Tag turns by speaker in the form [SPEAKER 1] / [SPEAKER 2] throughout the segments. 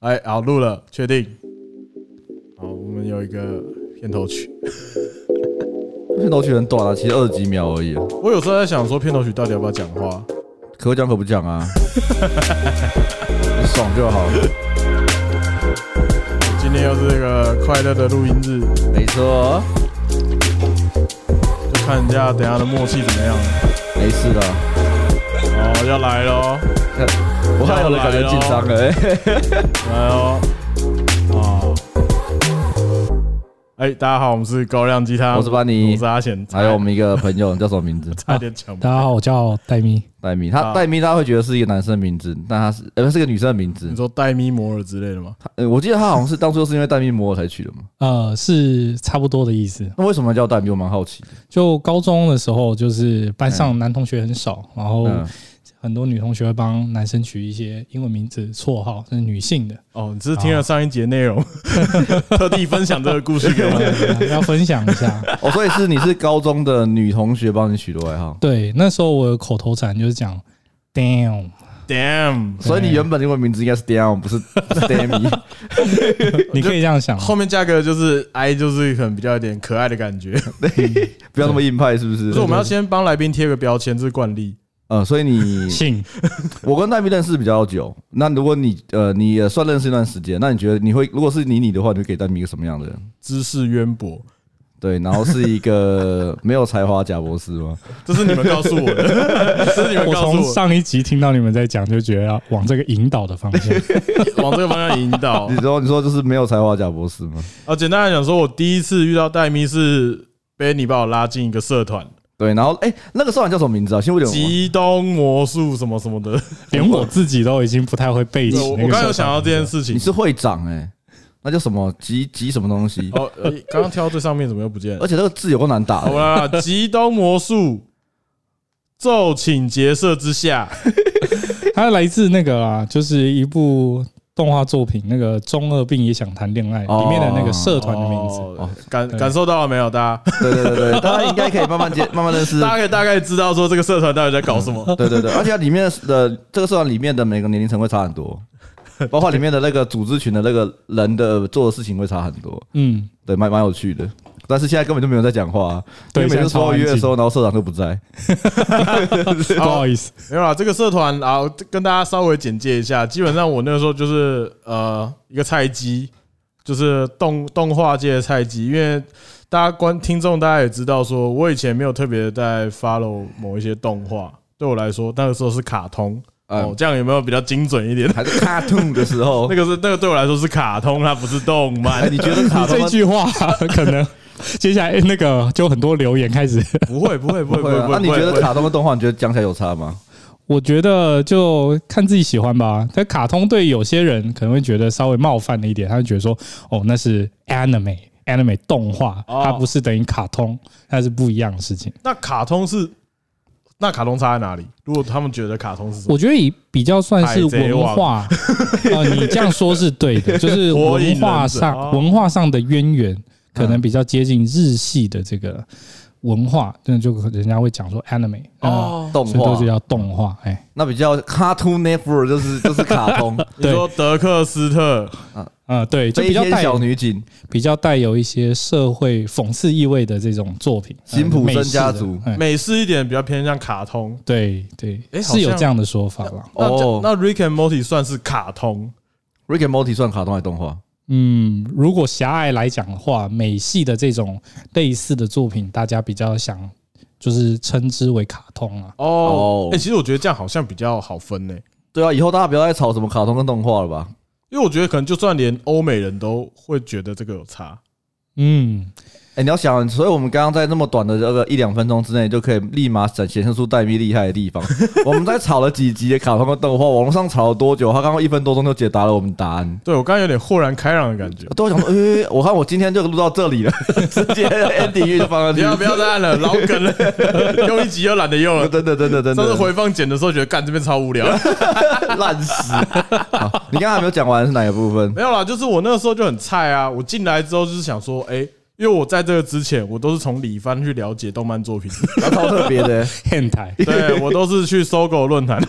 [SPEAKER 1] 哎，好录了，确定。好，我们有一个片头曲。
[SPEAKER 2] 片头曲很短啊，其实二十几秒而已啊，
[SPEAKER 1] 我有时候在想，说片头曲到底要不要讲话？
[SPEAKER 2] 可讲可不讲啊， 你爽就好，
[SPEAKER 1] 今天又是这个快乐的录音日，
[SPEAKER 2] 没错，
[SPEAKER 1] 就看人家等一下的默契怎么样了。
[SPEAKER 2] 没事的。
[SPEAKER 1] 哦，要来喽，
[SPEAKER 2] 我看我的感觉紧张
[SPEAKER 1] 哎
[SPEAKER 2] 了、欸，
[SPEAKER 1] 来喽。哦，哎，大家好，我们是高亮鸡汤，
[SPEAKER 2] 我是班尼
[SPEAKER 1] 我是阿贤，
[SPEAKER 2] 还有我们一个朋友叫什 么名字？
[SPEAKER 1] 差点讲不
[SPEAKER 3] 大。家好，我叫戴咪。
[SPEAKER 2] 戴咪，他
[SPEAKER 1] 啊
[SPEAKER 2] 戴咪他会觉得是一个男生的名字，但他是呃是个女生的名字
[SPEAKER 1] 你。说戴咪摩尔之类的吗？
[SPEAKER 2] 他呃我记得他好像是当初是因为戴咪摩尔才取的嘛，
[SPEAKER 3] 呃，是差不多的意思。
[SPEAKER 2] 那为什么叫戴咪？我蛮好奇的。
[SPEAKER 3] 就高中的时候，就是班
[SPEAKER 1] 嗯
[SPEAKER 3] 上男同学很少，然
[SPEAKER 1] 哦
[SPEAKER 3] 后
[SPEAKER 2] 嗯，
[SPEAKER 3] 很多女同学会帮男生取一些英文名字、绰号，是女性的，
[SPEAKER 1] 哦，你只是听
[SPEAKER 2] 啊
[SPEAKER 1] 了上一节内 容，特地分享这个故事给我。
[SPEAKER 3] 呃要分享一 下。
[SPEAKER 2] 哦，所以是你是高中的女同学帮你取的 外号，
[SPEAKER 3] 对，那时候我有口头禅，就是讲 damn，
[SPEAKER 1] Damn，
[SPEAKER 2] 所以你原本的英文名字应该是 Dion，不是 Demi。
[SPEAKER 3] 你可以这样想。
[SPEAKER 1] 后面加个就是 I，就是可能比较有点可爱的感觉。
[SPEAKER 2] 不要那么硬派，是不是
[SPEAKER 1] 可是？我们要先帮来宾贴个标签，这是惯例。
[SPEAKER 2] 嗯，所以你
[SPEAKER 3] 性
[SPEAKER 2] 我跟戴咪认识比较久，那如果你呃你也算认识一段时间，那你觉得你会如果是你你的话，你会给戴咪一个什么样的人？
[SPEAKER 1] 知识渊博，
[SPEAKER 2] 对，然后是 一个没有才华假博士吗？
[SPEAKER 1] 这是你们告诉我的， 这是你们
[SPEAKER 3] 我
[SPEAKER 1] 告
[SPEAKER 3] 从
[SPEAKER 1] 诉我
[SPEAKER 3] 上一集听到你们在讲，就觉得要往这个引导的方向。
[SPEAKER 1] 的，往这个方向引 导
[SPEAKER 2] 你。说你说就是没有才华假博士吗？
[SPEAKER 1] 啊，简单来讲，说我第一次遇到戴咪是被你把我拉进一个社团，
[SPEAKER 2] 对，然后哎、那个社团叫什么名字啊？其实我有点忘
[SPEAKER 1] 极东魔术什么什么 的。
[SPEAKER 3] 连我自己都已经不太会背起
[SPEAKER 1] 对我我
[SPEAKER 3] 那个
[SPEAKER 1] 刚刚有
[SPEAKER 3] 手
[SPEAKER 1] 想到
[SPEAKER 3] 法
[SPEAKER 1] 这件事
[SPEAKER 2] 你
[SPEAKER 1] 情。
[SPEAKER 2] 是会长哎、那叫什么集集什么东西？
[SPEAKER 1] 哦，呃刚刚挑最上面怎么又不见了
[SPEAKER 2] 而？且那个字有够难打
[SPEAKER 1] 好
[SPEAKER 2] 的，
[SPEAKER 1] 啦，极东魔术奏请结社之下，
[SPEAKER 3] 它来自那个啊，就是一部动画作品，那个《中二病也想谈恋爱》
[SPEAKER 2] 哦
[SPEAKER 3] 里面的那个社团的名字。
[SPEAKER 1] 哦
[SPEAKER 2] 哦
[SPEAKER 1] 感
[SPEAKER 3] 对
[SPEAKER 1] 感受到了没有，大家？
[SPEAKER 2] 对对对对，大家应该可以慢 慢接慢慢认识
[SPEAKER 1] 大。家可以大概知道说这个社团到底在搞什 么。
[SPEAKER 2] 对对对，而且它里面的这个社团里面的每个年龄层会差很多，包括里面的那个组织群的那个人的做的事情会差很多。
[SPEAKER 3] 嗯，
[SPEAKER 2] 对，蛮蛮有趣的。但是现在根本就没有在讲话、啊，因
[SPEAKER 3] 对
[SPEAKER 2] 为每次说要约的时候，然后社长都不在。
[SPEAKER 3] 不好意思，
[SPEAKER 1] 没有啦，这个社团啊，跟大家稍微简介一下。基本上我那个时候就是呃一个菜鸡，就是动动画界的菜鸡。因为大家观听众大家也知道，说我以前没有特别在 follow 某一些动画，对我来说那个时候是卡通。哦
[SPEAKER 2] 嗯，，
[SPEAKER 1] 这样有没有比较精准 一点？
[SPEAKER 2] 还是 cartoon 的时 候
[SPEAKER 1] 那，个是那个对我来说是卡通，它不是动
[SPEAKER 2] 哎，
[SPEAKER 1] 漫。
[SPEAKER 2] 你觉得卡
[SPEAKER 3] 你
[SPEAKER 2] 通
[SPEAKER 3] 这句话可能 接下来那个就很多留言开始。
[SPEAKER 1] 不会不会不会不
[SPEAKER 2] 会
[SPEAKER 1] 会
[SPEAKER 2] 啊？
[SPEAKER 1] 不
[SPEAKER 2] 那
[SPEAKER 1] 会。
[SPEAKER 2] 你觉得卡通跟动画，你觉得讲起来有差吗？
[SPEAKER 3] 我觉得就看自己喜欢吧。但卡通对有些人可能会觉得稍微冒犯了一点，他会觉得说：“哦，那是 anime。” anime 动画，
[SPEAKER 1] 哦
[SPEAKER 3] 它不是等于卡通，它是不一样的事情。
[SPEAKER 1] 那卡通是那卡通差在哪里？如果他们觉得卡通是什么？
[SPEAKER 3] 我觉得以比较算是
[SPEAKER 1] 海贼
[SPEAKER 3] 文
[SPEAKER 1] 王
[SPEAKER 3] 化，呃，你这样说是对的，就是
[SPEAKER 1] 火影
[SPEAKER 3] 文化
[SPEAKER 1] 忍者哦
[SPEAKER 3] 上文化上的渊源，可能比较接近日系的这个文化，那就人家会讲说 anime 哦，
[SPEAKER 2] 动
[SPEAKER 3] 所以
[SPEAKER 2] 画
[SPEAKER 3] 都是叫动画，哎，
[SPEAKER 2] 那比较 cartoon network 就是就是卡通，
[SPEAKER 1] 你说德克斯特
[SPEAKER 3] 啊，对， 就
[SPEAKER 2] 飞
[SPEAKER 3] 比较
[SPEAKER 2] 天
[SPEAKER 3] 带
[SPEAKER 2] 小
[SPEAKER 3] 有
[SPEAKER 2] 女警，
[SPEAKER 3] 比较带有一些社会讽刺意味的这种作品，呃
[SPEAKER 2] 辛普森
[SPEAKER 3] 美式的
[SPEAKER 2] 家族
[SPEAKER 3] 哎
[SPEAKER 1] 美式一点，比较偏向卡通。
[SPEAKER 3] 对对
[SPEAKER 1] 哎，好
[SPEAKER 3] 是有
[SPEAKER 1] 像
[SPEAKER 3] 这样的说法啦。
[SPEAKER 1] 那这
[SPEAKER 2] 哦
[SPEAKER 1] 那 Rick and Morty 算是卡通
[SPEAKER 2] Rick and Morty 算卡通还是动画？
[SPEAKER 3] 嗯，如果狭隘来讲的话，美系的这种类似的作品，大家比较想就是称之为卡通啊。
[SPEAKER 1] 哦
[SPEAKER 2] 哦。
[SPEAKER 1] 哎，其实我觉得这样好像比较好分呢、
[SPEAKER 2] 对啊，以后大家不要再吵什么卡通跟动画了吧？
[SPEAKER 1] 因为我觉得可能就算连欧美人都会觉得这个有差。
[SPEAKER 3] 嗯，
[SPEAKER 2] 哎、你要想，所以我们刚刚在那么短的这个一两分钟之内，就可以立马展现出戴咪厉害的地方。我们在吵了几集的卡通跟动画，网络上吵了多久？他刚刚一分多钟就解答了我们答案。
[SPEAKER 1] 对我刚刚有点豁然开朗的感觉
[SPEAKER 2] 我。都想说，哎、我看我今天就录到这里了， 直接 ending 乐就放上
[SPEAKER 1] 不
[SPEAKER 2] 去
[SPEAKER 1] 要。不要再按了，老梗了， 用一集又懒得用了。
[SPEAKER 2] 真的真的真
[SPEAKER 1] 上次
[SPEAKER 2] 的，
[SPEAKER 1] 回放剪的时候觉得干这边超无 聊，
[SPEAKER 2] 烂死！好你刚刚还没有讲完是哪个部分？
[SPEAKER 1] 没有啦，就是我那个时候就很菜啊。我进来之后就是想说，哎、因为我在这个之前，我都是从李帆去了解动漫作品，
[SPEAKER 2] 超特别的、
[SPEAKER 3] 变态。
[SPEAKER 1] 对我都是去搜狗论 坛，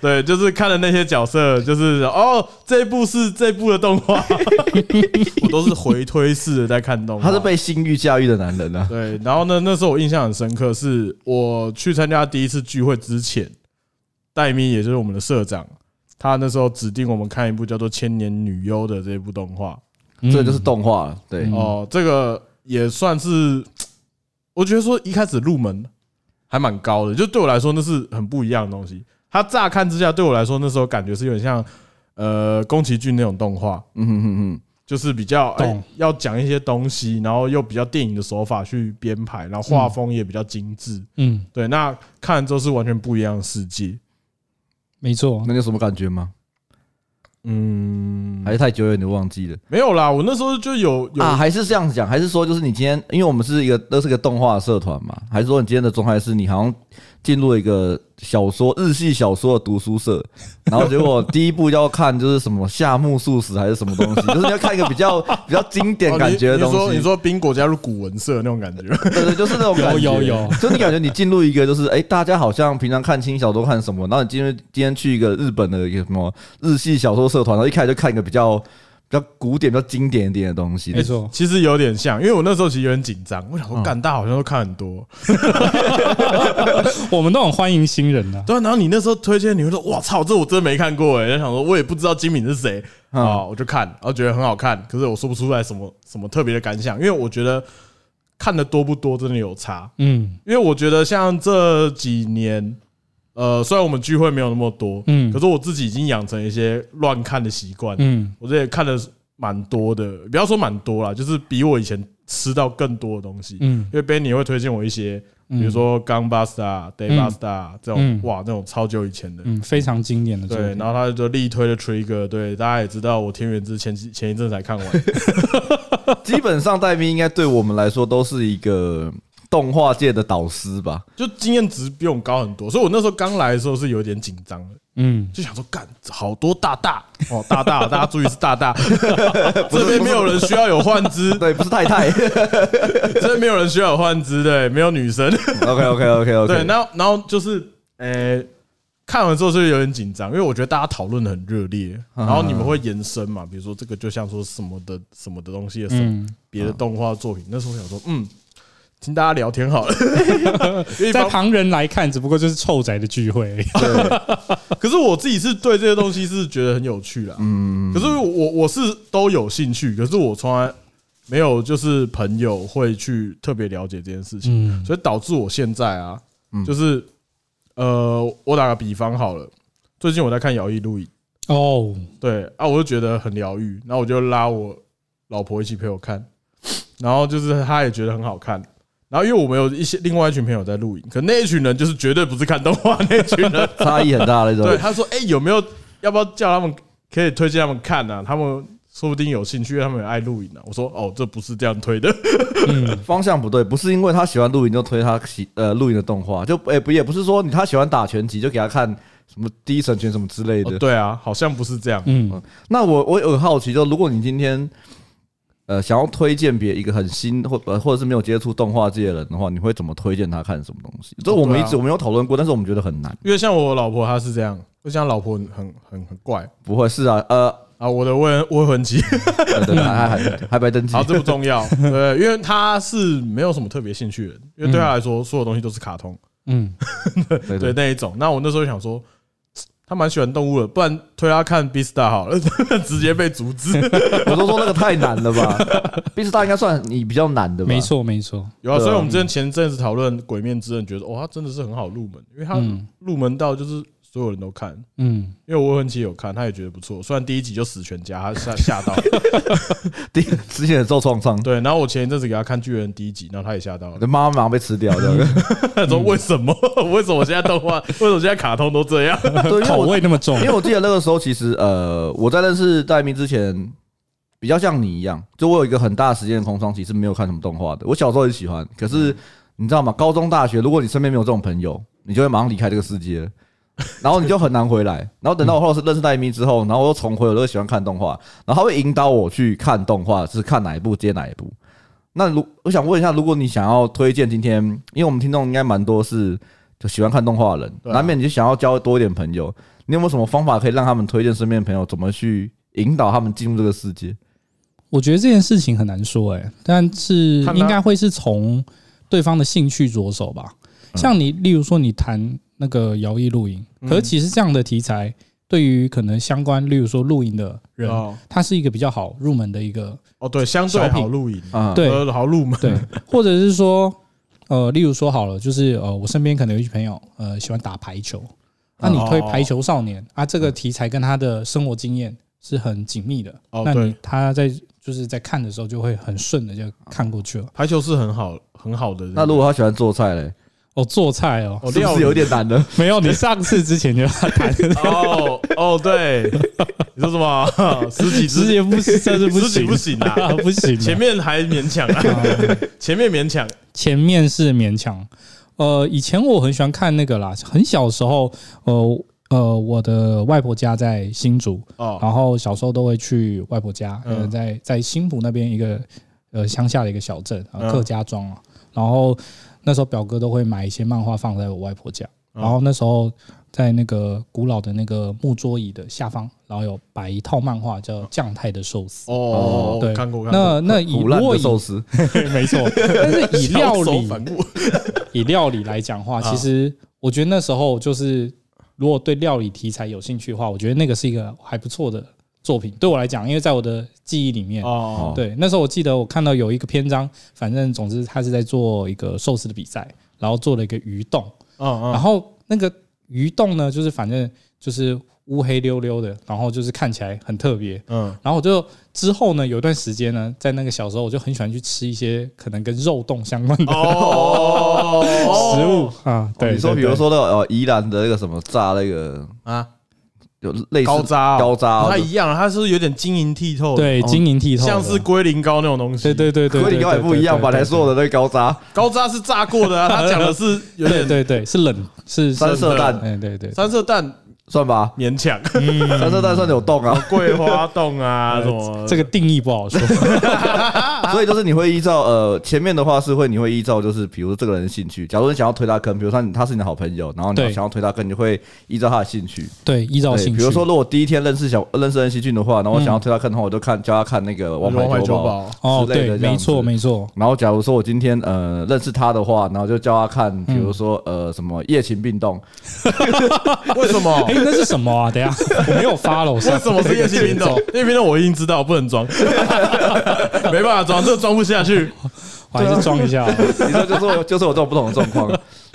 [SPEAKER 1] 对，就是看了那些角色，就是哦，这部是这部的动 画，我都是回推式的在看动画。
[SPEAKER 2] 他是被性欲驾驭的男人啊。
[SPEAKER 1] 对，然后呢，那时候我印象很深刻，是我去参加第一次聚会之前，戴咪也就是我们的社长，他那时候指定我们看一部叫做《千年女优》的这部动画。
[SPEAKER 2] 这就是动画了，对，
[SPEAKER 3] 嗯
[SPEAKER 1] 哦，这个也算是，我觉得说一开始入门还蛮高的，就对我来说那是很不一样的东西。它乍看之下对我来说那时候感觉是有点像呃宫崎骏那种动画，
[SPEAKER 2] 嗯哼哼哼，
[SPEAKER 1] 就是比较、哎
[SPEAKER 3] 懂
[SPEAKER 1] 要讲一些东西，然后又比较电影的手法去编排，然后画风也比较精致。
[SPEAKER 3] 嗯，
[SPEAKER 1] 对，那看了之后是完全不一样的世界。
[SPEAKER 3] 没错
[SPEAKER 2] 那，你有什么感觉吗？
[SPEAKER 1] 嗯，
[SPEAKER 2] 还是太久远你忘记了
[SPEAKER 1] 没有啦，我那时候就有有
[SPEAKER 2] 啊？还是这样子讲，还是说就是你今天，因为我们是一个都是个动画社团嘛，还是说你今天的状态是你好像进入了一个小说日系小说的读书社， 然后结果第一步要看就是什么夏目漱石还是什么东西，就是你要看一个比较 比较经典
[SPEAKER 1] 哦
[SPEAKER 2] 感
[SPEAKER 1] 你
[SPEAKER 2] 觉的东
[SPEAKER 1] 你说
[SPEAKER 2] 西。
[SPEAKER 1] 你说冰果加入古文社那种感觉，
[SPEAKER 2] 对对，就是那种
[SPEAKER 3] 有
[SPEAKER 2] 感觉，
[SPEAKER 3] 有有
[SPEAKER 2] 就你感觉你进入一个就是哎、大家好像平常看轻小说看什么，然后你今天今天去一个日本的一个什么日系小说社团，然后一开始就看一个比较比较古典、比较经典一点的东西，
[SPEAKER 3] 没错，
[SPEAKER 1] 其实有点像，因为我那时候其实有点紧张，我想说，
[SPEAKER 2] 嗯
[SPEAKER 1] 干大家好像都看很多，
[SPEAKER 3] 我们都很欢迎新人的。
[SPEAKER 1] 对啊。然后你那时候推荐，你会说，哇操，这我真没看过哎、欸，就想说我也不知道金敏是谁
[SPEAKER 2] 嗯
[SPEAKER 1] 啊，我就看，然后觉得很好看，可是我说不出来什么什么特别的感想，因为我觉得看的多不多真的有差，
[SPEAKER 3] 嗯
[SPEAKER 1] 因为我觉得像这几年，呃，虽然我们聚会没有那么多，
[SPEAKER 3] 嗯
[SPEAKER 1] 可是我自己已经养成一些乱看的习惯，
[SPEAKER 3] 嗯，
[SPEAKER 1] 我这也看的蛮多的，不要说蛮多啦，就是比我以前吃到更多的东西。
[SPEAKER 3] 嗯
[SPEAKER 1] 因为 Benny 会推荐我一些，比如说《Gun Buster》《Day
[SPEAKER 3] 嗯
[SPEAKER 1] Buster》这啊种，
[SPEAKER 3] 嗯
[SPEAKER 1] 哇，那种超久以前的。
[SPEAKER 3] 嗯，非常经典的作
[SPEAKER 1] 对，
[SPEAKER 3] 品
[SPEAKER 1] 然。后他就力推了 Trigger，对，大家也知道，我《天元之前几前一阵才看 完，
[SPEAKER 2] 基本上戴咪应该对我们来说都是一个动画界的导师吧。
[SPEAKER 1] 就经验值比我们高很多，所以我那时候刚来的时候是有点紧张的，
[SPEAKER 3] 嗯，
[SPEAKER 1] 就想说干好多大大哦，大大， 大家注意是大 大，这边没有人需要有幻肢，
[SPEAKER 2] 对，不是 太太。
[SPEAKER 1] 这边没有人需要有幻肢，对，没有女生，
[SPEAKER 2] OK OK OK OK。
[SPEAKER 1] 对，然后然后就是呃，看完之后就有点紧张，因为我觉得大家讨论的很热烈，
[SPEAKER 3] 嗯
[SPEAKER 1] 然后你们会延伸嘛，比如说这个就像说什么的什么的东西的什么
[SPEAKER 3] 嗯
[SPEAKER 1] 别的动画作品，那时候我想说，嗯，听大家聊天 好了，因为一
[SPEAKER 3] 在
[SPEAKER 1] 方
[SPEAKER 3] 旁人来看，只不过就是臭宅的聚会而已。
[SPEAKER 2] 对，
[SPEAKER 1] 可是我自己是对这些东西是觉得很有趣啦，嗯，可是我我是都有兴趣，可是我从来没有就是朋友会去特别了解这件事情。
[SPEAKER 3] 嗯
[SPEAKER 1] 所以导致我现在啊，就是呃，我打个比方好了，最近我在看《摇曳露营》，
[SPEAKER 3] 哦，
[SPEAKER 1] 对啊，我就觉得很疗愈，然后我就拉我老婆一起陪我看，然后就是她也觉得很好看。然后因为我们有一些另外一群朋友在露营，可那一群人就是绝对不是看动画那一群 人。
[SPEAKER 2] 差异很大那种
[SPEAKER 1] 对，。他说：“哎，有没有要不要叫他们可以推荐他们看啊？他们说不定有兴趣，因为他们也爱露营啊。”我说：“哦，这不是这样推的。”
[SPEAKER 3] 嗯
[SPEAKER 2] 方向不对，不是因为他喜欢露营就推他喜呃露营的动画，就诶不、也不是说你他喜欢打拳击就给他看什么第一神拳什么之类的。
[SPEAKER 1] 哦对啊，好像不是这样。
[SPEAKER 3] 嗯
[SPEAKER 2] 那我我有个好奇，就如果你今天呃想要推荐别一个很新或呃或者是没有接触动画界的人的话，你会怎么推荐他看什么东西？这我们
[SPEAKER 1] 对
[SPEAKER 2] 一
[SPEAKER 1] 啊
[SPEAKER 2] 直我没有讨论过，但是我们觉得很难。
[SPEAKER 1] 因为像我老婆她是这样，我像老婆很很很很怪
[SPEAKER 2] 不会是啊，呃，
[SPEAKER 1] 啊，我的未未婚妻，
[SPEAKER 2] 对对，还还还白登记
[SPEAKER 1] 好，这不重要， 对，因为她是没有什么特别兴趣的，因为对她来说，所有东西都是卡通，
[SPEAKER 3] 嗯，
[SPEAKER 2] 对
[SPEAKER 1] 对
[SPEAKER 2] 对，
[SPEAKER 1] 那一种。那我那时候想说。她蛮喜欢动物的，不然推她看《b e a s t a 好了， 直接被阻止。
[SPEAKER 2] 我都说那个太难了吧？毕斯大应该算你比较难的吧？
[SPEAKER 3] 没，错没错。
[SPEAKER 1] 有啊，
[SPEAKER 2] 对啊
[SPEAKER 1] 所以我们之前前阵子讨论《鬼面之刃》，觉得哦，它真的是很好入门，因为它
[SPEAKER 3] 嗯
[SPEAKER 1] 入门到就是所有人都看。
[SPEAKER 3] 嗯，
[SPEAKER 1] 因为我未婚妻有看，她也觉得不错，虽然第一集就死全家，她吓吓到。
[SPEAKER 2] 第一之前也受创伤，
[SPEAKER 1] 对，然后我前一阵子给她看《巨人》第一集，然后她也吓到了
[SPEAKER 2] 我。的妈妈马上被吃掉，这样。
[SPEAKER 1] 他说为什么？为什么现在动画？为什么现在卡通都这样？
[SPEAKER 2] 对，因为
[SPEAKER 3] 口
[SPEAKER 2] 我
[SPEAKER 3] 味那么重
[SPEAKER 2] 因为。我记得那个时候，其实呃，我在认识戴明之前，比较像你一样，就我有一个很大的时间的空窗期是没有看什么动画的。我小时候很喜欢，可是你知道吗？高中、大学，如果你身边没有这种朋友，你就会马上离开这个世界。然后你就很难回来。然后等到我后来是认识黛咪之后，然后我又重回我都喜欢看动画，然后他会引导我去看动画，是看哪一部接哪一部。那如我想问一下，如果你想要推荐今天，因为我们听众应该蛮多是就喜欢看动画的人，
[SPEAKER 1] 对啊
[SPEAKER 2] 难免你就想要交多一点朋友，你有没有什么方法可以让他们推荐身边的朋友，怎么去引导他们进入这个世界？
[SPEAKER 3] 我觉得这件事情很难说哎、但是
[SPEAKER 1] 看他
[SPEAKER 3] 应该会是从对方的兴趣着手吧。
[SPEAKER 1] 嗯
[SPEAKER 3] 像你，例如说你谈那个摇曳露营，可是其实这样的题材对于可能相关，例如说露营的人，
[SPEAKER 1] 哦
[SPEAKER 3] 它是一个比较好入门的一个
[SPEAKER 1] 哦，对，相对好露营，
[SPEAKER 2] 啊，
[SPEAKER 3] 对
[SPEAKER 1] 呃好入门，
[SPEAKER 3] 对，或者是说，呃，例如说好了，就是呃，我身边可能有一些朋友，呃，喜欢打排球，那你推
[SPEAKER 1] 哦
[SPEAKER 3] 排球少年啊，这个题材跟他的生活经验是很紧密的，
[SPEAKER 1] 哦
[SPEAKER 3] 那你
[SPEAKER 1] 对
[SPEAKER 3] 他在就是在看的时候就会很顺的就看过去了。
[SPEAKER 1] 排球是很好很好的。
[SPEAKER 2] 那如果他喜欢做菜嘞，
[SPEAKER 3] 哦，做菜哦，
[SPEAKER 1] 哦
[SPEAKER 2] 是不
[SPEAKER 1] 料
[SPEAKER 2] 是
[SPEAKER 1] 理
[SPEAKER 2] 有点难呢？
[SPEAKER 3] 没有，你上次之 前就要谈，
[SPEAKER 1] 哦哦，对，你说什么？十几
[SPEAKER 3] 直
[SPEAKER 1] 只
[SPEAKER 3] 接不 是，这是不
[SPEAKER 1] 十几
[SPEAKER 3] 行，
[SPEAKER 1] 不行啊，
[SPEAKER 3] 不行啊，
[SPEAKER 1] 前面还勉强啊，前面勉强
[SPEAKER 3] 前面是勉强。呃，以前我很喜欢看那个啦，很小的时候，呃呃，我的外婆家在新竹，
[SPEAKER 1] 哦，
[SPEAKER 3] 然后小时候都会去外婆家，呃，
[SPEAKER 1] 嗯
[SPEAKER 3] 在在新浦那边一个呃乡下的一个小镇，啊，
[SPEAKER 1] 嗯
[SPEAKER 3] 客家庄啊。然后那时候表哥都会买一些漫画放在我外婆家，
[SPEAKER 1] 嗯
[SPEAKER 3] 然后那时候在那个古老的那个木桌椅的下方，然后有摆一套漫画叫《酱太的寿司》。
[SPEAKER 1] 哦，
[SPEAKER 3] 对，
[SPEAKER 1] 看过看过，
[SPEAKER 3] 那那 以
[SPEAKER 2] 腐
[SPEAKER 3] 如
[SPEAKER 2] 烂
[SPEAKER 3] 果
[SPEAKER 2] 的
[SPEAKER 3] 以
[SPEAKER 2] 寿司，
[SPEAKER 3] 没错，但是以料
[SPEAKER 1] 小手
[SPEAKER 3] 理
[SPEAKER 1] 反目
[SPEAKER 3] 以料理来讲话，
[SPEAKER 1] 啊
[SPEAKER 3] 其实我觉得那时候就是，如果对料理题材有兴趣的话，我觉得那个是一个还不错的作品。对我来讲，因为在我的记忆里面，
[SPEAKER 1] 哦，
[SPEAKER 3] 对那时候我记得我看到有一个篇章，反正总之他是在做一个寿司的比赛，然后做了一个鱼冻，
[SPEAKER 1] 嗯
[SPEAKER 2] 啊
[SPEAKER 3] 然
[SPEAKER 1] 嗯，
[SPEAKER 3] 后那个鱼冻呢，就是反正就是乌黑溜溜的，然后就是看起来很特别，
[SPEAKER 1] 嗯，
[SPEAKER 3] 然后我就之后呢，有一段时间呢，在那个小时候，我就很喜欢去吃一些可能跟肉冻相关的
[SPEAKER 1] 哦，
[SPEAKER 3] 食物啊。对，
[SPEAKER 2] 哦你说
[SPEAKER 3] 对
[SPEAKER 2] 比如
[SPEAKER 3] 对
[SPEAKER 2] 说那个呃宜兰的那个什么炸那个
[SPEAKER 1] 啊，
[SPEAKER 2] 有类似
[SPEAKER 1] 高渣哦
[SPEAKER 2] 高渣
[SPEAKER 1] 不太
[SPEAKER 2] 哦，
[SPEAKER 1] 一样，它是有点晶莹剔透的，
[SPEAKER 3] 对
[SPEAKER 2] 哦
[SPEAKER 3] 晶莹剔透的，
[SPEAKER 1] 像是龟苓膏那种东西。
[SPEAKER 3] 对对对对，
[SPEAKER 2] 和
[SPEAKER 3] 对
[SPEAKER 2] 你高也不一样吧？才说我的那个高渣
[SPEAKER 1] 高渣是炸过的啊，他讲的是有
[SPEAKER 3] 对
[SPEAKER 1] 点
[SPEAKER 3] 对对对，是冷是
[SPEAKER 2] 三色蛋
[SPEAKER 3] 哎对对，
[SPEAKER 1] 三色蛋
[SPEAKER 2] 算吧，
[SPEAKER 1] 勉强，
[SPEAKER 2] 三色蛋算有洞啊，
[SPEAKER 1] 桂花冻啊什
[SPEAKER 2] 呃
[SPEAKER 1] 么
[SPEAKER 3] 这个定义不 好说。嗯
[SPEAKER 2] 所以就是你会依照呃前面的话是会你会依照就是比如说这个人的兴趣，假如你想要推他坑，比如说你他是你的好朋友，然后你
[SPEAKER 3] 对
[SPEAKER 2] 想要推他坑，你就会依照他的兴趣。
[SPEAKER 3] 对，依照
[SPEAKER 2] 对，
[SPEAKER 3] 兴趣，嗯
[SPEAKER 2] 比如说如果第一天认识小认识恩熙俊的话，然后我想要推他坑的话，我就看教他看那个《王
[SPEAKER 1] 王
[SPEAKER 2] 牌
[SPEAKER 1] 牌
[SPEAKER 2] 九
[SPEAKER 1] 酒
[SPEAKER 2] 宝》。
[SPEAKER 1] 保
[SPEAKER 3] 哦，
[SPEAKER 2] 之类
[SPEAKER 3] 对，
[SPEAKER 2] 的这
[SPEAKER 3] 没
[SPEAKER 2] 样子
[SPEAKER 3] 错没错，
[SPEAKER 2] 然后，假如说我今天呃认识他的话，然后就教他看，比如说呃什
[SPEAKER 3] 嗯
[SPEAKER 2] 么夜勤病动，
[SPEAKER 1] 为什
[SPEAKER 2] 哦
[SPEAKER 1] 么
[SPEAKER 3] 哎，？那是什么啊？等一下，我没有 follow 上。
[SPEAKER 1] 为什么是叶心冰冻？叶冰冻我已经知道，不能装，没办法装，这装不下去。
[SPEAKER 3] 我还是装 一下啊。
[SPEAKER 2] 你说就是 我就是有这种不同的状况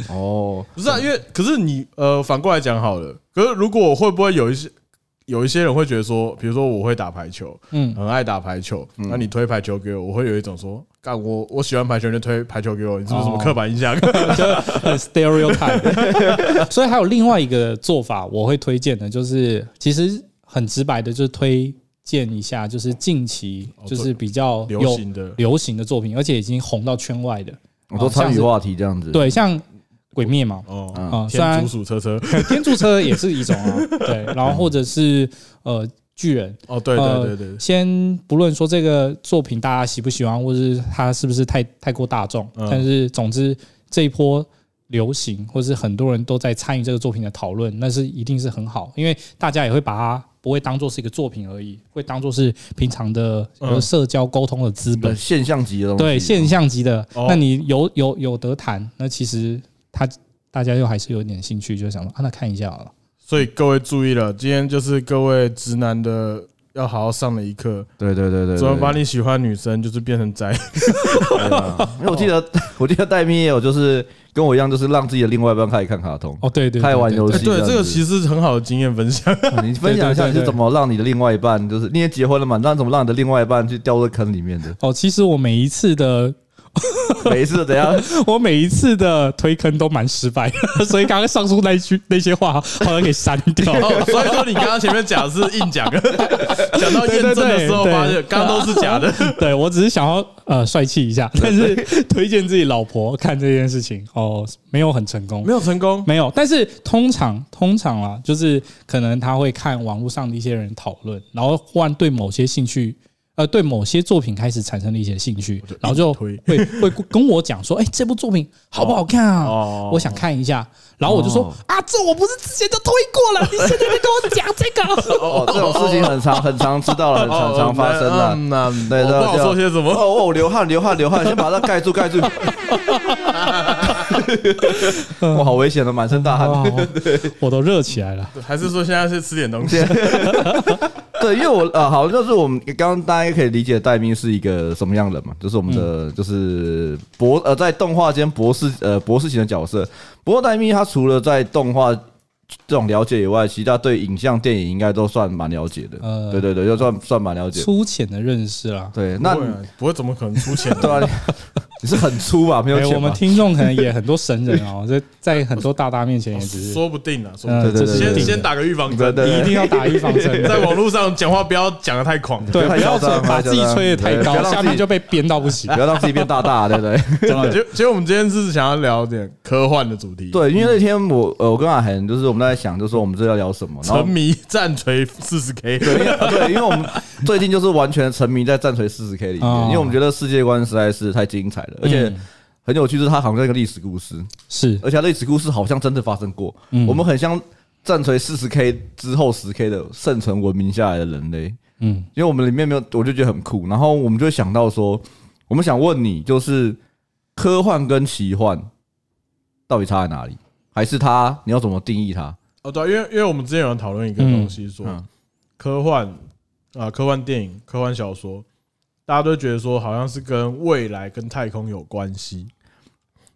[SPEAKER 2] 哦。
[SPEAKER 1] 不是啊，因为可是你呃，反过来讲好了，可是如果会不会有一些有一些人会觉得说，比如说我会打排球，
[SPEAKER 3] 嗯，
[SPEAKER 1] 很爱打排球，那你推排球给我，我会有一种说，干我我喜欢排球，你就推排球给我，你是不是什么
[SPEAKER 3] 哦
[SPEAKER 1] 刻板印象？
[SPEAKER 3] 很 stereotype。所 以还有另外一个做法，我会推荐的，就是其实很直白的，就是推荐一下，就是近期
[SPEAKER 1] 哦
[SPEAKER 3] 就是比较 有
[SPEAKER 1] 流行的
[SPEAKER 3] 流行的作品，而且已经红到圈外的。
[SPEAKER 2] 我都参与话题这样子，，
[SPEAKER 3] 哦对，像《鬼灭》嘛，
[SPEAKER 1] 哦，
[SPEAKER 2] 嗯
[SPEAKER 3] 啊，虽
[SPEAKER 1] 天
[SPEAKER 3] 然
[SPEAKER 1] 竺鼠车车，
[SPEAKER 3] 天柱车也是一种啊， 对，然后或者是呃巨人，
[SPEAKER 1] 哦，对
[SPEAKER 3] 呃
[SPEAKER 1] 对对对，
[SPEAKER 3] 先不论说这个作品大家喜不喜欢，或是它是不是太太过大众，
[SPEAKER 1] 嗯
[SPEAKER 3] 但是总之这一波流行，或是很多人都在参与这个作品的讨论，那是一定是很好，因为大家也会把它不会当做是一个作品而已，会当做是平常的
[SPEAKER 1] 嗯
[SPEAKER 3] 呃社交沟通的资本，
[SPEAKER 2] 现象级的东西，
[SPEAKER 3] 对现象级的。
[SPEAKER 1] 哦
[SPEAKER 3] 那你有有有得谈，那其实他大家又还是有点兴趣，就想说啊，那看一下好了。
[SPEAKER 1] 所以各位注意了，今天就是各位直男的要好好上的一课，
[SPEAKER 2] 对对对对对，
[SPEAKER 1] 怎么把你喜欢的女生就是变成宅？
[SPEAKER 2] 对啊？因为我记得 我记得戴咪也有就是跟我一样，就是让自己的另外一半开始看卡通，
[SPEAKER 3] 哦，对对对
[SPEAKER 2] 开玩
[SPEAKER 3] 对
[SPEAKER 2] 游
[SPEAKER 1] 哎
[SPEAKER 2] 戏这
[SPEAKER 1] 对，
[SPEAKER 2] 样子。哦
[SPEAKER 1] 这个其实是很好的经验分享。
[SPEAKER 2] 你分享一下
[SPEAKER 3] 对对对对
[SPEAKER 2] 你是怎么让你的另外 一半，就是你也结婚了嘛，让怎么让你的另外一半去掉入坑里面的？
[SPEAKER 3] 哦，其实我每一次的
[SPEAKER 2] 每一次 怎样？
[SPEAKER 3] 我每一次的推坑都蛮失败的， 所以刚刚上述那一句那些话好像给删掉。
[SPEAKER 1] 哦，所以说你刚刚前面讲是硬讲， 讲到验证的时候
[SPEAKER 3] 对对对
[SPEAKER 1] 发现刚刚都是假的。
[SPEAKER 3] 对我只是想要呃帅气一下，但是推荐自己老婆看这件事情哦， 没有很成功，
[SPEAKER 1] 没有成功，
[SPEAKER 3] 没有，但是通常通常啊，就是可能他会看网络上的一些人讨论，然后忽然对某些兴趣，呃，对某些作品开始产生了一些兴趣，然后就
[SPEAKER 1] 推
[SPEAKER 3] 会会跟我讲说，哎、这部作品好不好看啊？
[SPEAKER 1] 哦
[SPEAKER 3] 我想看一下，然后我就说、
[SPEAKER 2] 哦
[SPEAKER 3] 啊，这我不是之前就推过了，你现在就跟我讲这 个。
[SPEAKER 2] 哦，这种事情很常很常知道了，很常常发生
[SPEAKER 1] 了。
[SPEAKER 2] 了。
[SPEAKER 1] 嗯那
[SPEAKER 2] 对
[SPEAKER 1] 我
[SPEAKER 2] 对
[SPEAKER 1] 不好
[SPEAKER 2] 对
[SPEAKER 1] 说些什么。
[SPEAKER 2] 哦哦，流汗流 汗流汗，先把它盖住盖住。哇，好危险的，满身大汗。
[SPEAKER 3] 哦我都热起来了。
[SPEAKER 1] 还是说现在是吃点东西？
[SPEAKER 2] 对，因为我呃，好，就是我们刚刚大家可以理解戴咪是一个什么样的人嘛，就是我们
[SPEAKER 3] 嗯
[SPEAKER 2] 的、就是博呃，在动画间博士呃博士型的角色。不过戴咪他除了在动画这种了解以外，其实他对影像电影应该都算蛮了解的。
[SPEAKER 3] 呃
[SPEAKER 2] 对对对，就算算蛮了解。
[SPEAKER 3] 粗啊浅的认识啦，
[SPEAKER 2] 对，那
[SPEAKER 1] 那不会怎么可能出钱？
[SPEAKER 2] 对啊，你你是很粗吧？没有
[SPEAKER 3] 哎
[SPEAKER 2] 钱吧？
[SPEAKER 3] 我们听众可能也很多神人哦，在在很多大大面前也只 是
[SPEAKER 1] 说不定呢。说不
[SPEAKER 3] 呃
[SPEAKER 1] 定
[SPEAKER 2] 对对
[SPEAKER 3] 这
[SPEAKER 2] 对
[SPEAKER 3] 是
[SPEAKER 2] 对
[SPEAKER 1] 先
[SPEAKER 3] 定的
[SPEAKER 1] 先打个预防
[SPEAKER 2] 对
[SPEAKER 1] 针，
[SPEAKER 2] 对
[SPEAKER 3] 你一定要打预防针，
[SPEAKER 1] 在网络上讲话不要讲的太狂。
[SPEAKER 3] 对，
[SPEAKER 2] 不要
[SPEAKER 3] 不
[SPEAKER 2] 太
[SPEAKER 3] 要
[SPEAKER 2] 嚣张
[SPEAKER 3] 把自己吹得太
[SPEAKER 2] 不要
[SPEAKER 3] 高，
[SPEAKER 2] 让自己
[SPEAKER 3] 下面就被编到不行
[SPEAKER 2] 不。要让自己变大大，对不 对？
[SPEAKER 1] 对吧？其实其实我们今天是想要聊点科幻的主题，
[SPEAKER 2] 对，因为那天我呃，我跟阿恒就是我们在想，就是说我们这要聊什么，然后
[SPEAKER 1] 沉迷战锤四十 K，
[SPEAKER 2] 对，因为对，因为我们最近就是完全沉迷在战锤四十 K 里面，
[SPEAKER 3] 哦
[SPEAKER 2] 因为我们觉得世界观实在是太精彩了，而且
[SPEAKER 3] 嗯
[SPEAKER 2] 很有趣，是它好像一个历史故事，
[SPEAKER 3] 是，
[SPEAKER 2] 而且它历史故事好像真的发生过。
[SPEAKER 3] 嗯
[SPEAKER 2] 我们很像战锤四十 K 之后十 K 的生存文明下来的人类，
[SPEAKER 3] 嗯，
[SPEAKER 2] 因为我们里面没有，我就觉得很酷。然后我们就会想到说，我们想问你，就是科幻跟奇幻到底差在哪里？还是它你要怎么定义它？
[SPEAKER 1] 哦，对啊，因为因为我们之前有讨论一个东西，说
[SPEAKER 2] 嗯
[SPEAKER 1] 科幻啊，科幻电影、科幻小说，大家都觉得说好像是跟未来、跟太空有关系。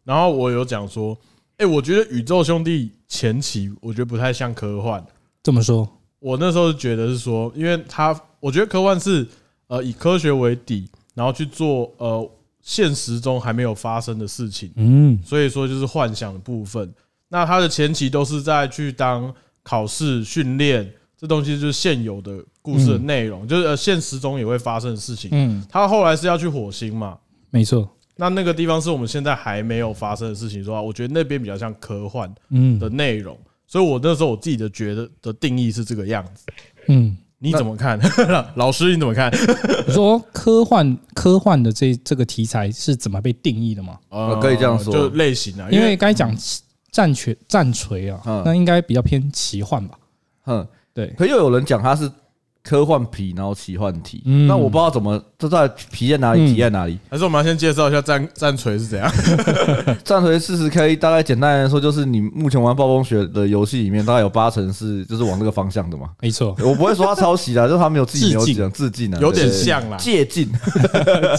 [SPEAKER 1] 然后我有讲说，哎，我觉得《宇宙兄弟》前期我觉得不太像科幻。
[SPEAKER 3] 这么说，
[SPEAKER 1] 我那时候觉得是说，因为它，我觉得科幻是呃以科学为底，然后去做呃现实中还没有发生的事情。
[SPEAKER 3] 嗯，
[SPEAKER 1] 所以说就是幻想的部分。那它的前期都是在去当考试训练，这东西就是现有的故事的内容，就是呃现实中也会发生的事情。
[SPEAKER 3] 嗯，
[SPEAKER 1] 他后来是要去火星嘛？
[SPEAKER 3] 没错，
[SPEAKER 1] 那那个地方是我们现在还没有发生的事情，说啊我觉得那边比较像科幻
[SPEAKER 3] 嗯
[SPEAKER 1] 的内容，所以我那时候我自己的觉得的定义是这个样子。
[SPEAKER 3] 嗯，
[SPEAKER 1] 你怎么看？ 老师你怎么看？
[SPEAKER 3] 你说科幻科幻的这这个题材是怎么被定义的吗？
[SPEAKER 1] 呃
[SPEAKER 2] 可以这样说
[SPEAKER 1] 就类型啊，
[SPEAKER 3] 因为刚才讲战锤战锤啊
[SPEAKER 2] 嗯，
[SPEAKER 3] 那应该比较偏奇幻吧？
[SPEAKER 2] 哼，
[SPEAKER 3] 对，
[SPEAKER 2] 可又有人讲它是科幻皮，然后奇幻体，
[SPEAKER 3] 嗯
[SPEAKER 2] 那我不知道怎么这在皮在哪
[SPEAKER 3] 嗯
[SPEAKER 2] 里，体在哪里。
[SPEAKER 1] 还是我们要先介绍一下战战锤是怎 样？
[SPEAKER 2] 战锤四十 K 大概简单来说，就是你目前玩暴风雪的游戏里面，大概有八成是就是往那个方向的嘛。
[SPEAKER 3] 没 错，
[SPEAKER 2] 我不会说它抄袭啦，就是他没有自己没有讲致敬啊，
[SPEAKER 1] 有点
[SPEAKER 2] 对
[SPEAKER 1] 像啦，
[SPEAKER 2] 借镜，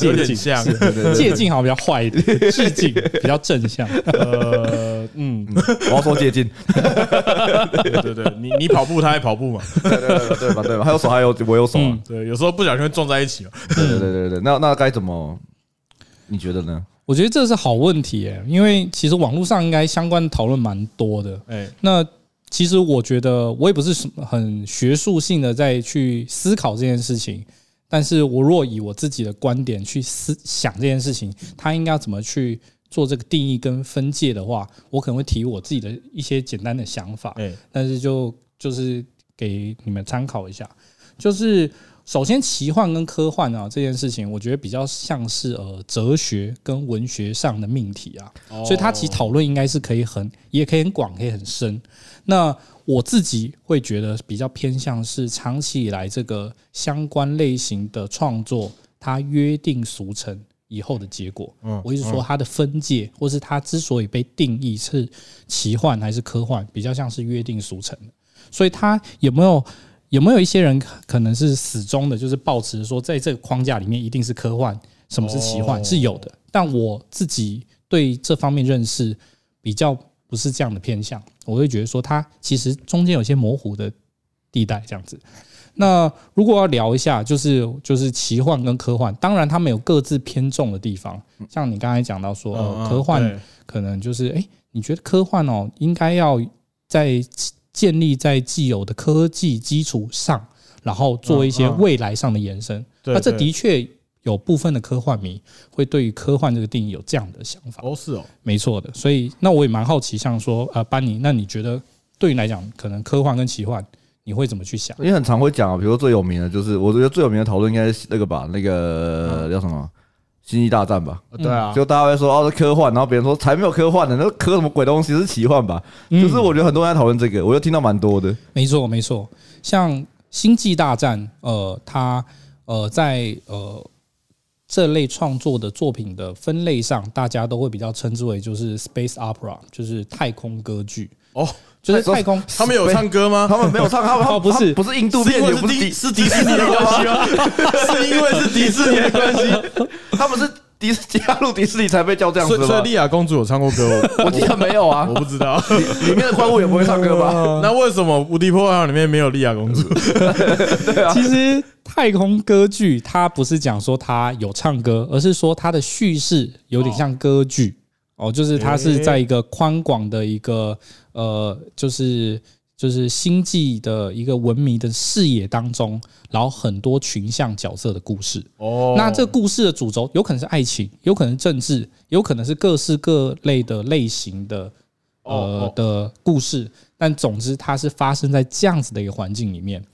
[SPEAKER 1] 有点像。
[SPEAKER 2] 对对对
[SPEAKER 3] 借镜好像比较坏一点，致敬比较正向。
[SPEAKER 1] 呃，嗯，
[SPEAKER 2] 我要说借镜，
[SPEAKER 1] 对 对对，你你跑步，他也跑步嘛，
[SPEAKER 2] 对对对对对吧对吧？还有手还有我有手啊，
[SPEAKER 3] 嗯
[SPEAKER 1] 对，有时候不小心会撞在一起嘛。
[SPEAKER 2] 对对对对对，那那该怎么？你觉得呢？
[SPEAKER 3] 我觉得这是好问题耶、因为其实网络上应该相关的讨论蛮多的。
[SPEAKER 1] 哎，
[SPEAKER 3] 那其实我觉得我也不是什么很学术性的在去思考这件事情，但是我若以我自己的观点去思想这件事情，它应该要怎么去做这个定义跟分界的话，我可能会提我自己的一些简单的想法。
[SPEAKER 1] 哎，
[SPEAKER 3] 但是就就是给你们参考一下。就是首先，奇幻跟科幻啊这件事情，我觉得比较像是呃哲学跟文学上的命题啊，所以它其实讨论应该是可以很，也可以很广，可以很深。那我自己会觉得比较偏向是长期以来这个相关类型的创作，它约定俗成以后的结果。
[SPEAKER 1] 嗯
[SPEAKER 3] 我一直说它的分界，或是它之所以被定义是奇幻还是科幻，比较像是约定俗成的。所以它有没有有没有一些人可能是始终的，就是抱持说，在这个框架里面一定是科幻，什么是奇幻、
[SPEAKER 1] 哦
[SPEAKER 3] 是有的。但我自己对这方面认识比较不是这样的偏向，我会觉得说它其实中间有些模糊的地带这样子。那如果要聊一下，就是就是奇幻跟科幻，当然他们有各自偏重的地方。像你刚才讲到说，呃
[SPEAKER 1] 嗯
[SPEAKER 3] 科幻
[SPEAKER 1] 对
[SPEAKER 3] 可能就是，哎，你觉得科幻哦，应该要在建立在既有的科技基础上，然后做一些
[SPEAKER 1] 嗯嗯
[SPEAKER 3] 未来上的延伸。
[SPEAKER 1] 对
[SPEAKER 3] 那这
[SPEAKER 1] 对
[SPEAKER 3] 的确有部分的科幻迷会对于科幻这个定义有这样的想法。
[SPEAKER 1] 哦是哦，
[SPEAKER 3] 没错的，所以那我也蛮好奇，像说呃，班尼，那你觉得对你来讲，可能科幻跟奇幻，你会怎么去想？
[SPEAKER 2] 因为很常会讲啊，比如说最有名的就是，我觉得最有名的讨论应该是那个吧，那个叫什么《星际大战》吧。
[SPEAKER 1] 呃
[SPEAKER 3] 嗯
[SPEAKER 1] 对啊，
[SPEAKER 2] 就大家会说哦是科幻，然后别人说才没有科幻呢，那科什么鬼东西是奇幻吧？就是我觉得很多人在讨论这个，我就听到蛮多的。
[SPEAKER 3] 没错，没错，像《星际大战》呃，它呃在呃这类创作的作品的分类上，大家都会比较称之为就是 space opera，就是太空歌剧，
[SPEAKER 1] 哦，
[SPEAKER 3] 就是太空。
[SPEAKER 1] 他们有唱歌吗？
[SPEAKER 2] 他们没有唱，他们他
[SPEAKER 3] 哦
[SPEAKER 2] 们
[SPEAKER 3] 不是
[SPEAKER 2] 他们不是印度
[SPEAKER 1] 是
[SPEAKER 2] 片，
[SPEAKER 1] 因
[SPEAKER 2] 也
[SPEAKER 1] 为
[SPEAKER 2] 不是
[SPEAKER 1] 迪
[SPEAKER 2] 迪，
[SPEAKER 1] 是迪士尼的关系吗？ 是因为是迪士尼的关系，
[SPEAKER 2] 他们是迪士加入迪士尼才被叫这样子
[SPEAKER 1] 所以所以
[SPEAKER 2] 吧
[SPEAKER 1] 莉？亚公主有唱过歌，我
[SPEAKER 2] 我记得没有啊
[SPEAKER 1] 我，不知 道。
[SPEAKER 2] 里面的怪物也不会唱歌吧？
[SPEAKER 3] 嗯
[SPEAKER 1] 那为什么《无敌破坏王》里面没有莉亚公主？
[SPEAKER 3] 其实太空歌剧它不是讲说它有唱歌，而是说它的叙事有点像歌剧哦，就是它是在一个宽广的一个呃，就是就是星际的一个文明的视野当中，然后很多群像角色的故事。
[SPEAKER 1] 哦
[SPEAKER 3] 那这故事的主轴有可能是爱情，有可能是政治，有可能是各式各类的类型的呃
[SPEAKER 1] 哦
[SPEAKER 3] 的故事，但总之它是发生在这样子的一个环境里面。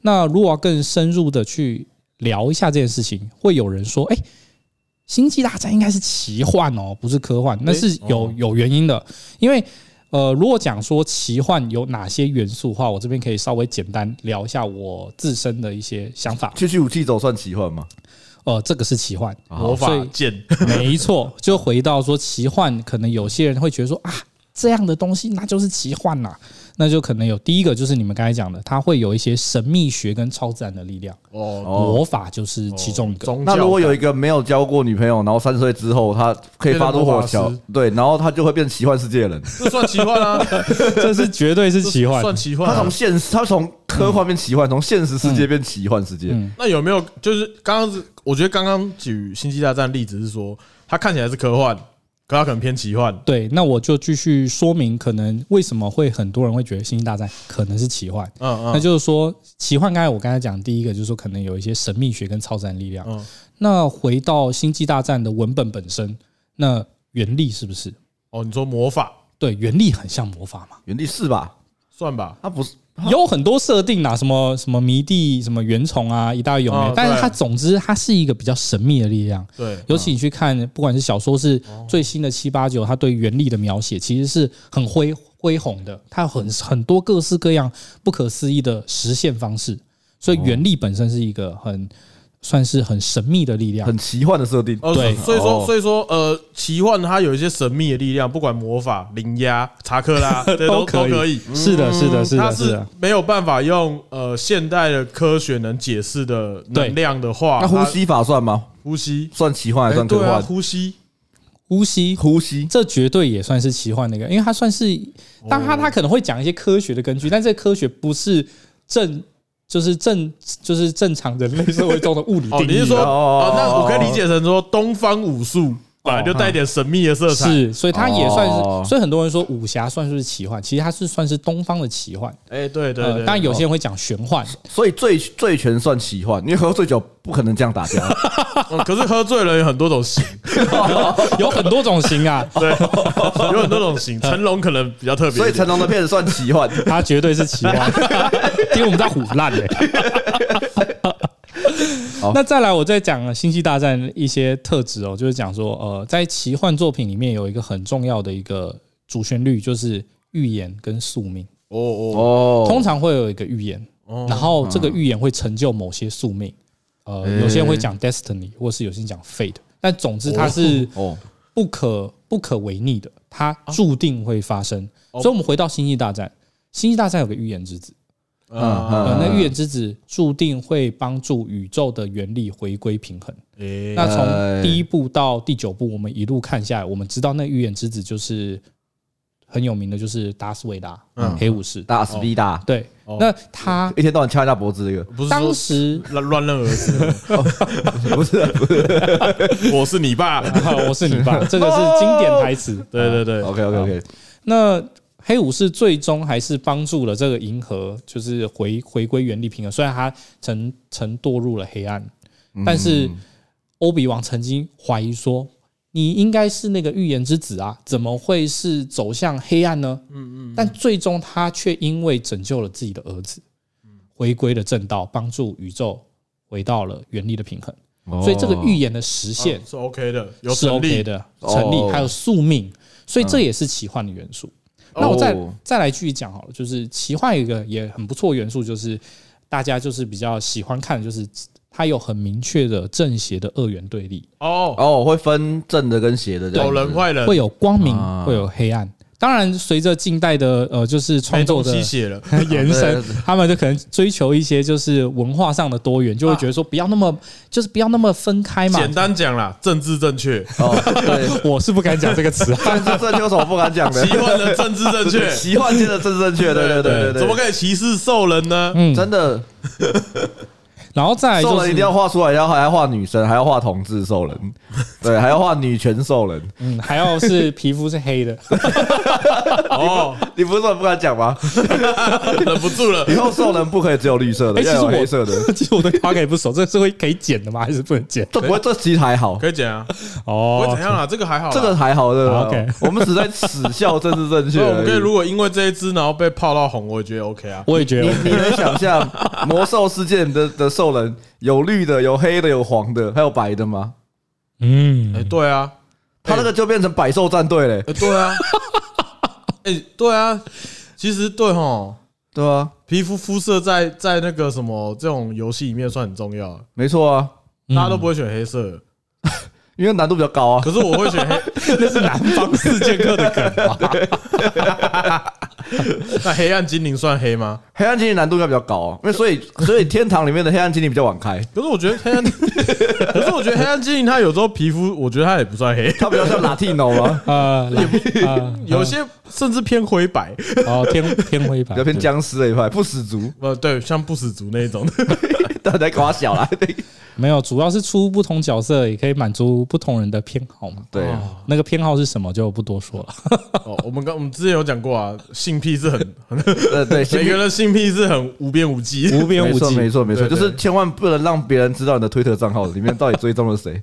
[SPEAKER 3] 那如果要更深入的去聊一下这件事情，会有人说：“哎、星际大战》应该是奇幻哦，不是科幻。”那是
[SPEAKER 1] 哦
[SPEAKER 3] 有有原因的，因为呃，如果讲说奇幻有哪些元素的话，我这边可以稍微简单聊一下我自身的一些想法。
[SPEAKER 2] 窃取武器走算奇幻吗？
[SPEAKER 3] 呃，这个是奇幻，
[SPEAKER 1] 魔
[SPEAKER 3] 所
[SPEAKER 1] 法
[SPEAKER 3] 以
[SPEAKER 1] 剑
[SPEAKER 3] 没错，就回到说奇幻，可能有些人会觉得说啊，这样的东西那就是奇幻啦、那就可能有第一个就是你们刚才讲的，它会有一些神秘学跟超自然的力量，
[SPEAKER 1] 哦，
[SPEAKER 2] 哦，
[SPEAKER 3] 魔法就是其中一个。
[SPEAKER 1] 宗教
[SPEAKER 2] 那如果有一个没有交过女朋友，然后三十岁之后，他可以发出火
[SPEAKER 1] 变成
[SPEAKER 2] 球
[SPEAKER 1] 魔法，
[SPEAKER 2] 对，然后他就会变奇幻世界人。
[SPEAKER 1] 这算奇幻 啊，
[SPEAKER 3] 这是绝对是奇幻
[SPEAKER 1] 这。算奇幻
[SPEAKER 2] 他
[SPEAKER 1] 啊
[SPEAKER 2] 从。现实，他从科幻变奇幻，从现实世界变奇幻世界。
[SPEAKER 3] 嗯
[SPEAKER 1] 那有没有就是刚刚是我觉得刚刚举《星际大战》例子是说，它看起来是科幻，可它可能偏奇幻。
[SPEAKER 3] 对，那我就继续说明，可能为什么会很多人会觉得《星际大战》可能是奇幻。
[SPEAKER 1] 嗯
[SPEAKER 3] 那
[SPEAKER 1] 嗯，
[SPEAKER 3] 就是说，奇幻刚才我刚才讲第一个就是说，可能有一些神秘学跟超自然力量。
[SPEAKER 1] 嗯
[SPEAKER 3] 那回到《星际大战》的文本本身，那原力是不是？
[SPEAKER 1] 哦，你说魔法
[SPEAKER 3] 对，原力很像魔法嘛，
[SPEAKER 2] 原地是吧？
[SPEAKER 1] 算吧？
[SPEAKER 2] 他不是
[SPEAKER 1] 哦
[SPEAKER 3] 有很多设定啊啦，什么什么迷地、什么原虫啊，一大堆有没有？
[SPEAKER 1] 哦
[SPEAKER 3] 但是它
[SPEAKER 1] 对哦
[SPEAKER 3] 总之它是一个比较神秘的力量。
[SPEAKER 1] 对，
[SPEAKER 3] 尤其你去看，不管是小说是
[SPEAKER 1] 哦
[SPEAKER 3] 最新的七八九，它对原力的描写其实是很恢恢宏的，它有很很多各式各样不可思议的实现方式。所
[SPEAKER 1] 哦
[SPEAKER 3] 以原力本身是一个很算是很神秘的力量
[SPEAKER 2] 很，奇幻的设定，
[SPEAKER 1] 哦，
[SPEAKER 3] 对
[SPEAKER 1] 所以
[SPEAKER 2] 哦
[SPEAKER 1] 说，所以说，呃，奇幻它有一些神秘的力量，不管魔法、灵压、查克 拉，这都
[SPEAKER 3] 可
[SPEAKER 1] 可以。嗯
[SPEAKER 3] 是的，是的，是
[SPEAKER 1] 它
[SPEAKER 3] 的，是
[SPEAKER 1] 是
[SPEAKER 3] 的。
[SPEAKER 1] 没有办法用呃现代的科学能解释的
[SPEAKER 3] 对
[SPEAKER 1] 能量的话，
[SPEAKER 2] 那呼
[SPEAKER 1] 它
[SPEAKER 2] 吸法算吗？
[SPEAKER 1] 呼吸
[SPEAKER 2] 算奇幻还是
[SPEAKER 1] 哎
[SPEAKER 2] 算科
[SPEAKER 1] 对啊，
[SPEAKER 2] 幻？
[SPEAKER 1] 呼吸
[SPEAKER 3] 呼吸
[SPEAKER 2] 呼吸
[SPEAKER 3] 这绝对也算是奇幻的一个，因为它算是，
[SPEAKER 1] 哦
[SPEAKER 3] 当然它它可能会讲一些科学的根据，但这个科学不是正，就是正就是正常人类社会中的物理
[SPEAKER 1] 哦，
[SPEAKER 3] 定
[SPEAKER 1] 你是
[SPEAKER 3] 义
[SPEAKER 1] 说
[SPEAKER 3] 了。
[SPEAKER 2] 哦
[SPEAKER 1] 哦，那我可以
[SPEAKER 2] 哦
[SPEAKER 1] 理解成说东方武术本来就带点神秘的色彩，
[SPEAKER 3] 是，所以它也算
[SPEAKER 2] 哦
[SPEAKER 3] 是，所以很多人说武侠算是奇幻，其实它是算是东方的奇幻。
[SPEAKER 1] 哎，对对
[SPEAKER 3] 呃，
[SPEAKER 1] 对，
[SPEAKER 3] 当然有些人会讲玄 幻，
[SPEAKER 2] 所以醉醉拳算奇幻，因为喝醉酒不可能这样 打架。
[SPEAKER 1] 哦可是喝醉了有很多种型，
[SPEAKER 3] 有很多种型啊，
[SPEAKER 1] 对，有很多种型，成龙可能比较特别一点，
[SPEAKER 2] 所以成龙的片子算 奇幻，
[SPEAKER 3] 它绝对是奇 幻，因为我们在唬烂 嘞
[SPEAKER 2] 好。
[SPEAKER 3] 那再来，我再讲《星际大战》一些特质哦，就是讲说，呃，在奇幻作品里面有一个很重要的一个主旋律，就是预言跟宿命。
[SPEAKER 1] 哦哦，
[SPEAKER 2] 哦，
[SPEAKER 3] 通常会有一个预言，然后这个预言会成就某些宿命。呃，有些人会讲 destiny，或是有些人讲 fate，但总之它是
[SPEAKER 2] 哦，
[SPEAKER 3] 不可不可违逆的，它注定会发生。所以，我们回到《星际大战》，《星际大战》有个预言之子，
[SPEAKER 2] 嗯
[SPEAKER 1] 啊，
[SPEAKER 3] 呃，那
[SPEAKER 2] 嗯
[SPEAKER 3] 预言之子注定会帮助宇宙的原力回归平衡。
[SPEAKER 1] 哎
[SPEAKER 3] 那从
[SPEAKER 2] 哎
[SPEAKER 3] 第一部到第九部，我们一路看下来，我们知道那预言之子就是很有名的就是达斯维达，
[SPEAKER 1] 嗯
[SPEAKER 3] 黑武士。
[SPEAKER 2] 大 S B 大，
[SPEAKER 3] 对，
[SPEAKER 1] 哦
[SPEAKER 3] 那他
[SPEAKER 2] 一天到晚掐人家脖子这个，
[SPEAKER 1] 不是
[SPEAKER 3] 当
[SPEAKER 1] 说
[SPEAKER 3] 时
[SPEAKER 1] 乱乱认儿子，
[SPEAKER 2] 不是不是
[SPEAKER 1] 我是你爸。
[SPEAKER 3] 啊我是你 爸，这个是经典台词。
[SPEAKER 1] 对对对，
[SPEAKER 2] ？OK OK OK，
[SPEAKER 3] 那黑武士最终还是帮助了这个银河，就是回回归原力平衡。虽然他曾曾堕入了黑暗，
[SPEAKER 2] 嗯
[SPEAKER 3] 但是欧比王曾经怀疑说：“你应该是那个预言之子啊，怎么会是走向黑暗呢？”嗯嗯。但最终他却因为拯救了自己的儿子，回归了正道，帮助宇宙回到了原力的平衡。
[SPEAKER 2] 嗯哦
[SPEAKER 3] 所以这个预言的实现
[SPEAKER 1] 啊是 OK 的，有
[SPEAKER 3] 是
[SPEAKER 1] 成
[SPEAKER 3] OK
[SPEAKER 1] 立。
[SPEAKER 3] 的，
[SPEAKER 2] 哦
[SPEAKER 3] 成立还有宿命，所以这也是奇幻的元素。
[SPEAKER 2] 哦
[SPEAKER 3] 那我再再来继续讲好了，就是奇幻有一个也很不错的元素，就是大家就是比较喜欢看，的就是它有很明确的正邪的二元对立，
[SPEAKER 1] 哦，
[SPEAKER 2] 哦会分正的跟邪的这样
[SPEAKER 1] 好
[SPEAKER 2] 子，
[SPEAKER 1] 人坏人
[SPEAKER 3] 会有光明
[SPEAKER 2] 啊，
[SPEAKER 3] 会有黑暗。当然，随着近代的呃，就是创
[SPEAKER 1] 没
[SPEAKER 3] 作
[SPEAKER 1] 东
[SPEAKER 3] 的
[SPEAKER 1] 西写了，
[SPEAKER 3] 延伸
[SPEAKER 2] 对，
[SPEAKER 3] 他们就可能追求一些就是文化上的多元，就会觉得说不要那么就是不要那么分开嘛。
[SPEAKER 1] 简单讲啦，政治正确，
[SPEAKER 2] 哦，对，
[SPEAKER 3] 我是不敢讲这个词啊，
[SPEAKER 2] 但是这有什么不敢讲的？，
[SPEAKER 1] 奇幻的政治正确
[SPEAKER 2] 奇幻界的正正确，对对对对对，
[SPEAKER 1] 怎么可以歧视兽人呢？
[SPEAKER 3] 嗯，
[SPEAKER 2] 真的
[SPEAKER 3] 然后再来
[SPEAKER 2] 兽
[SPEAKER 3] 哎就
[SPEAKER 2] 人
[SPEAKER 3] 是
[SPEAKER 2] 一定要画出来，然后还要画女生，还要画同志兽人，对，还要画女权兽人。
[SPEAKER 3] 嗯，还要是皮肤是黑的，
[SPEAKER 1] 哦，
[SPEAKER 2] 你不是说不敢讲吗？
[SPEAKER 1] 忍不住了
[SPEAKER 2] 以，后兽人不可以只有绿色的，
[SPEAKER 3] 哎其实
[SPEAKER 2] 要有
[SPEAKER 3] 我
[SPEAKER 2] 黑色的。
[SPEAKER 3] 其实我对 Parker 也不熟，这是会可以剪的吗？还是不能剪？
[SPEAKER 2] 这不会，这其实还好，
[SPEAKER 1] 可以讲啊，不会
[SPEAKER 3] 哦
[SPEAKER 1] 怎，样啊，这个还好啦，
[SPEAKER 2] 这个还好，对吧
[SPEAKER 3] 好，OK
[SPEAKER 2] 我们只在耻笑政治正确
[SPEAKER 1] 所以我
[SPEAKER 2] 而
[SPEAKER 1] 们
[SPEAKER 2] 已。
[SPEAKER 1] 可以如果因为这一只然后被泡到红，我也觉得 OK 啊。
[SPEAKER 3] 我也觉
[SPEAKER 2] 你
[SPEAKER 3] 得
[SPEAKER 2] 你能想象魔兽世界的的兽人有绿的、有黑的、有黄的，还有白的吗？
[SPEAKER 1] 哎，
[SPEAKER 3] 嗯，
[SPEAKER 1] 对啊，
[SPEAKER 2] 他那个就变成百兽战队嘞，
[SPEAKER 1] 哎，对啊，哎，对啊，其实对吼，
[SPEAKER 2] 对啊，
[SPEAKER 1] 皮肤肤色在在那个什么这种游戏里面算很重要的，
[SPEAKER 2] 没错啊，
[SPEAKER 3] 嗯
[SPEAKER 1] 大家都不会选黑色的，
[SPEAKER 2] 因为难度比较高啊。
[SPEAKER 1] 可是我会选黑，
[SPEAKER 3] 那是南方四剑客的梗吧？
[SPEAKER 1] 那黑暗精灵算黑吗？
[SPEAKER 2] 黑暗精灵难度应该比较高啊，因为所以 所以天堂里面的黑暗精灵比较晚开，
[SPEAKER 1] 可是我觉得黑暗， 可是我觉得黑暗精灵它有时候皮肤，我觉得它也不算黑，
[SPEAKER 2] 它比较像 Latino 吗？
[SPEAKER 3] 呃，呃
[SPEAKER 1] 有些甚至偏灰白，
[SPEAKER 3] 哦，天天灰白
[SPEAKER 2] 比较，偏僵尸那一派，不死族，
[SPEAKER 1] 呃，对，像不死族那一种 的。
[SPEAKER 2] 大家夸小 啦。
[SPEAKER 3] 没有，主要是出不同角色也可以满足不同人的偏好嘛。
[SPEAKER 2] 对，
[SPEAKER 3] 那个偏好是什么就不多说了。
[SPEAKER 1] 哦，我们刚我们之前有讲过啊，性癖 是很很
[SPEAKER 2] 呃对，
[SPEAKER 1] 每个人的性癖是很无边无际，
[SPEAKER 3] 无边无
[SPEAKER 2] 没错没
[SPEAKER 3] 际，
[SPEAKER 2] 错没
[SPEAKER 1] 对
[SPEAKER 2] 错，就
[SPEAKER 1] 对
[SPEAKER 2] 是千万不能让别人知道你的推特账号里面到底追踪了谁。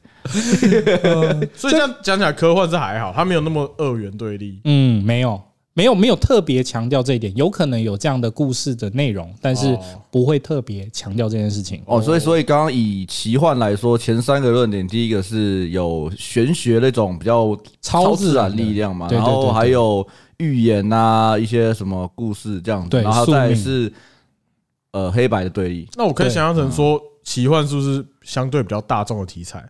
[SPEAKER 1] 所以这样讲起来，科幻是还好，它没有那么二元对立。
[SPEAKER 3] 嗯，没有，没有，没有特别强调这一点，有可能有这样的故事的内容，但是
[SPEAKER 1] 哦
[SPEAKER 3] 不会特别强调这件事情。
[SPEAKER 2] 哦，所以所以刚刚以奇幻来说，前三个论点，第一个是有玄学那种比较
[SPEAKER 3] 超
[SPEAKER 2] 自
[SPEAKER 3] 自
[SPEAKER 1] 啊
[SPEAKER 3] 然
[SPEAKER 2] 然
[SPEAKER 3] 的
[SPEAKER 2] 啊力量嘛，
[SPEAKER 3] 对
[SPEAKER 2] 然
[SPEAKER 3] 对对
[SPEAKER 2] 后
[SPEAKER 3] 对
[SPEAKER 2] 还有预言啊，一些什么故事这样子，
[SPEAKER 3] 对
[SPEAKER 2] 然后再来
[SPEAKER 3] 宿命
[SPEAKER 2] 是呃黑白的对嗯立。
[SPEAKER 1] 那我可以
[SPEAKER 3] 对
[SPEAKER 1] 想象成说，奇幻是不是相对比较大众的题材？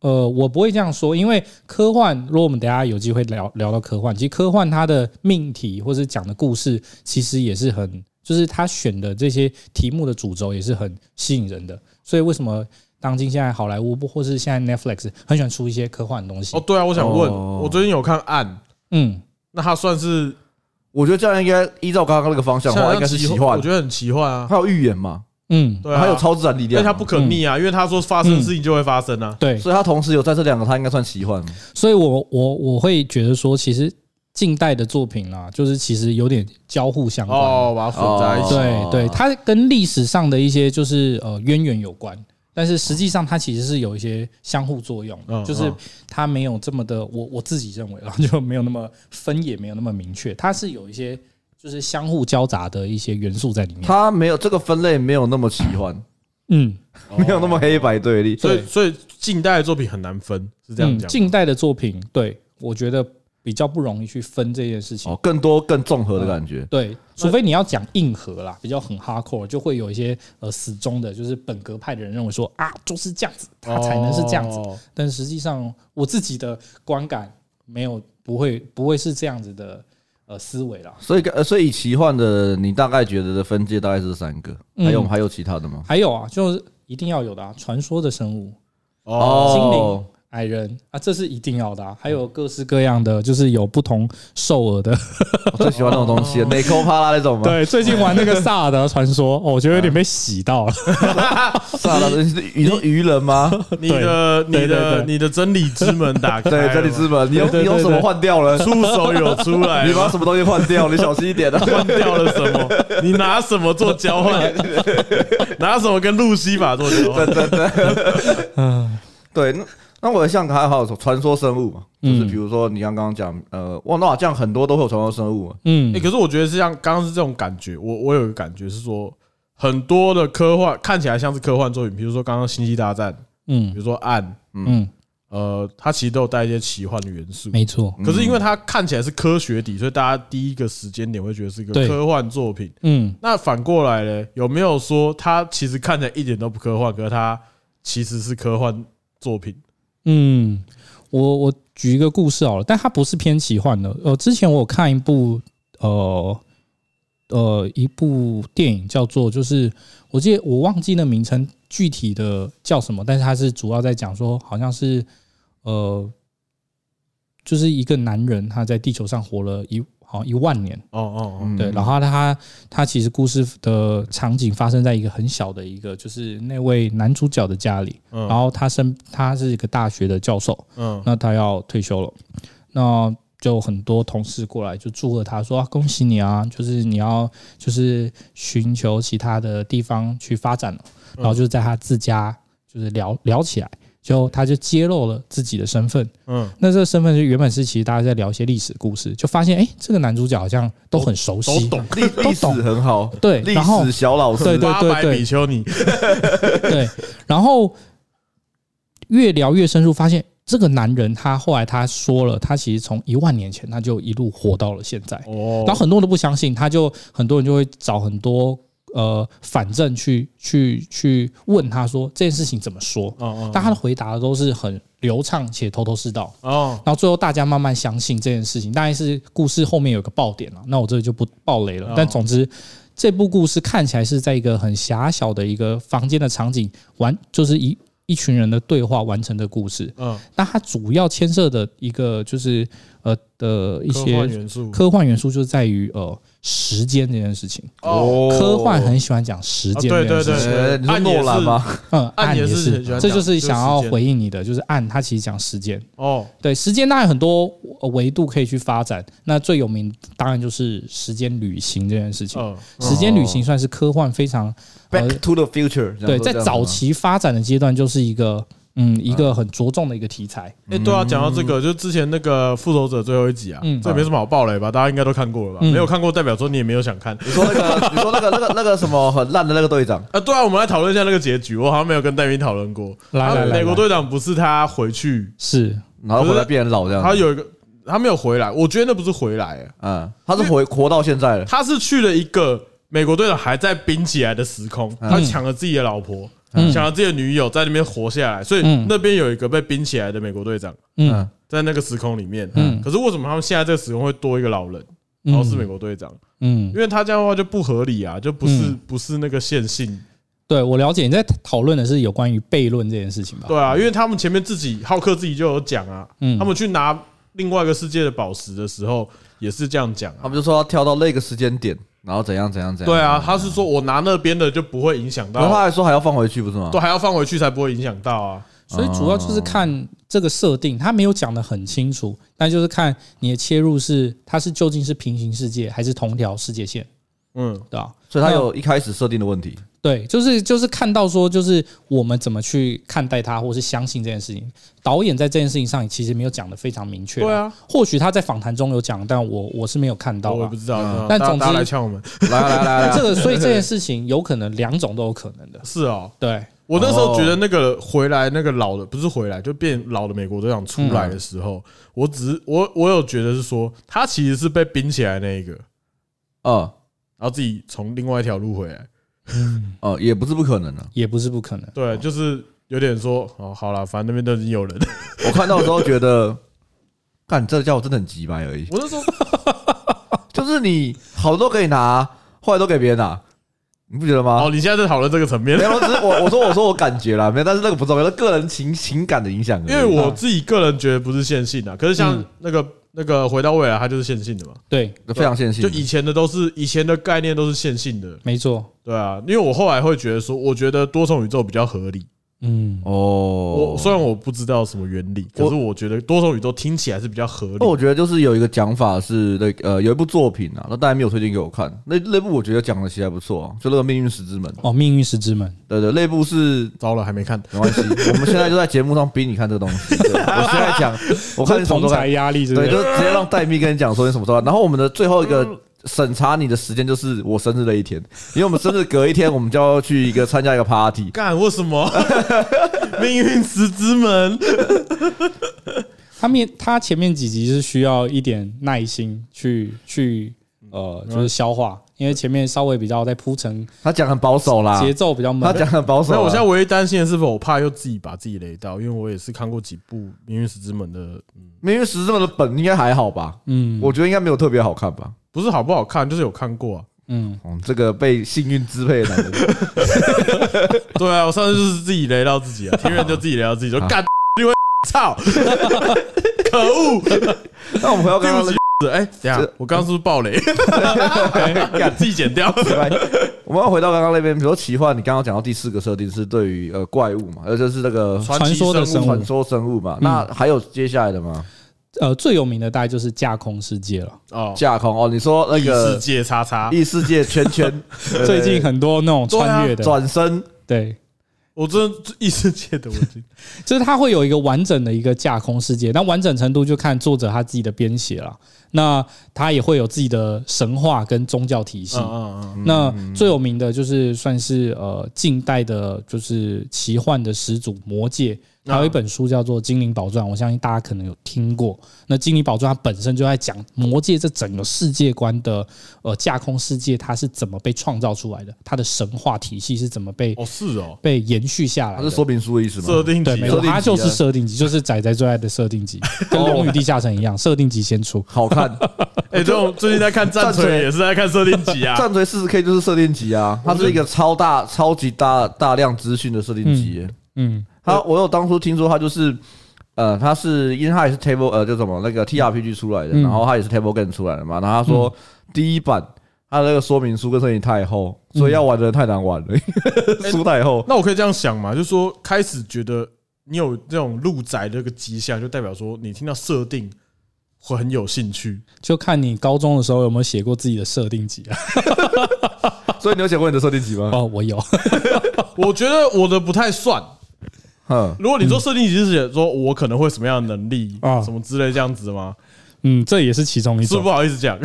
[SPEAKER 3] 呃，我不会这样说，因为科幻，如果我们等一下有机会聊聊到科幻，其实科幻它的命题或是讲的故事，其实也是很，就是它选的这些题目的主轴也是很吸引人的。所以为什么当今现在好莱坞或是现在 Netflix 很喜欢出一些科幻的东西
[SPEAKER 1] 哦，？对啊，我想问，
[SPEAKER 2] 哦
[SPEAKER 1] 我最近有看《暗》，
[SPEAKER 3] 嗯，
[SPEAKER 1] 那它算是
[SPEAKER 2] 我觉得这样应该依照刚刚那个方向的话，应该是奇幻
[SPEAKER 1] 我觉，得很奇幻啊。
[SPEAKER 2] 还有预言嘛，
[SPEAKER 3] 嗯，
[SPEAKER 1] 对啊，
[SPEAKER 2] 还有超自然力
[SPEAKER 1] 因为
[SPEAKER 2] 量
[SPEAKER 1] 它
[SPEAKER 2] 嘛，
[SPEAKER 1] 不可逆啊，因为他说发生的事情就会发生啊。
[SPEAKER 3] 对，
[SPEAKER 2] 所以它同时有在这两个，它应该算奇幻。
[SPEAKER 3] 所以我我我会觉得说，其实近代的作品啊，就是其实有点交互相关。
[SPEAKER 1] 哦，把它混在一起。
[SPEAKER 3] 对对，它跟历史上的一些就是呃渊源有关，但是实际上它其实是有一些相互作用的，
[SPEAKER 1] 嗯
[SPEAKER 3] 就是
[SPEAKER 1] 嗯
[SPEAKER 3] 它没有这么的，我我自己认为啊，就没有那么分也没有那么明确，它是有一些就是相互交杂的一些元素在里面。
[SPEAKER 2] 它没有这个分类，没有那么奇幻，
[SPEAKER 3] 嗯，
[SPEAKER 2] 没有那么黑白对立。
[SPEAKER 1] 哦所以
[SPEAKER 3] 对
[SPEAKER 1] 所以近代的作品很难分，是这样
[SPEAKER 3] 嗯，
[SPEAKER 1] 讲。
[SPEAKER 3] 近代的作品，对我觉得比较不容易去分这件事情。
[SPEAKER 2] 哦，更多更综合的感
[SPEAKER 1] 嗯
[SPEAKER 2] 觉。
[SPEAKER 3] 对，除非你要讲硬核啦，比较很 hardcore，就会有一些呃死忠的，就是本格派的人认为说啊，就是这样子，它才能是这样子。
[SPEAKER 1] 哦
[SPEAKER 3] 但实际上我自己的观感没有不会不会是这样子的呃思维啦。
[SPEAKER 2] 所以呃，所以奇幻的你大概觉得的分界大概是三个，
[SPEAKER 3] 嗯
[SPEAKER 2] 还有还有其他的吗？
[SPEAKER 3] 还有啊，就是一定要有的啊，传说的生物、
[SPEAKER 1] 哦，
[SPEAKER 3] 精灵、矮人啊，这是一定要的、啊。还有各式各样的，就是有不同兽耳的。
[SPEAKER 2] 我哦最喜欢那种 东西，雷扣帕拉那种嘛，
[SPEAKER 3] 对，最近玩那个萨尔达传说，哦，我觉得有点被洗到了。
[SPEAKER 2] 算了，你是啊你说愚人吗？
[SPEAKER 1] 你的、
[SPEAKER 3] 对
[SPEAKER 1] 你
[SPEAKER 3] 对对
[SPEAKER 1] 的、
[SPEAKER 3] 对
[SPEAKER 1] 你的真理之门打开，
[SPEAKER 2] 对，真理之，门，你用
[SPEAKER 3] 对对
[SPEAKER 2] 你用什么换掉 了？
[SPEAKER 1] 出手有出来
[SPEAKER 2] 你把
[SPEAKER 1] 了，
[SPEAKER 2] 什么东西换掉？你小心一点啊！
[SPEAKER 1] 换掉了什么？你拿什么做交 换？拿什么跟路西法做交换？
[SPEAKER 2] 真的。对，那那我的像还好，传说生物嘛，
[SPEAKER 3] 嗯
[SPEAKER 2] 就是比如说你刚刚讲，呃，哇，那好像很多都会有传说生物嘛，啊
[SPEAKER 3] 嗯
[SPEAKER 1] 哎、，可是我觉得是像刚刚是这种感觉，我我有一个感觉是说，很多的科幻看起来像是科幻作品，比如说刚刚《星际大战》，比
[SPEAKER 3] 嗯
[SPEAKER 1] 如说《暗
[SPEAKER 3] 嗯，》，
[SPEAKER 1] 呃，它其实都有带一些奇幻的元素。
[SPEAKER 3] 没错，
[SPEAKER 1] 可是因为它看起来是科学底，所以大家第一个时间点会觉得是一个
[SPEAKER 3] 对
[SPEAKER 1] 科幻作品。
[SPEAKER 3] 嗯，
[SPEAKER 1] 那反过来呢，有没有说它其实看起来一点都不科幻，可是它其实是科幻作品？
[SPEAKER 3] 嗯，我我举一个故事好了，但它不是偏奇幻的。呃，之前我有看一部呃呃一部电影叫做，就是我记得我忘记那名称具体的叫什么，但是它是主要在讲说，好像是呃，就是一个男人他在地球上活了一好像一万年，
[SPEAKER 1] 哦哦哦，
[SPEAKER 3] 对，然后他他其实故事的场景发生在一个很小的一个，就是那位男主角的家里，
[SPEAKER 1] 嗯
[SPEAKER 3] 然后他身他是一个大学的教授，
[SPEAKER 1] 嗯
[SPEAKER 3] 那他要退休了，那就很多同事过来就祝贺他说、啊恭喜你啊，就是你要就是寻求其他的地方去发展了，然后就在他自家就是聊聊起来，就他就揭露了自己的身份，
[SPEAKER 1] 嗯，
[SPEAKER 3] 那这个身份就原本是其实大家在聊一些历史故事，就发现哎、诶这个男主角好像都很熟悉，
[SPEAKER 1] 都懂。
[SPEAKER 2] 历历史很好，
[SPEAKER 3] 对，
[SPEAKER 2] 历
[SPEAKER 3] 然后
[SPEAKER 2] 史小老
[SPEAKER 3] 对
[SPEAKER 2] 师，
[SPEAKER 3] 对
[SPEAKER 1] 八百比丘尼，
[SPEAKER 3] 对，然后越聊越深入，发现这个男人他后来他说了，他其实从一万年前他就一路活到了现在，
[SPEAKER 1] 哦
[SPEAKER 3] 然后很多人都不相信，他就很多人就会找很多呃反证去去去问他说这件事情怎么说，
[SPEAKER 1] 哦
[SPEAKER 3] 但他的回答都是很流畅且头头是道。
[SPEAKER 1] 哦哦，
[SPEAKER 3] 然后最后大家慢慢相信这件事情，大概是故事后面有个爆点了。那我这里就不爆雷了
[SPEAKER 1] 哦。
[SPEAKER 3] 但总之，这部故事看起来是在一个很狭小的一个房间的场景完，就是一一群人的对话完成的故事。
[SPEAKER 1] 嗯，
[SPEAKER 3] 那它主要牵涉的一个就是呃的一
[SPEAKER 1] 科幻
[SPEAKER 3] 些
[SPEAKER 1] 元素，
[SPEAKER 3] 科幻元素，就是在于呃时间这件事情。
[SPEAKER 1] 哦，
[SPEAKER 3] 科幻很喜欢讲时
[SPEAKER 1] 啊
[SPEAKER 3] 间
[SPEAKER 1] 对
[SPEAKER 3] 这件事情
[SPEAKER 1] 对
[SPEAKER 2] 呃，你说诺兰吗？
[SPEAKER 3] 嗯，
[SPEAKER 1] 暗
[SPEAKER 3] 暗
[SPEAKER 1] 也
[SPEAKER 3] 也
[SPEAKER 1] 是
[SPEAKER 3] 是
[SPEAKER 1] 很喜欢，
[SPEAKER 3] 这
[SPEAKER 1] 讲
[SPEAKER 3] 就是
[SPEAKER 1] 这个
[SPEAKER 3] 想
[SPEAKER 1] 时
[SPEAKER 3] 要
[SPEAKER 1] 间
[SPEAKER 3] 回应你的，就是暗，它其实讲时间。
[SPEAKER 1] 哦，
[SPEAKER 3] 对，时间当然很多呃维度可以去发展，那最有名当然就是时间旅行这件事情。
[SPEAKER 1] 嗯，
[SPEAKER 3] 时间旅行算是科幻非常呃
[SPEAKER 2] Back to the Future，这样
[SPEAKER 3] 对，
[SPEAKER 2] 说
[SPEAKER 3] 在
[SPEAKER 2] 这样
[SPEAKER 3] 早
[SPEAKER 2] 吗
[SPEAKER 3] 期发展的阶段就是一个嗯一个很着重的一个题材。
[SPEAKER 1] 哎，对啊，讲到这个，就之前那个《复仇者》最后一集啊
[SPEAKER 3] 嗯，
[SPEAKER 1] 这没什么好爆雷吧？大家应该都看过了吧？
[SPEAKER 3] 嗯
[SPEAKER 1] 没有看过，代表说你也没有想看
[SPEAKER 2] 你说那个，你说那个那个那个什么很烂的那个队长，
[SPEAKER 1] 啊。对啊，我们来讨论一下那个结局，我好像没有跟戴明讨论过。
[SPEAKER 3] 来
[SPEAKER 1] 他
[SPEAKER 3] 来来
[SPEAKER 1] 美国
[SPEAKER 3] 来
[SPEAKER 1] 队长不是他回去，
[SPEAKER 3] 是
[SPEAKER 2] 然后回来变很老这样子，
[SPEAKER 1] 他有一个，他没有回来，我觉得那不是回来、欸
[SPEAKER 2] 嗯，他是活活到现在了，
[SPEAKER 1] 他是去了一个美国队长还在冰起来的时空，
[SPEAKER 2] 嗯
[SPEAKER 1] 他抢了自己的老婆，
[SPEAKER 3] 嗯
[SPEAKER 1] 抢了自己的女友，在那边活下来，所以
[SPEAKER 3] 嗯
[SPEAKER 1] 那边有一个被冰起来的美国队长
[SPEAKER 3] 嗯
[SPEAKER 1] 在那个时空里面。
[SPEAKER 3] 嗯
[SPEAKER 1] 可是为什么他们现在这个时空会多一个老人，然后哦是美国队长？
[SPEAKER 3] 嗯
[SPEAKER 1] 因为他这样的话就不合理啊，就不是
[SPEAKER 3] 嗯
[SPEAKER 1] 不是那个线性，
[SPEAKER 3] 对我了解你在讨论的是有关于悖论这件事情吧？
[SPEAKER 1] 对啊，因为他们前面自己浩克自己就有讲啊，
[SPEAKER 3] 嗯
[SPEAKER 1] 他们去拿另外一个世界的宝石的时候也是这样讲啊
[SPEAKER 2] 他。们就说要跳到那个时间点，然后怎样怎样怎样，
[SPEAKER 1] 对啊，，他是说我拿那边的就不会影响
[SPEAKER 2] 然后他
[SPEAKER 1] 到，
[SPEAKER 2] 还说还要放回去不是吗
[SPEAKER 1] 都？还要放回去才不会影响到啊。
[SPEAKER 3] 所以主要就是看这个设定，它没有讲的很清楚，但就是看你的切入是它是究竟是平行世界还是同条世界线，
[SPEAKER 1] 嗯，
[SPEAKER 3] 对吧？
[SPEAKER 2] 所以他有一开始设定的问题，
[SPEAKER 3] 对，就是就是看到说，就是我们怎么去看待它，或是相信这件事情。导演在这件事情上其实没有讲的非常明确、
[SPEAKER 1] 对啊，
[SPEAKER 3] 或许他在访谈中有讲，但我我是没有看到
[SPEAKER 1] 我也
[SPEAKER 3] 啊
[SPEAKER 1] 不。知道，
[SPEAKER 2] 嗯
[SPEAKER 1] 是吧
[SPEAKER 3] 但
[SPEAKER 1] 大
[SPEAKER 3] 总之
[SPEAKER 1] 大家来呛我们
[SPEAKER 2] 来啊来啊来啊来
[SPEAKER 3] 那
[SPEAKER 2] 啊，
[SPEAKER 3] 这个，所以这件事情有可能两种都有可能的。
[SPEAKER 1] 是哦。
[SPEAKER 3] 对，
[SPEAKER 1] 我那时候觉得那个回来那个老的不是回来就变老的美国队长出来的时候，我只是我我有觉得是说他其实是被冰起来那一个，
[SPEAKER 2] 嗯
[SPEAKER 1] 然后自己从另外一条路回来。
[SPEAKER 2] 哦，也不是不可能的、
[SPEAKER 3] 也不是不可能。
[SPEAKER 1] 对，就是有点说哦，好啦，反正那边都已经有人。
[SPEAKER 2] 我看到的时候觉得，干这叫我真的很急白而已，
[SPEAKER 1] 我那时候
[SPEAKER 2] 就是你好的都可以拿，坏的都给别人拿，你不觉得吗
[SPEAKER 1] 哦，？你现在在讨论这个层面
[SPEAKER 2] 没，有，我只是我我说我说我感觉啦，没有，但是那个不重要，那个人情情感的影响而
[SPEAKER 1] 嗯
[SPEAKER 2] 已。
[SPEAKER 1] 因为我自己个人觉得不是线性的，可是像
[SPEAKER 3] 嗯
[SPEAKER 1] 那个那个回到未来，它就是线性的嘛。
[SPEAKER 3] 对，
[SPEAKER 2] 非常线性
[SPEAKER 1] 就，以前的都是以前的概念都是线性的，
[SPEAKER 3] 没错，
[SPEAKER 1] 对啊，因为我后来会觉得说，我觉得多重宇宙比较合理。
[SPEAKER 3] 嗯，
[SPEAKER 2] 哦
[SPEAKER 1] 我虽然我不知道什么原理，可
[SPEAKER 2] 我
[SPEAKER 1] 是我觉得多重宇宙听起来是比较合理。
[SPEAKER 2] 那哦我觉得就是有一个讲法是那个呃有一部作品啊，那大家没有推荐给我看，那那部我觉得讲的其实还不错、啊，就那个《命运石之门》。
[SPEAKER 3] 哦，命运石之门，
[SPEAKER 2] 对对，那部是
[SPEAKER 1] 糟了，还没看。
[SPEAKER 2] 没 关系，我们现在就在节目上逼你看这个东西。对我现在 讲，我看你什么时
[SPEAKER 3] 同
[SPEAKER 2] 候看
[SPEAKER 3] 财压力是不
[SPEAKER 2] 对，
[SPEAKER 3] 是？
[SPEAKER 2] 就直接让戴咪跟你讲说你什么时候来。然后我们的最后一个审查你的时间就是我生日那一天，因为我们生日隔一天，我们就要去一个参加一个 party。
[SPEAKER 1] 干为什么？ 命运石之门，
[SPEAKER 3] 他面他前面几集是需要一点耐心去去
[SPEAKER 2] 嗯
[SPEAKER 3] 呃，就是消化，因为前面稍微比较在铺陈，
[SPEAKER 2] 他讲很保守啦，
[SPEAKER 3] 节奏比较
[SPEAKER 2] 啊他
[SPEAKER 3] 慢。
[SPEAKER 2] 讲很保守
[SPEAKER 1] 所以
[SPEAKER 2] 啦。
[SPEAKER 1] 我现在唯一担心的是，我怕又自己把自己雷到，因为我也是看过几部《命运石之门》的，
[SPEAKER 2] 命运石之门的本应该还好吧？
[SPEAKER 3] 嗯
[SPEAKER 2] 我觉得应该没有特别好看吧。
[SPEAKER 1] 不是好不好看，就是有看过啊。
[SPEAKER 3] 嗯，
[SPEAKER 2] 嗯，这个被幸运支配的 男人，
[SPEAKER 1] 对啊，我上次就是自己雷到自己啊，听人就自己雷到自己，就
[SPEAKER 2] 好
[SPEAKER 1] 干因为操， 可 恶！
[SPEAKER 2] 那我们回
[SPEAKER 1] 对不
[SPEAKER 2] 到刚刚那
[SPEAKER 1] 起
[SPEAKER 2] 个，
[SPEAKER 1] 哎，等一下
[SPEAKER 2] 这
[SPEAKER 1] 我刚刚是不是爆雷？ 干自己剪 掉。
[SPEAKER 2] 我们要回到刚刚那边，比如说奇幻，你刚刚讲到第四个设定是对于呃怪物嘛，呃就是那个
[SPEAKER 3] 传说的
[SPEAKER 1] 传奇生
[SPEAKER 3] 生
[SPEAKER 1] 物
[SPEAKER 3] 物
[SPEAKER 2] 传，说生物嘛。那还有接下来的吗？
[SPEAKER 3] 呃，最有名的大概就是架空世界了。
[SPEAKER 1] 哦，
[SPEAKER 2] 架空哦，你说那
[SPEAKER 1] 异世
[SPEAKER 2] 个
[SPEAKER 1] 界叉叉，
[SPEAKER 2] 异世界圈圈，对啊
[SPEAKER 3] 最近很多那种穿越的，
[SPEAKER 2] 转身
[SPEAKER 3] 对，
[SPEAKER 1] 我真的异世界的我已经
[SPEAKER 3] 就是它会有一个完整的一个架空世界，那完整程度就看作者他自己的编写了。那他也会有自己的神话跟宗教体系。
[SPEAKER 1] 嗯嗯嗯，
[SPEAKER 3] 那最有名的就是算是呃近代的，就是奇幻的始祖《魔戒》，它
[SPEAKER 2] 啊
[SPEAKER 3] 有一本书叫做《精灵宝钻》，我相信大家可能有听过。那《精灵宝钻》它本身就在讲魔界这整个世界观的呃架空世界，它是怎么被创造出来的，它的神话体系是怎么被
[SPEAKER 1] 哦是哦，
[SPEAKER 3] 被延续下来
[SPEAKER 2] 它
[SPEAKER 3] 的。
[SPEAKER 2] 是说明书的意哦思
[SPEAKER 1] 设
[SPEAKER 2] 吗？
[SPEAKER 1] 定
[SPEAKER 3] 对，
[SPEAKER 1] 集哦
[SPEAKER 3] 没错，
[SPEAKER 2] 设定集啊
[SPEAKER 3] 它就是设定集，就是仔仔最爱的设定集， 跟《龙与地下城》一样，设定集先出。
[SPEAKER 2] 好看，
[SPEAKER 1] 哎，这种最近在看战
[SPEAKER 2] 战
[SPEAKER 1] 锤
[SPEAKER 2] 锤
[SPEAKER 1] 也是在看设定集啊。
[SPEAKER 2] 战锤四十 K 就是设定集啊，它是一个超大、超级大、大量资讯的设定集。
[SPEAKER 3] 嗯，
[SPEAKER 2] 它我有当初听说它就是。呃，它是因为它也是 table 呃，叫什么那个 TRPG 出来的，
[SPEAKER 3] 嗯
[SPEAKER 2] 然后它也是 table game 出来的嘛。然后他说第一版它的那个说明书跟设定太厚，所以要玩的人太难玩了， 书太厚。
[SPEAKER 1] 那我可以这样想嘛，就是说开始觉得你有这种路宅这个迹象，就代表说你听到设定会很有兴趣。
[SPEAKER 3] 就看你高中的时候有没有写过自己的设定集 啊？
[SPEAKER 2] 所以你有写过你的设定集吗？
[SPEAKER 3] 哦，我有。
[SPEAKER 1] 我觉得我的不太算。
[SPEAKER 2] 哼，
[SPEAKER 1] 如果你说设定集是写说我可能会什么样的能力
[SPEAKER 3] 啊
[SPEAKER 1] 什么之类这样子吗？
[SPEAKER 3] 嗯，这也是其中一
[SPEAKER 1] 是
[SPEAKER 3] 种
[SPEAKER 1] 不。好意思 讲，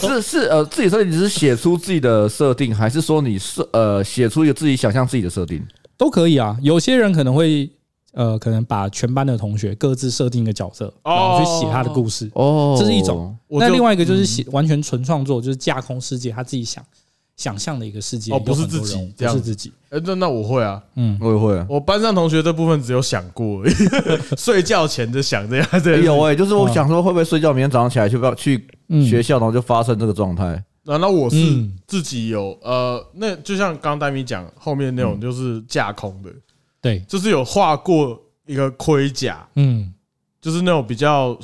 [SPEAKER 2] 是是呃，自己设定你是写出自己的设定，还是说你设呃写出一个自己想象自己的设定？
[SPEAKER 3] 都可以啊。有些人可能会呃，可能把全班的同学各自设定一个角色，
[SPEAKER 1] 哦
[SPEAKER 3] 然后去写他的故事。
[SPEAKER 2] 哦
[SPEAKER 3] 这是一种。
[SPEAKER 1] 我
[SPEAKER 3] 那
[SPEAKER 1] 就嗯
[SPEAKER 3] 另外一个就是写完全纯创作，就是架空世界，他自己想想象的一个世界，
[SPEAKER 1] 哦不是
[SPEAKER 3] 有很多
[SPEAKER 1] 自己
[SPEAKER 3] 人物
[SPEAKER 1] 这
[SPEAKER 3] 不
[SPEAKER 1] 样
[SPEAKER 3] 是自己。
[SPEAKER 1] 哎，那那我会啊，
[SPEAKER 3] 嗯，
[SPEAKER 2] 我也会啊。
[SPEAKER 1] 我班上同学这部分只有想过而已， 睡觉前就想这样这样。
[SPEAKER 2] 有哎、就是我想说，会不会睡觉，明天早上起来去不要去
[SPEAKER 3] 嗯
[SPEAKER 2] 学校，然后就发生这个状态？
[SPEAKER 1] 然后我是
[SPEAKER 3] 嗯
[SPEAKER 1] 自己有呃，那就像刚刚戴米讲后面那
[SPEAKER 3] 嗯
[SPEAKER 1] 种就是架空的，
[SPEAKER 3] 对，
[SPEAKER 1] 就是有画过一个盔甲，
[SPEAKER 3] 嗯，
[SPEAKER 1] 就是那种比较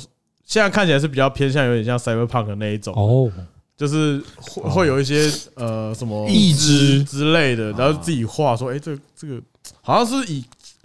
[SPEAKER 1] 现在看起来是比较偏向有点像 cyberpunk 的那一种，
[SPEAKER 3] 哦，
[SPEAKER 1] 就是会
[SPEAKER 2] 哦
[SPEAKER 1] 会有一些呃什么
[SPEAKER 3] 意志
[SPEAKER 1] 之类
[SPEAKER 2] 哦
[SPEAKER 1] 的，然后自己画说，哎，这个这个好像是以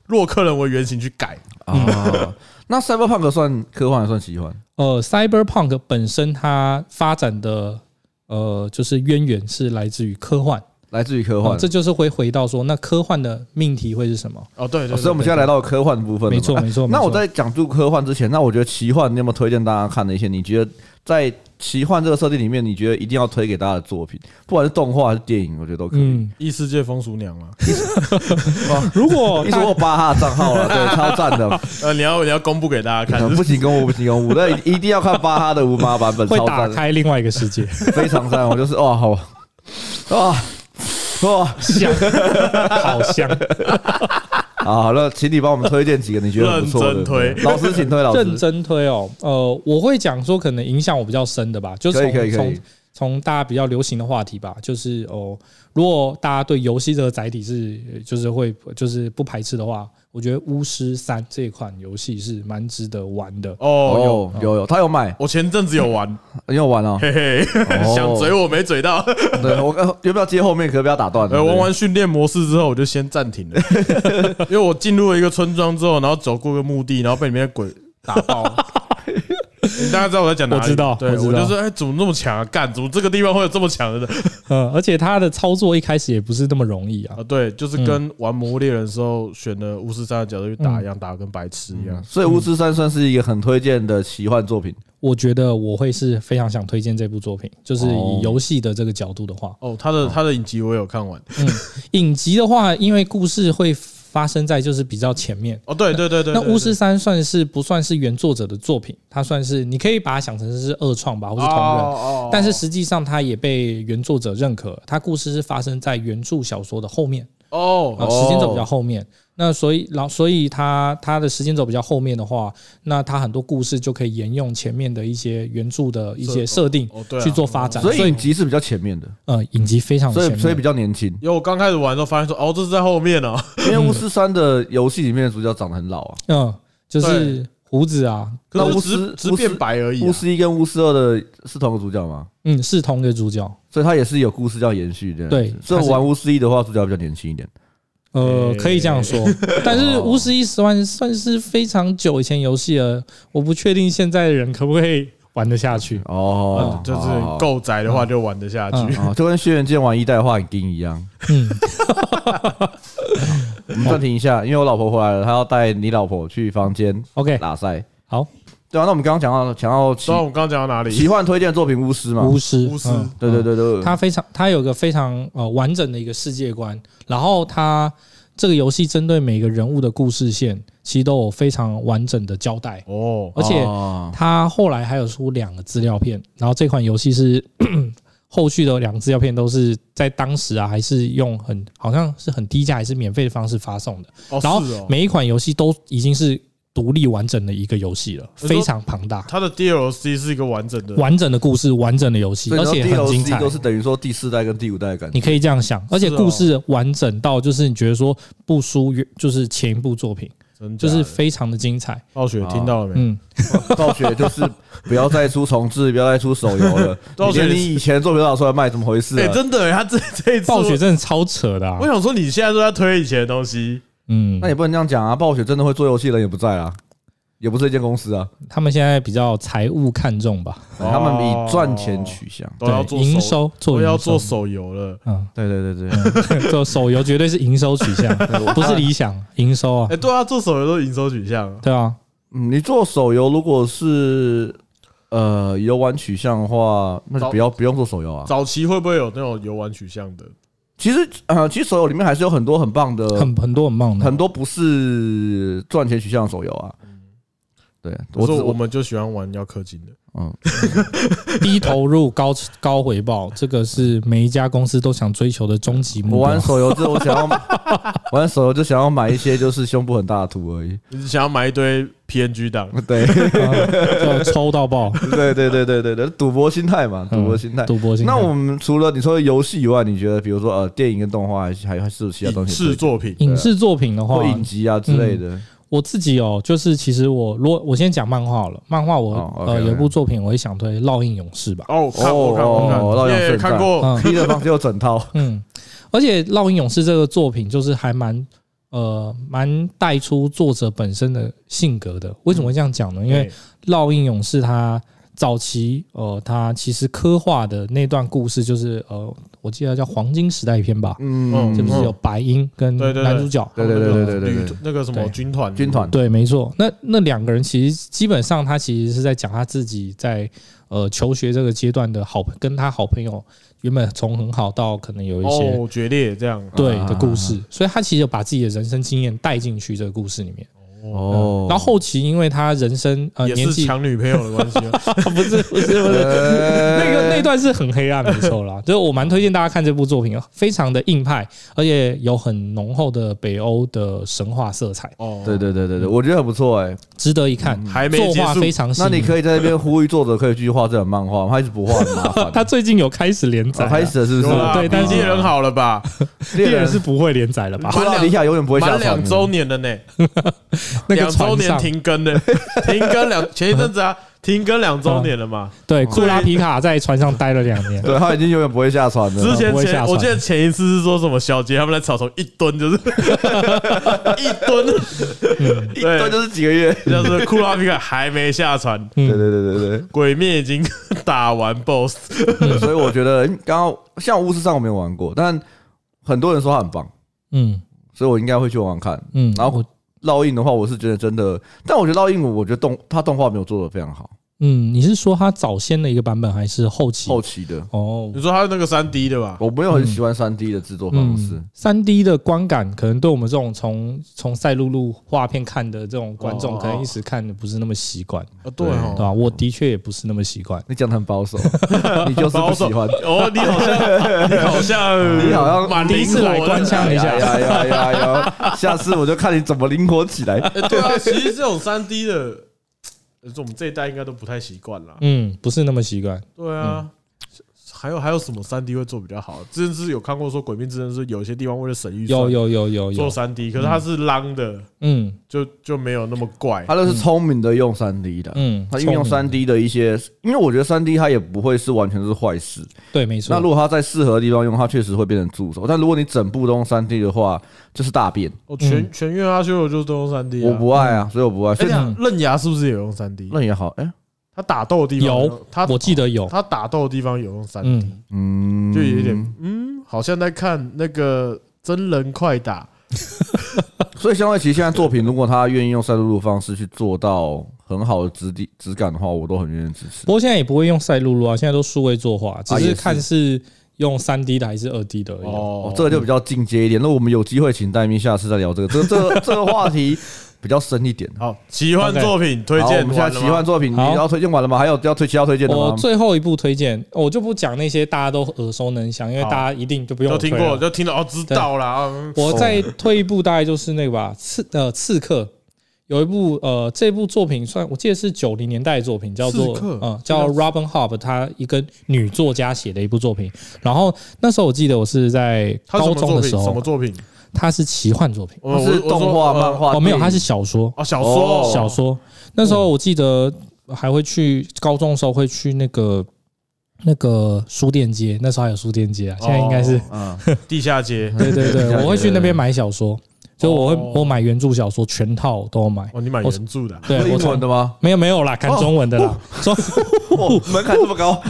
[SPEAKER 1] 洛克人为原型去改，
[SPEAKER 3] 嗯
[SPEAKER 2] 啊，那 Cyberpunk 算科幻还算奇幻？
[SPEAKER 3] 呃，Cyberpunk 本身它发展的呃，就是渊源是来自于科幻，
[SPEAKER 2] 来自于科
[SPEAKER 3] 哦
[SPEAKER 2] 幻，，
[SPEAKER 3] 这就是会回到说，那科幻的命题会是什么？
[SPEAKER 1] 哦，对对
[SPEAKER 2] 哦所以我们现在来到科幻的部分了嘛
[SPEAKER 3] 没错，没错。
[SPEAKER 2] 那
[SPEAKER 3] 没
[SPEAKER 2] 我
[SPEAKER 3] 错
[SPEAKER 2] 在讲述科幻之前，那我觉得奇幻，你有没有推荐大家看的一些？你觉得在奇幻这个设定里面，你觉得一定要推给大家的作品，不管是动画还是电影，我觉得都可以。哦
[SPEAKER 3] 嗯，
[SPEAKER 1] 异世界风俗娘啊，
[SPEAKER 3] 如果
[SPEAKER 2] 一说我巴哈的账号啊了，对， 超赞的，
[SPEAKER 1] 呃，你要你要公布给大家看，
[SPEAKER 2] 嗯不行公我不行公我那一定要看巴哈的无码版本，
[SPEAKER 3] 会
[SPEAKER 2] 超
[SPEAKER 3] 打
[SPEAKER 2] 赞的，
[SPEAKER 3] 开另外一个 世界。
[SPEAKER 2] 非常赞，我就是哇好，哇哇
[SPEAKER 3] 香，好香，
[SPEAKER 2] 啊好了，请你帮我们推荐几个你觉得不错的，
[SPEAKER 1] 认真推
[SPEAKER 2] 老师请推，老
[SPEAKER 3] 认
[SPEAKER 2] 师
[SPEAKER 3] 真推哦。呃，我会讲说可能影响我比较深的吧，就
[SPEAKER 2] 可以可
[SPEAKER 3] 从
[SPEAKER 2] 以可以
[SPEAKER 3] 从从大家比较流行的话题吧，就是哦，如果大家对游戏这个载体是呃就是会就是不排斥的话，我觉得《巫师三》这款游戏是蛮值得玩的。
[SPEAKER 1] 哦，有
[SPEAKER 2] 哦，有有，他有 买，
[SPEAKER 1] 我前阵子有玩，
[SPEAKER 2] 你有玩哦。
[SPEAKER 1] 嘿嘿，
[SPEAKER 2] 哦嗯
[SPEAKER 1] 想嘴我没嘴到。
[SPEAKER 2] 对我刚要不要接后面？可不要打断。
[SPEAKER 1] 呃，玩完训练模式之后，我就先暂停 了，因为我进入了一个村庄之后，然后走过个墓地，然后被里面的鬼打爆。
[SPEAKER 2] 哦
[SPEAKER 1] 你大概知道我在讲哪里？
[SPEAKER 3] 我知道
[SPEAKER 1] 对
[SPEAKER 3] 我知道
[SPEAKER 1] 我就是哎，怎么那么强啊？干，怎么这个地方会有这么强的？
[SPEAKER 3] 嗯，而且它的操作一开始也不是那么容易啊
[SPEAKER 1] 啊，。对，就是跟玩《魔物猎人》的时候选的巫师三的角色去
[SPEAKER 3] 嗯
[SPEAKER 1] 打一样，打得跟白痴一样。
[SPEAKER 2] 所以《巫师三》算是一个很推荐的奇幻作品。
[SPEAKER 3] 我觉得我会是非常想推荐这部作品，就是
[SPEAKER 2] 哦
[SPEAKER 3] 以游戏的这个角度的话，
[SPEAKER 1] 哦，他的他的影集我有看完。
[SPEAKER 3] 影集的话，因为故事会发生在就是比较前面。
[SPEAKER 1] 哦，对对对对，
[SPEAKER 3] 那
[SPEAKER 1] 对
[SPEAKER 3] 巫师三算是不算是原作者的作品？它算是你可以把它想成是二创吧，或是同人。
[SPEAKER 1] 哦
[SPEAKER 3] 但是实际上，它也被原作者认可。它故事是发生在原著小说的后面，
[SPEAKER 1] 哦，
[SPEAKER 3] 啊，时间轴比较后面。那所以，然后所以它它的时间轴比较后面的话，那它很多故事就可以沿用前面的一些原著的一些设定
[SPEAKER 1] 哦对啊
[SPEAKER 3] 去做发展。
[SPEAKER 2] 所以影集是比较前面的，
[SPEAKER 3] 呃，影集非常
[SPEAKER 2] 所
[SPEAKER 3] 前
[SPEAKER 2] 以所以
[SPEAKER 3] 面
[SPEAKER 2] 比。较年轻。
[SPEAKER 1] 因为我刚开始玩的时候发现说，哦，这是在后面哦。
[SPEAKER 2] 因为《巫师三》的游戏里面的主角长得很老啊。
[SPEAKER 3] 嗯，就是胡子啊，
[SPEAKER 1] 可
[SPEAKER 2] 那
[SPEAKER 1] 是
[SPEAKER 2] 巫
[SPEAKER 1] 只
[SPEAKER 2] 师
[SPEAKER 1] 只
[SPEAKER 2] 巫师
[SPEAKER 1] 变白而已啊。
[SPEAKER 2] 巫师一跟巫师二的是同一个主角吗？
[SPEAKER 3] 嗯，是同一个主角。
[SPEAKER 2] 所以他也是有故事要延续的。
[SPEAKER 3] 对
[SPEAKER 2] 所
[SPEAKER 3] 它
[SPEAKER 2] 以
[SPEAKER 3] 是
[SPEAKER 2] 玩巫师一的话，主角比较年轻一点。
[SPEAKER 3] 呃，可以这 样说，但是
[SPEAKER 2] 哦
[SPEAKER 3] 《巫师一十万》算是非常久以前游戏了，我不确定现在的人可不可以玩得下去。
[SPEAKER 2] 哦
[SPEAKER 1] 嗯，就是
[SPEAKER 2] 好好
[SPEAKER 1] 够宅的话就玩得下去。
[SPEAKER 3] 哦嗯
[SPEAKER 2] 哦，就跟轩辕剑玩一代的话很硬一样。
[SPEAKER 3] 嗯，
[SPEAKER 2] 我们暂停一下，因为我老婆回来了，她要带你老婆去房间
[SPEAKER 3] OK，
[SPEAKER 2] 拉塞。
[SPEAKER 3] 哎好，
[SPEAKER 2] 对啊，那我们刚刚讲到讲到奇
[SPEAKER 1] 所以我们刚刚讲到哪里？哦
[SPEAKER 2] 奇幻推荐作品《巫师》嘛，
[SPEAKER 3] 巫师，
[SPEAKER 1] 巫师
[SPEAKER 3] 嗯
[SPEAKER 2] 对对对对，
[SPEAKER 3] 它非常，它有个非常呃完整的一个世界观，然后它这个游戏针对每个人物的故事线，其实都有非常完整的交代。
[SPEAKER 1] 哦，
[SPEAKER 3] 而且
[SPEAKER 2] 哦
[SPEAKER 3] 它后来还有出两个资料片，然后这款游戏是 后续的两个资料片都是在当时啊，还是用很好像是很低价还是免费的方式发送的，
[SPEAKER 1] 哦
[SPEAKER 3] 然后
[SPEAKER 1] 是哦
[SPEAKER 3] 每一款游戏都已经是独立完整的一个游戏了，
[SPEAKER 1] 你说
[SPEAKER 3] 非常庞大。
[SPEAKER 1] 它的 DLC 是一个完整的，
[SPEAKER 3] 完整的故事，完整的游戏，
[SPEAKER 2] 所以
[SPEAKER 3] 而
[SPEAKER 2] 你
[SPEAKER 3] 且
[SPEAKER 2] 知道
[SPEAKER 3] 很精
[SPEAKER 2] DLC
[SPEAKER 3] 彩
[SPEAKER 2] 都。是等于说第四代跟第五代的感觉
[SPEAKER 3] 你。可以这样想，而且
[SPEAKER 1] 是哦
[SPEAKER 3] 故事完整到就是你觉得说不输于就是前一部作品，
[SPEAKER 1] 真假
[SPEAKER 3] 就
[SPEAKER 1] 的
[SPEAKER 3] 是非常的精彩。
[SPEAKER 1] 暴雪听到了没？
[SPEAKER 3] 嗯，
[SPEAKER 2] 暴雪就是不要再出重置，不要再出手游 了。
[SPEAKER 1] 啊暴
[SPEAKER 2] 你
[SPEAKER 1] 雪
[SPEAKER 2] 连你以前的作品都拿出来卖，怎么回事
[SPEAKER 1] 哎，
[SPEAKER 2] 啊？
[SPEAKER 1] 真的欸，他这这一次
[SPEAKER 3] 暴雪真的超扯的、啊
[SPEAKER 1] 我。想说，你现在都在推以前的东西，
[SPEAKER 3] 嗯
[SPEAKER 2] 那，也不能这样讲啊！暴雪真的会做游戏的人也不在啊，也不是一间公司啊，
[SPEAKER 3] 他们现在比较财务看重吧。
[SPEAKER 1] 哦
[SPEAKER 2] 他们以赚钱取向。
[SPEAKER 1] 都要做
[SPEAKER 3] 对营
[SPEAKER 1] 手，
[SPEAKER 3] 收，
[SPEAKER 1] 都
[SPEAKER 3] 做
[SPEAKER 1] 要
[SPEAKER 3] 营收
[SPEAKER 1] 做，手游了。
[SPEAKER 3] 嗯，
[SPEAKER 2] 对对对对，
[SPEAKER 3] 嗯做手游绝对是营收取向， 不是理想营收啊
[SPEAKER 1] 哎，，对啊，做手游都是营收取向。
[SPEAKER 3] 对啊，
[SPEAKER 2] 嗯，你做手游如果是呃游玩取向的话，那就不要不用做手游啊。
[SPEAKER 1] 早期会不会有那种游玩取向的？
[SPEAKER 2] 其实呃，其实手游里面还是有很多很棒的，
[SPEAKER 3] 很很多很棒的，
[SPEAKER 2] 很多不是赚钱取向的手游啊。
[SPEAKER 3] 嗯
[SPEAKER 2] 对，
[SPEAKER 1] 我
[SPEAKER 2] 我只
[SPEAKER 1] 说我
[SPEAKER 2] 我
[SPEAKER 1] 们就喜欢玩要氪金的。
[SPEAKER 2] 嗯，
[SPEAKER 3] 低投入高高回报，这个是每一家公司都想追求的终极目
[SPEAKER 2] 我玩
[SPEAKER 3] 标。
[SPEAKER 2] 手游之后，我想要 玩手游就想要买一些就是胸部很大的图而 已。
[SPEAKER 1] 你想要买一堆 PNG 档，
[SPEAKER 2] 对，
[SPEAKER 3] 啊就抽 到爆，
[SPEAKER 2] 对对对对对对，赌博心态嘛，赌博心态。
[SPEAKER 3] 嗯赌博心态。
[SPEAKER 2] 那我们除了你说的游戏以外，你觉得比如说呃电影跟动画还是还还是有其他东
[SPEAKER 1] 影
[SPEAKER 2] 西
[SPEAKER 1] 视
[SPEAKER 2] 推荐
[SPEAKER 1] 作品
[SPEAKER 3] 影视作品的话
[SPEAKER 2] 或，影集啊之类的？
[SPEAKER 3] 我自己哦，就是其实我如果我先讲漫画好了，漫画我、
[SPEAKER 2] 哦
[SPEAKER 3] 呃
[SPEAKER 2] OK，OK
[SPEAKER 3] 有一部作品我也想推《烙印勇士》吧，
[SPEAKER 1] 哦，看过看
[SPEAKER 2] 哦
[SPEAKER 1] 过
[SPEAKER 2] 哦
[SPEAKER 1] 看，
[SPEAKER 2] 哦
[SPEAKER 1] 耶，看过，
[SPEAKER 3] 嗯
[SPEAKER 2] 第二方就有整套，
[SPEAKER 3] 嗯，而且《烙印勇士》这个作品就是还蛮呃蛮带出作者本身的性格的。为什么会这样讲呢？因为
[SPEAKER 1] 哎
[SPEAKER 3] 烙印勇士他早期呃，他其实刻画的那段故事就是呃，我记得叫黄金时代篇吧，
[SPEAKER 2] 嗯，
[SPEAKER 3] 这不是有白鹰跟
[SPEAKER 1] 对对对
[SPEAKER 3] 男主角。
[SPEAKER 2] 对对对对对对对
[SPEAKER 1] 旅那个什么
[SPEAKER 3] 对
[SPEAKER 1] 军团
[SPEAKER 2] 军团
[SPEAKER 3] 对，没错。那那两个人其实基本上，他其实是在讲他自己在呃求学这个阶段的好，跟他好朋友原本从很好到可能有一些、
[SPEAKER 1] 哦，决裂这样，
[SPEAKER 2] 啊
[SPEAKER 3] 对的故事，所以他其实有把自己的人生经验带进去这个故事里面。
[SPEAKER 2] 哦
[SPEAKER 3] 然后后期因为他人生呃
[SPEAKER 1] 也
[SPEAKER 3] 年
[SPEAKER 1] 是
[SPEAKER 3] 纪
[SPEAKER 1] 抢女朋友的关系啊 吗？
[SPEAKER 3] 不是不是不是那
[SPEAKER 2] 那
[SPEAKER 3] 个那段是很黑暗，没错啦。就是我蛮推荐大家看这部作品，非常的硬派，而且有很浓厚的北欧的神话色彩，
[SPEAKER 1] 哦，
[SPEAKER 2] 对对对对对，我觉得很不错哎。
[SPEAKER 3] 值得一看。
[SPEAKER 1] 嗯还没
[SPEAKER 3] 作
[SPEAKER 1] 结
[SPEAKER 3] 画
[SPEAKER 1] 束
[SPEAKER 3] 非常细
[SPEAKER 2] 那
[SPEAKER 3] 腻，
[SPEAKER 2] 你可以在那边呼吁作者可以继续画这本漫画吗，他一直不画很麻
[SPEAKER 3] 他
[SPEAKER 2] 烦。
[SPEAKER 3] 最近有开始连载
[SPEAKER 2] 啊
[SPEAKER 3] 啊，
[SPEAKER 2] 开始了是不
[SPEAKER 1] 有
[SPEAKER 2] 是？
[SPEAKER 1] 啦，
[SPEAKER 3] 对
[SPEAKER 1] 比
[SPEAKER 3] 但是
[SPEAKER 1] 猎人好了吧？
[SPEAKER 2] 猎
[SPEAKER 3] 猎人
[SPEAKER 2] 人
[SPEAKER 3] 是不会连载了吧？
[SPEAKER 2] 不知道李想永远不会下
[SPEAKER 1] 满
[SPEAKER 2] 船
[SPEAKER 1] 两
[SPEAKER 2] 的
[SPEAKER 1] 周年了呢，
[SPEAKER 3] 那个
[SPEAKER 1] 嗯两周
[SPEAKER 3] 船
[SPEAKER 1] 年
[SPEAKER 3] 上
[SPEAKER 1] 停更呢，停更两前一阵 子啊，停更两
[SPEAKER 3] 啊
[SPEAKER 1] 周年了嘛。
[SPEAKER 3] 对库拉皮卡在船上待了两 年，
[SPEAKER 2] 对他已经永啊远不会下船
[SPEAKER 1] 之
[SPEAKER 2] 了。
[SPEAKER 1] 前
[SPEAKER 3] 不会下
[SPEAKER 1] 前
[SPEAKER 3] 船
[SPEAKER 1] 我记得前一次是说什么小杰他们在草丛一蹲就是一蹲，
[SPEAKER 3] 嗯
[SPEAKER 2] 一段就是几个月。
[SPEAKER 1] 就是库拉皮卡还没下船，
[SPEAKER 2] 对
[SPEAKER 3] 嗯，
[SPEAKER 2] 对对对
[SPEAKER 1] 鬼灭已经 打完 BOSS，
[SPEAKER 2] 对，所以我觉得嗯刚刚像巫师上我没有玩过，但很多人说他很棒，
[SPEAKER 3] 嗯
[SPEAKER 2] 所以我应该会去玩玩看。
[SPEAKER 3] 嗯，
[SPEAKER 2] 然后烙印的话，我是觉得真的，但我觉得烙印，我觉得动他动画没有做的非常好，
[SPEAKER 3] 嗯，你是说他早先的一个版本还是后期？
[SPEAKER 2] 后期的
[SPEAKER 3] 哦
[SPEAKER 1] 你，说他那个三 D 的吧？
[SPEAKER 2] 我没有很喜欢三 D 的制作方式
[SPEAKER 3] 嗯。，三 D 的观感可能对我们这种从从赛璐璐画片看的这种观众，可能一时看的不是那么习惯，
[SPEAKER 1] 啊，对
[SPEAKER 3] 对
[SPEAKER 1] 哦，
[SPEAKER 3] 吧？我的确也不是那么习惯。
[SPEAKER 2] 你讲的很保守，你就是不喜欢。
[SPEAKER 1] 哦，你好像你好像
[SPEAKER 2] 你好像
[SPEAKER 1] 蛮
[SPEAKER 3] 第一次
[SPEAKER 1] 灵活
[SPEAKER 3] 来
[SPEAKER 1] 的
[SPEAKER 3] 关枪一下
[SPEAKER 2] 哎呀呀呀呀呀！下次我就看你怎么灵活起来。
[SPEAKER 1] 欸 对啊，其实这种三 D 的，呃我们这一代应该都不太习惯啦。
[SPEAKER 3] 嗯，不是那么习惯。
[SPEAKER 1] 对啊，还有还有什么三 D 会做比较好？之前是有看过说《鬼灭之刃》是有些地方为了省预算
[SPEAKER 3] 有有有有
[SPEAKER 1] 做
[SPEAKER 3] 有，
[SPEAKER 1] 三 D，可是它是浪的，
[SPEAKER 3] 嗯
[SPEAKER 1] 就就没有那么怪
[SPEAKER 2] 他。都是聪明的用三 D 的，
[SPEAKER 3] 嗯，
[SPEAKER 2] 他运用
[SPEAKER 3] 聪
[SPEAKER 2] 三
[SPEAKER 3] 明
[SPEAKER 2] D 的一些，因为我觉得三 D 它也不会是完全是坏事。
[SPEAKER 3] 对，没错。
[SPEAKER 2] 那如果它在适合的地方用，它确实会变成助手。但如果你整部都用三 D 的话，就是大便。
[SPEAKER 1] 哦，
[SPEAKER 3] 嗯
[SPEAKER 1] 全全院阿修罗就是都用三 D，
[SPEAKER 2] 我不爱啊，所以我不爱。
[SPEAKER 1] 哎，
[SPEAKER 2] 所以
[SPEAKER 1] 等一下刃牙是不是也用三 D？
[SPEAKER 2] 那也好，哎，
[SPEAKER 1] 他打斗的地方
[SPEAKER 3] 有
[SPEAKER 1] 他
[SPEAKER 3] 我记得有，
[SPEAKER 1] 他打斗的地方有用三 D，
[SPEAKER 3] 嗯，
[SPEAKER 2] 嗯，
[SPEAKER 1] 就有一点嗯，好像在看那个真人快打。
[SPEAKER 2] 所以相对其实现在作品，如果他愿意用赛璐璐方式去做到很好的质地质感的话，我都很愿意支持。
[SPEAKER 3] 不过现在也不会用赛璐璐啊，现在都数位作画，只
[SPEAKER 2] 啊也
[SPEAKER 3] 是
[SPEAKER 2] 是
[SPEAKER 3] 看是用三 D 的还是二 D 的而已啊。
[SPEAKER 2] 哦，这个就比较进阶一点。那我们有机会请戴咪下次再聊这个，这这个 这个话题比较深一点。
[SPEAKER 1] 好，奇幻作品推
[SPEAKER 2] 好，我
[SPEAKER 1] 荐
[SPEAKER 2] 们现在
[SPEAKER 1] 完了
[SPEAKER 2] 奇
[SPEAKER 1] 吗，
[SPEAKER 2] 幻作品，你
[SPEAKER 3] 好
[SPEAKER 2] 要推荐完了吗？还有要推其他推荐的
[SPEAKER 3] 我
[SPEAKER 2] 吗？
[SPEAKER 3] 最后一部推荐，我就不讲那些大家都耳熟能详，因为
[SPEAKER 1] 好
[SPEAKER 3] 大家一定就不用
[SPEAKER 1] 都
[SPEAKER 3] 我
[SPEAKER 1] 听
[SPEAKER 3] 推了
[SPEAKER 1] 过，就听了哦，知道啦。啊嗯
[SPEAKER 3] 啊我再推一部，大概就是那个吧，刺呃刺客有一部呃这部作品算我记得是九零年代的作品，叫做
[SPEAKER 1] 刺客啊
[SPEAKER 3] 呃叫 Robin Hobb，她一个女作家写的一部作品。然后那时候我记得我是在
[SPEAKER 1] 它什
[SPEAKER 3] 高
[SPEAKER 1] 么
[SPEAKER 3] 中
[SPEAKER 1] 作
[SPEAKER 3] 的
[SPEAKER 1] 品？
[SPEAKER 3] 时
[SPEAKER 1] 什么
[SPEAKER 3] 候，
[SPEAKER 1] 作品？
[SPEAKER 3] 它是奇幻作品
[SPEAKER 1] 我
[SPEAKER 2] 它是
[SPEAKER 1] 我
[SPEAKER 2] 动画、
[SPEAKER 1] 我说呃
[SPEAKER 2] 漫画
[SPEAKER 3] 哦，没有，
[SPEAKER 2] 电影
[SPEAKER 3] 它是小说
[SPEAKER 1] 哦，小说，
[SPEAKER 2] 哦
[SPEAKER 3] 小说。那时候我记得还会去高中的时候会去那个。那个书店街，那时候还有书店街啊，现在应该是、
[SPEAKER 1] 哦
[SPEAKER 2] 嗯，
[SPEAKER 1] 地下街。
[SPEAKER 3] 对 对对，我会去那边
[SPEAKER 2] 买。
[SPEAKER 3] 买小说，就我会
[SPEAKER 1] 哦
[SPEAKER 3] 我买原著小说全套都有买。
[SPEAKER 1] 哦，你买原著的啊？
[SPEAKER 3] 对，
[SPEAKER 2] 是
[SPEAKER 3] 我
[SPEAKER 2] 英
[SPEAKER 3] 从
[SPEAKER 2] 文的哦吗？
[SPEAKER 3] 没有没有啦，看中文的啦，中
[SPEAKER 2] 哦门槛这么高，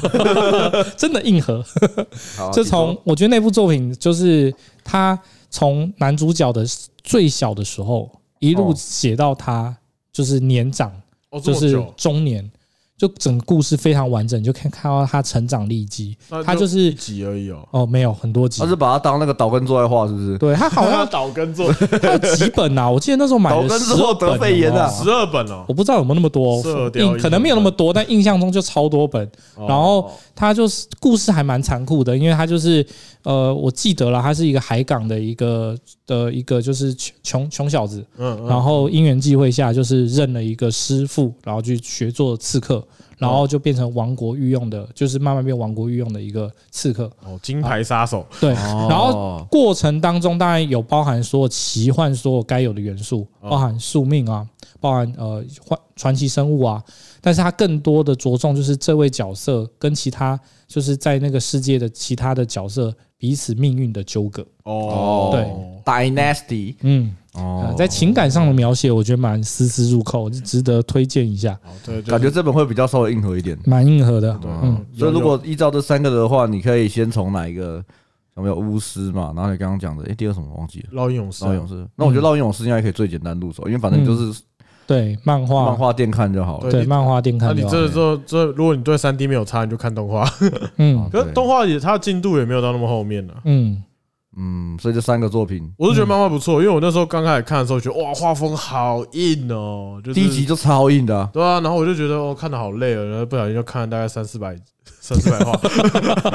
[SPEAKER 3] 真的硬核。
[SPEAKER 2] 好
[SPEAKER 3] 就从我觉得那部作品，就是他从男主角的最小的时候一路
[SPEAKER 2] 哦
[SPEAKER 3] 写到他就是年长，
[SPEAKER 1] 哦，这
[SPEAKER 3] 就
[SPEAKER 1] 么
[SPEAKER 3] 是
[SPEAKER 1] 久，
[SPEAKER 3] 中年。就整个故事非常完整，你就看看到他成长
[SPEAKER 2] 啊
[SPEAKER 3] 历基
[SPEAKER 1] 那。
[SPEAKER 3] 他就
[SPEAKER 1] 一
[SPEAKER 3] 是
[SPEAKER 1] 集而已哦。
[SPEAKER 3] 哦，没有很多集
[SPEAKER 2] 他，是把它当那个岛根做爱画，是不是？
[SPEAKER 3] 对他 好
[SPEAKER 1] 要
[SPEAKER 3] 像
[SPEAKER 1] 岛根做
[SPEAKER 3] 他有几本呐、啊？我记得那时候买
[SPEAKER 2] 岛
[SPEAKER 3] 了
[SPEAKER 2] 根
[SPEAKER 3] 十
[SPEAKER 2] 之后
[SPEAKER 3] 本
[SPEAKER 2] 得肺炎啊
[SPEAKER 3] 有没有
[SPEAKER 1] 十二本哦，
[SPEAKER 3] 我不知道有没有那么多
[SPEAKER 1] 射，雕
[SPEAKER 3] 印可能没有那么多，但印象中就超多本。
[SPEAKER 1] 哦
[SPEAKER 3] 然后它就是故事还蛮残酷的，因为它就是呃，我记得了，它是一个海港的一个的一个就是穷穷穷小子，
[SPEAKER 1] 嗯，
[SPEAKER 3] 然后因缘际会下就是认了一个师傅，然后去学做刺客，然
[SPEAKER 1] 嗯
[SPEAKER 3] 后就变成亡国御用的，就是慢慢变亡国御用的一个刺客。
[SPEAKER 1] 嗯哦，金牌杀手
[SPEAKER 3] 对，
[SPEAKER 2] 哦
[SPEAKER 3] 然后过程当中当然有包含所有奇幻所有该有的元素，
[SPEAKER 1] 哦
[SPEAKER 3] 包含宿命啊，包含呃幻传奇生物啊，但是它更多的着重就是这位角色跟其他就是在那个世界的其他的角色彼此命运的纠葛。
[SPEAKER 1] 哦，
[SPEAKER 3] 对
[SPEAKER 2] Dynasty
[SPEAKER 3] 嗯，呃
[SPEAKER 2] 哦，
[SPEAKER 3] 在情感上的描写，我觉得蛮丝丝入扣，就值得推荐一下，
[SPEAKER 1] 好，对，
[SPEAKER 2] 感觉这本会比较稍微硬核一点。
[SPEAKER 3] 蛮硬核
[SPEAKER 1] 哦
[SPEAKER 3] 的。
[SPEAKER 2] 嗯，所以如果依照这三个的话，你可以先从哪一个？有没有巫师嘛？然后你刚刚讲的，哎，第二什么忘记了？
[SPEAKER 1] 烙印勇士啊嗯
[SPEAKER 2] 烙印勇士。那我觉得烙印勇士应该可以最简单入手，因为反正就是
[SPEAKER 3] 对，漫
[SPEAKER 2] 漫
[SPEAKER 3] 画，
[SPEAKER 2] 画店看就好了。
[SPEAKER 1] 对
[SPEAKER 3] 对
[SPEAKER 1] 哦你
[SPEAKER 3] 漫画店
[SPEAKER 1] 那
[SPEAKER 3] 看
[SPEAKER 1] 你
[SPEAKER 3] 的话，
[SPEAKER 1] 这
[SPEAKER 3] 哦
[SPEAKER 1] 这这，如果你对三 D 没有差，你就看动画。
[SPEAKER 3] 嗯
[SPEAKER 1] 可是动画也它的进度也没有到那么后面呢。啊
[SPEAKER 3] 嗯，
[SPEAKER 2] 嗯，所以这三个作品，
[SPEAKER 1] 我是觉得漫画不错，因为我那时候刚开始看的时候，觉得哇，画风好硬哦，就是
[SPEAKER 2] 第一集就超硬的啊、
[SPEAKER 1] 对啊，然后我就觉得哦，看的好累哦，然后不小心就看了大概三四百三四百话，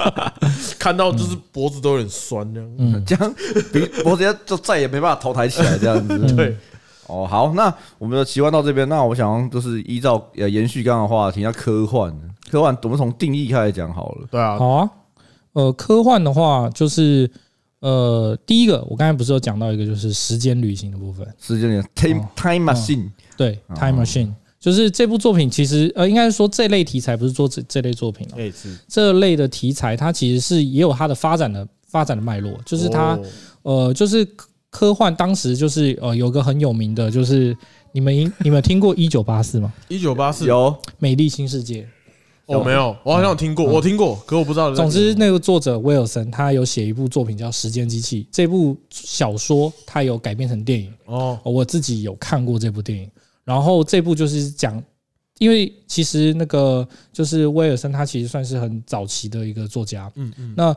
[SPEAKER 1] 看到就是脖子都有点酸这样。
[SPEAKER 3] 嗯，
[SPEAKER 2] 这样比我直接就再也没办法头抬起来这样子。
[SPEAKER 1] 对，
[SPEAKER 2] 哦，好，那我们的奇幻到这边，那我想就是依照呃延续刚刚的话题，那科幻，科幻我们从定义开始讲好了。
[SPEAKER 1] 对啊，
[SPEAKER 3] 好啊。呃，科幻的话，就是呃，第一个我刚才不是有讲到一个，就是时间旅行的部分，
[SPEAKER 2] 时间点 time
[SPEAKER 3] 哦
[SPEAKER 2] time machine，
[SPEAKER 3] 对
[SPEAKER 2] 哦
[SPEAKER 3] ，Time Machine，就是这部作品其实呃，应该是说这类题材不是做这这类作品了，
[SPEAKER 1] 哎是，
[SPEAKER 3] 这类的题材它其实是也有它的发展的发展的脉络，就是它
[SPEAKER 1] 哦
[SPEAKER 3] 呃，就是科科幻当时就是呃有个很有名的，就是你们应你们听过一九八四吗？
[SPEAKER 1] 一九八四
[SPEAKER 2] 有
[SPEAKER 3] 美丽新世界。
[SPEAKER 1] 哦没有，我好像有听过，我听过，可我不知道。
[SPEAKER 3] 总之，那个作者威尔森他有写一部作品叫《时间机器》，这部小说他有改编成电影，
[SPEAKER 1] 哦，
[SPEAKER 3] 我自己有看过这部电影。然后这部就是讲，因为其实那个就是威尔森他其实算是很早期的一个作家，
[SPEAKER 1] 嗯嗯，
[SPEAKER 3] 那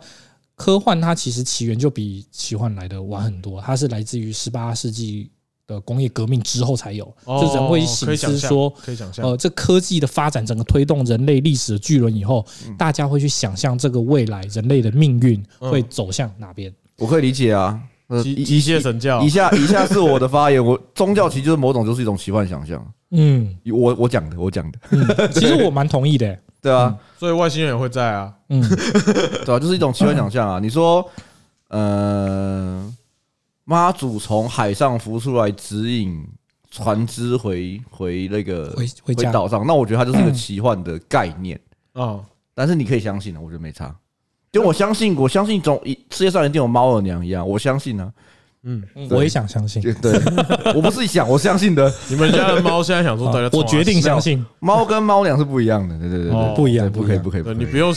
[SPEAKER 3] 科幻它其实起源就比奇幻来的晚很多，它是来自于十八世纪的工业革命之后才有，
[SPEAKER 1] 哦
[SPEAKER 3] 就人会醒思说，
[SPEAKER 1] 可以想象，可以想象
[SPEAKER 3] 呃，这科技的发展整个推动人类历史的巨轮以后，
[SPEAKER 2] 嗯
[SPEAKER 3] 大家会去想象这个未来人类的命运
[SPEAKER 1] 嗯
[SPEAKER 3] 会走向哪边。
[SPEAKER 2] 我可以理解啊。呃
[SPEAKER 1] 机
[SPEAKER 2] 一
[SPEAKER 1] 机械神教
[SPEAKER 2] 以下以下是我的发言，我宗教其实就是某种就是一种奇幻想象。
[SPEAKER 3] 嗯，
[SPEAKER 2] 我我讲的，我讲的，
[SPEAKER 3] 嗯其实我蛮同意的、欸
[SPEAKER 2] 对啊，
[SPEAKER 1] 所以外星人也会在啊。
[SPEAKER 3] 嗯，
[SPEAKER 2] 对啊，就是一种奇幻想象啊。你说，呃，妈祖从海上浮出来，指引船只回回那个
[SPEAKER 3] 回回家嗯
[SPEAKER 2] 岛上，那我觉得它就是一个奇幻的概念，
[SPEAKER 1] 哦，
[SPEAKER 2] 但是你可以相信啊的，我觉得没差。就我相信，我相信总一世界上一定有猫耳娘一样，我相信啊。
[SPEAKER 1] 嗯，
[SPEAKER 3] 嗯我也想相信，
[SPEAKER 2] 对，对 我不是想，我相信的。
[SPEAKER 1] 你们家的猫现在想说
[SPEAKER 3] 啊
[SPEAKER 1] 大家，
[SPEAKER 3] 我决定相信，
[SPEAKER 2] 猫跟猫娘是不一样的，对对对
[SPEAKER 1] 哦
[SPEAKER 2] 对，
[SPEAKER 3] 不一
[SPEAKER 2] 对
[SPEAKER 3] 样
[SPEAKER 2] 不可以，
[SPEAKER 3] 不
[SPEAKER 2] 不可以，
[SPEAKER 1] 对
[SPEAKER 2] 不
[SPEAKER 1] 你不
[SPEAKER 2] 可以。
[SPEAKER 1] 用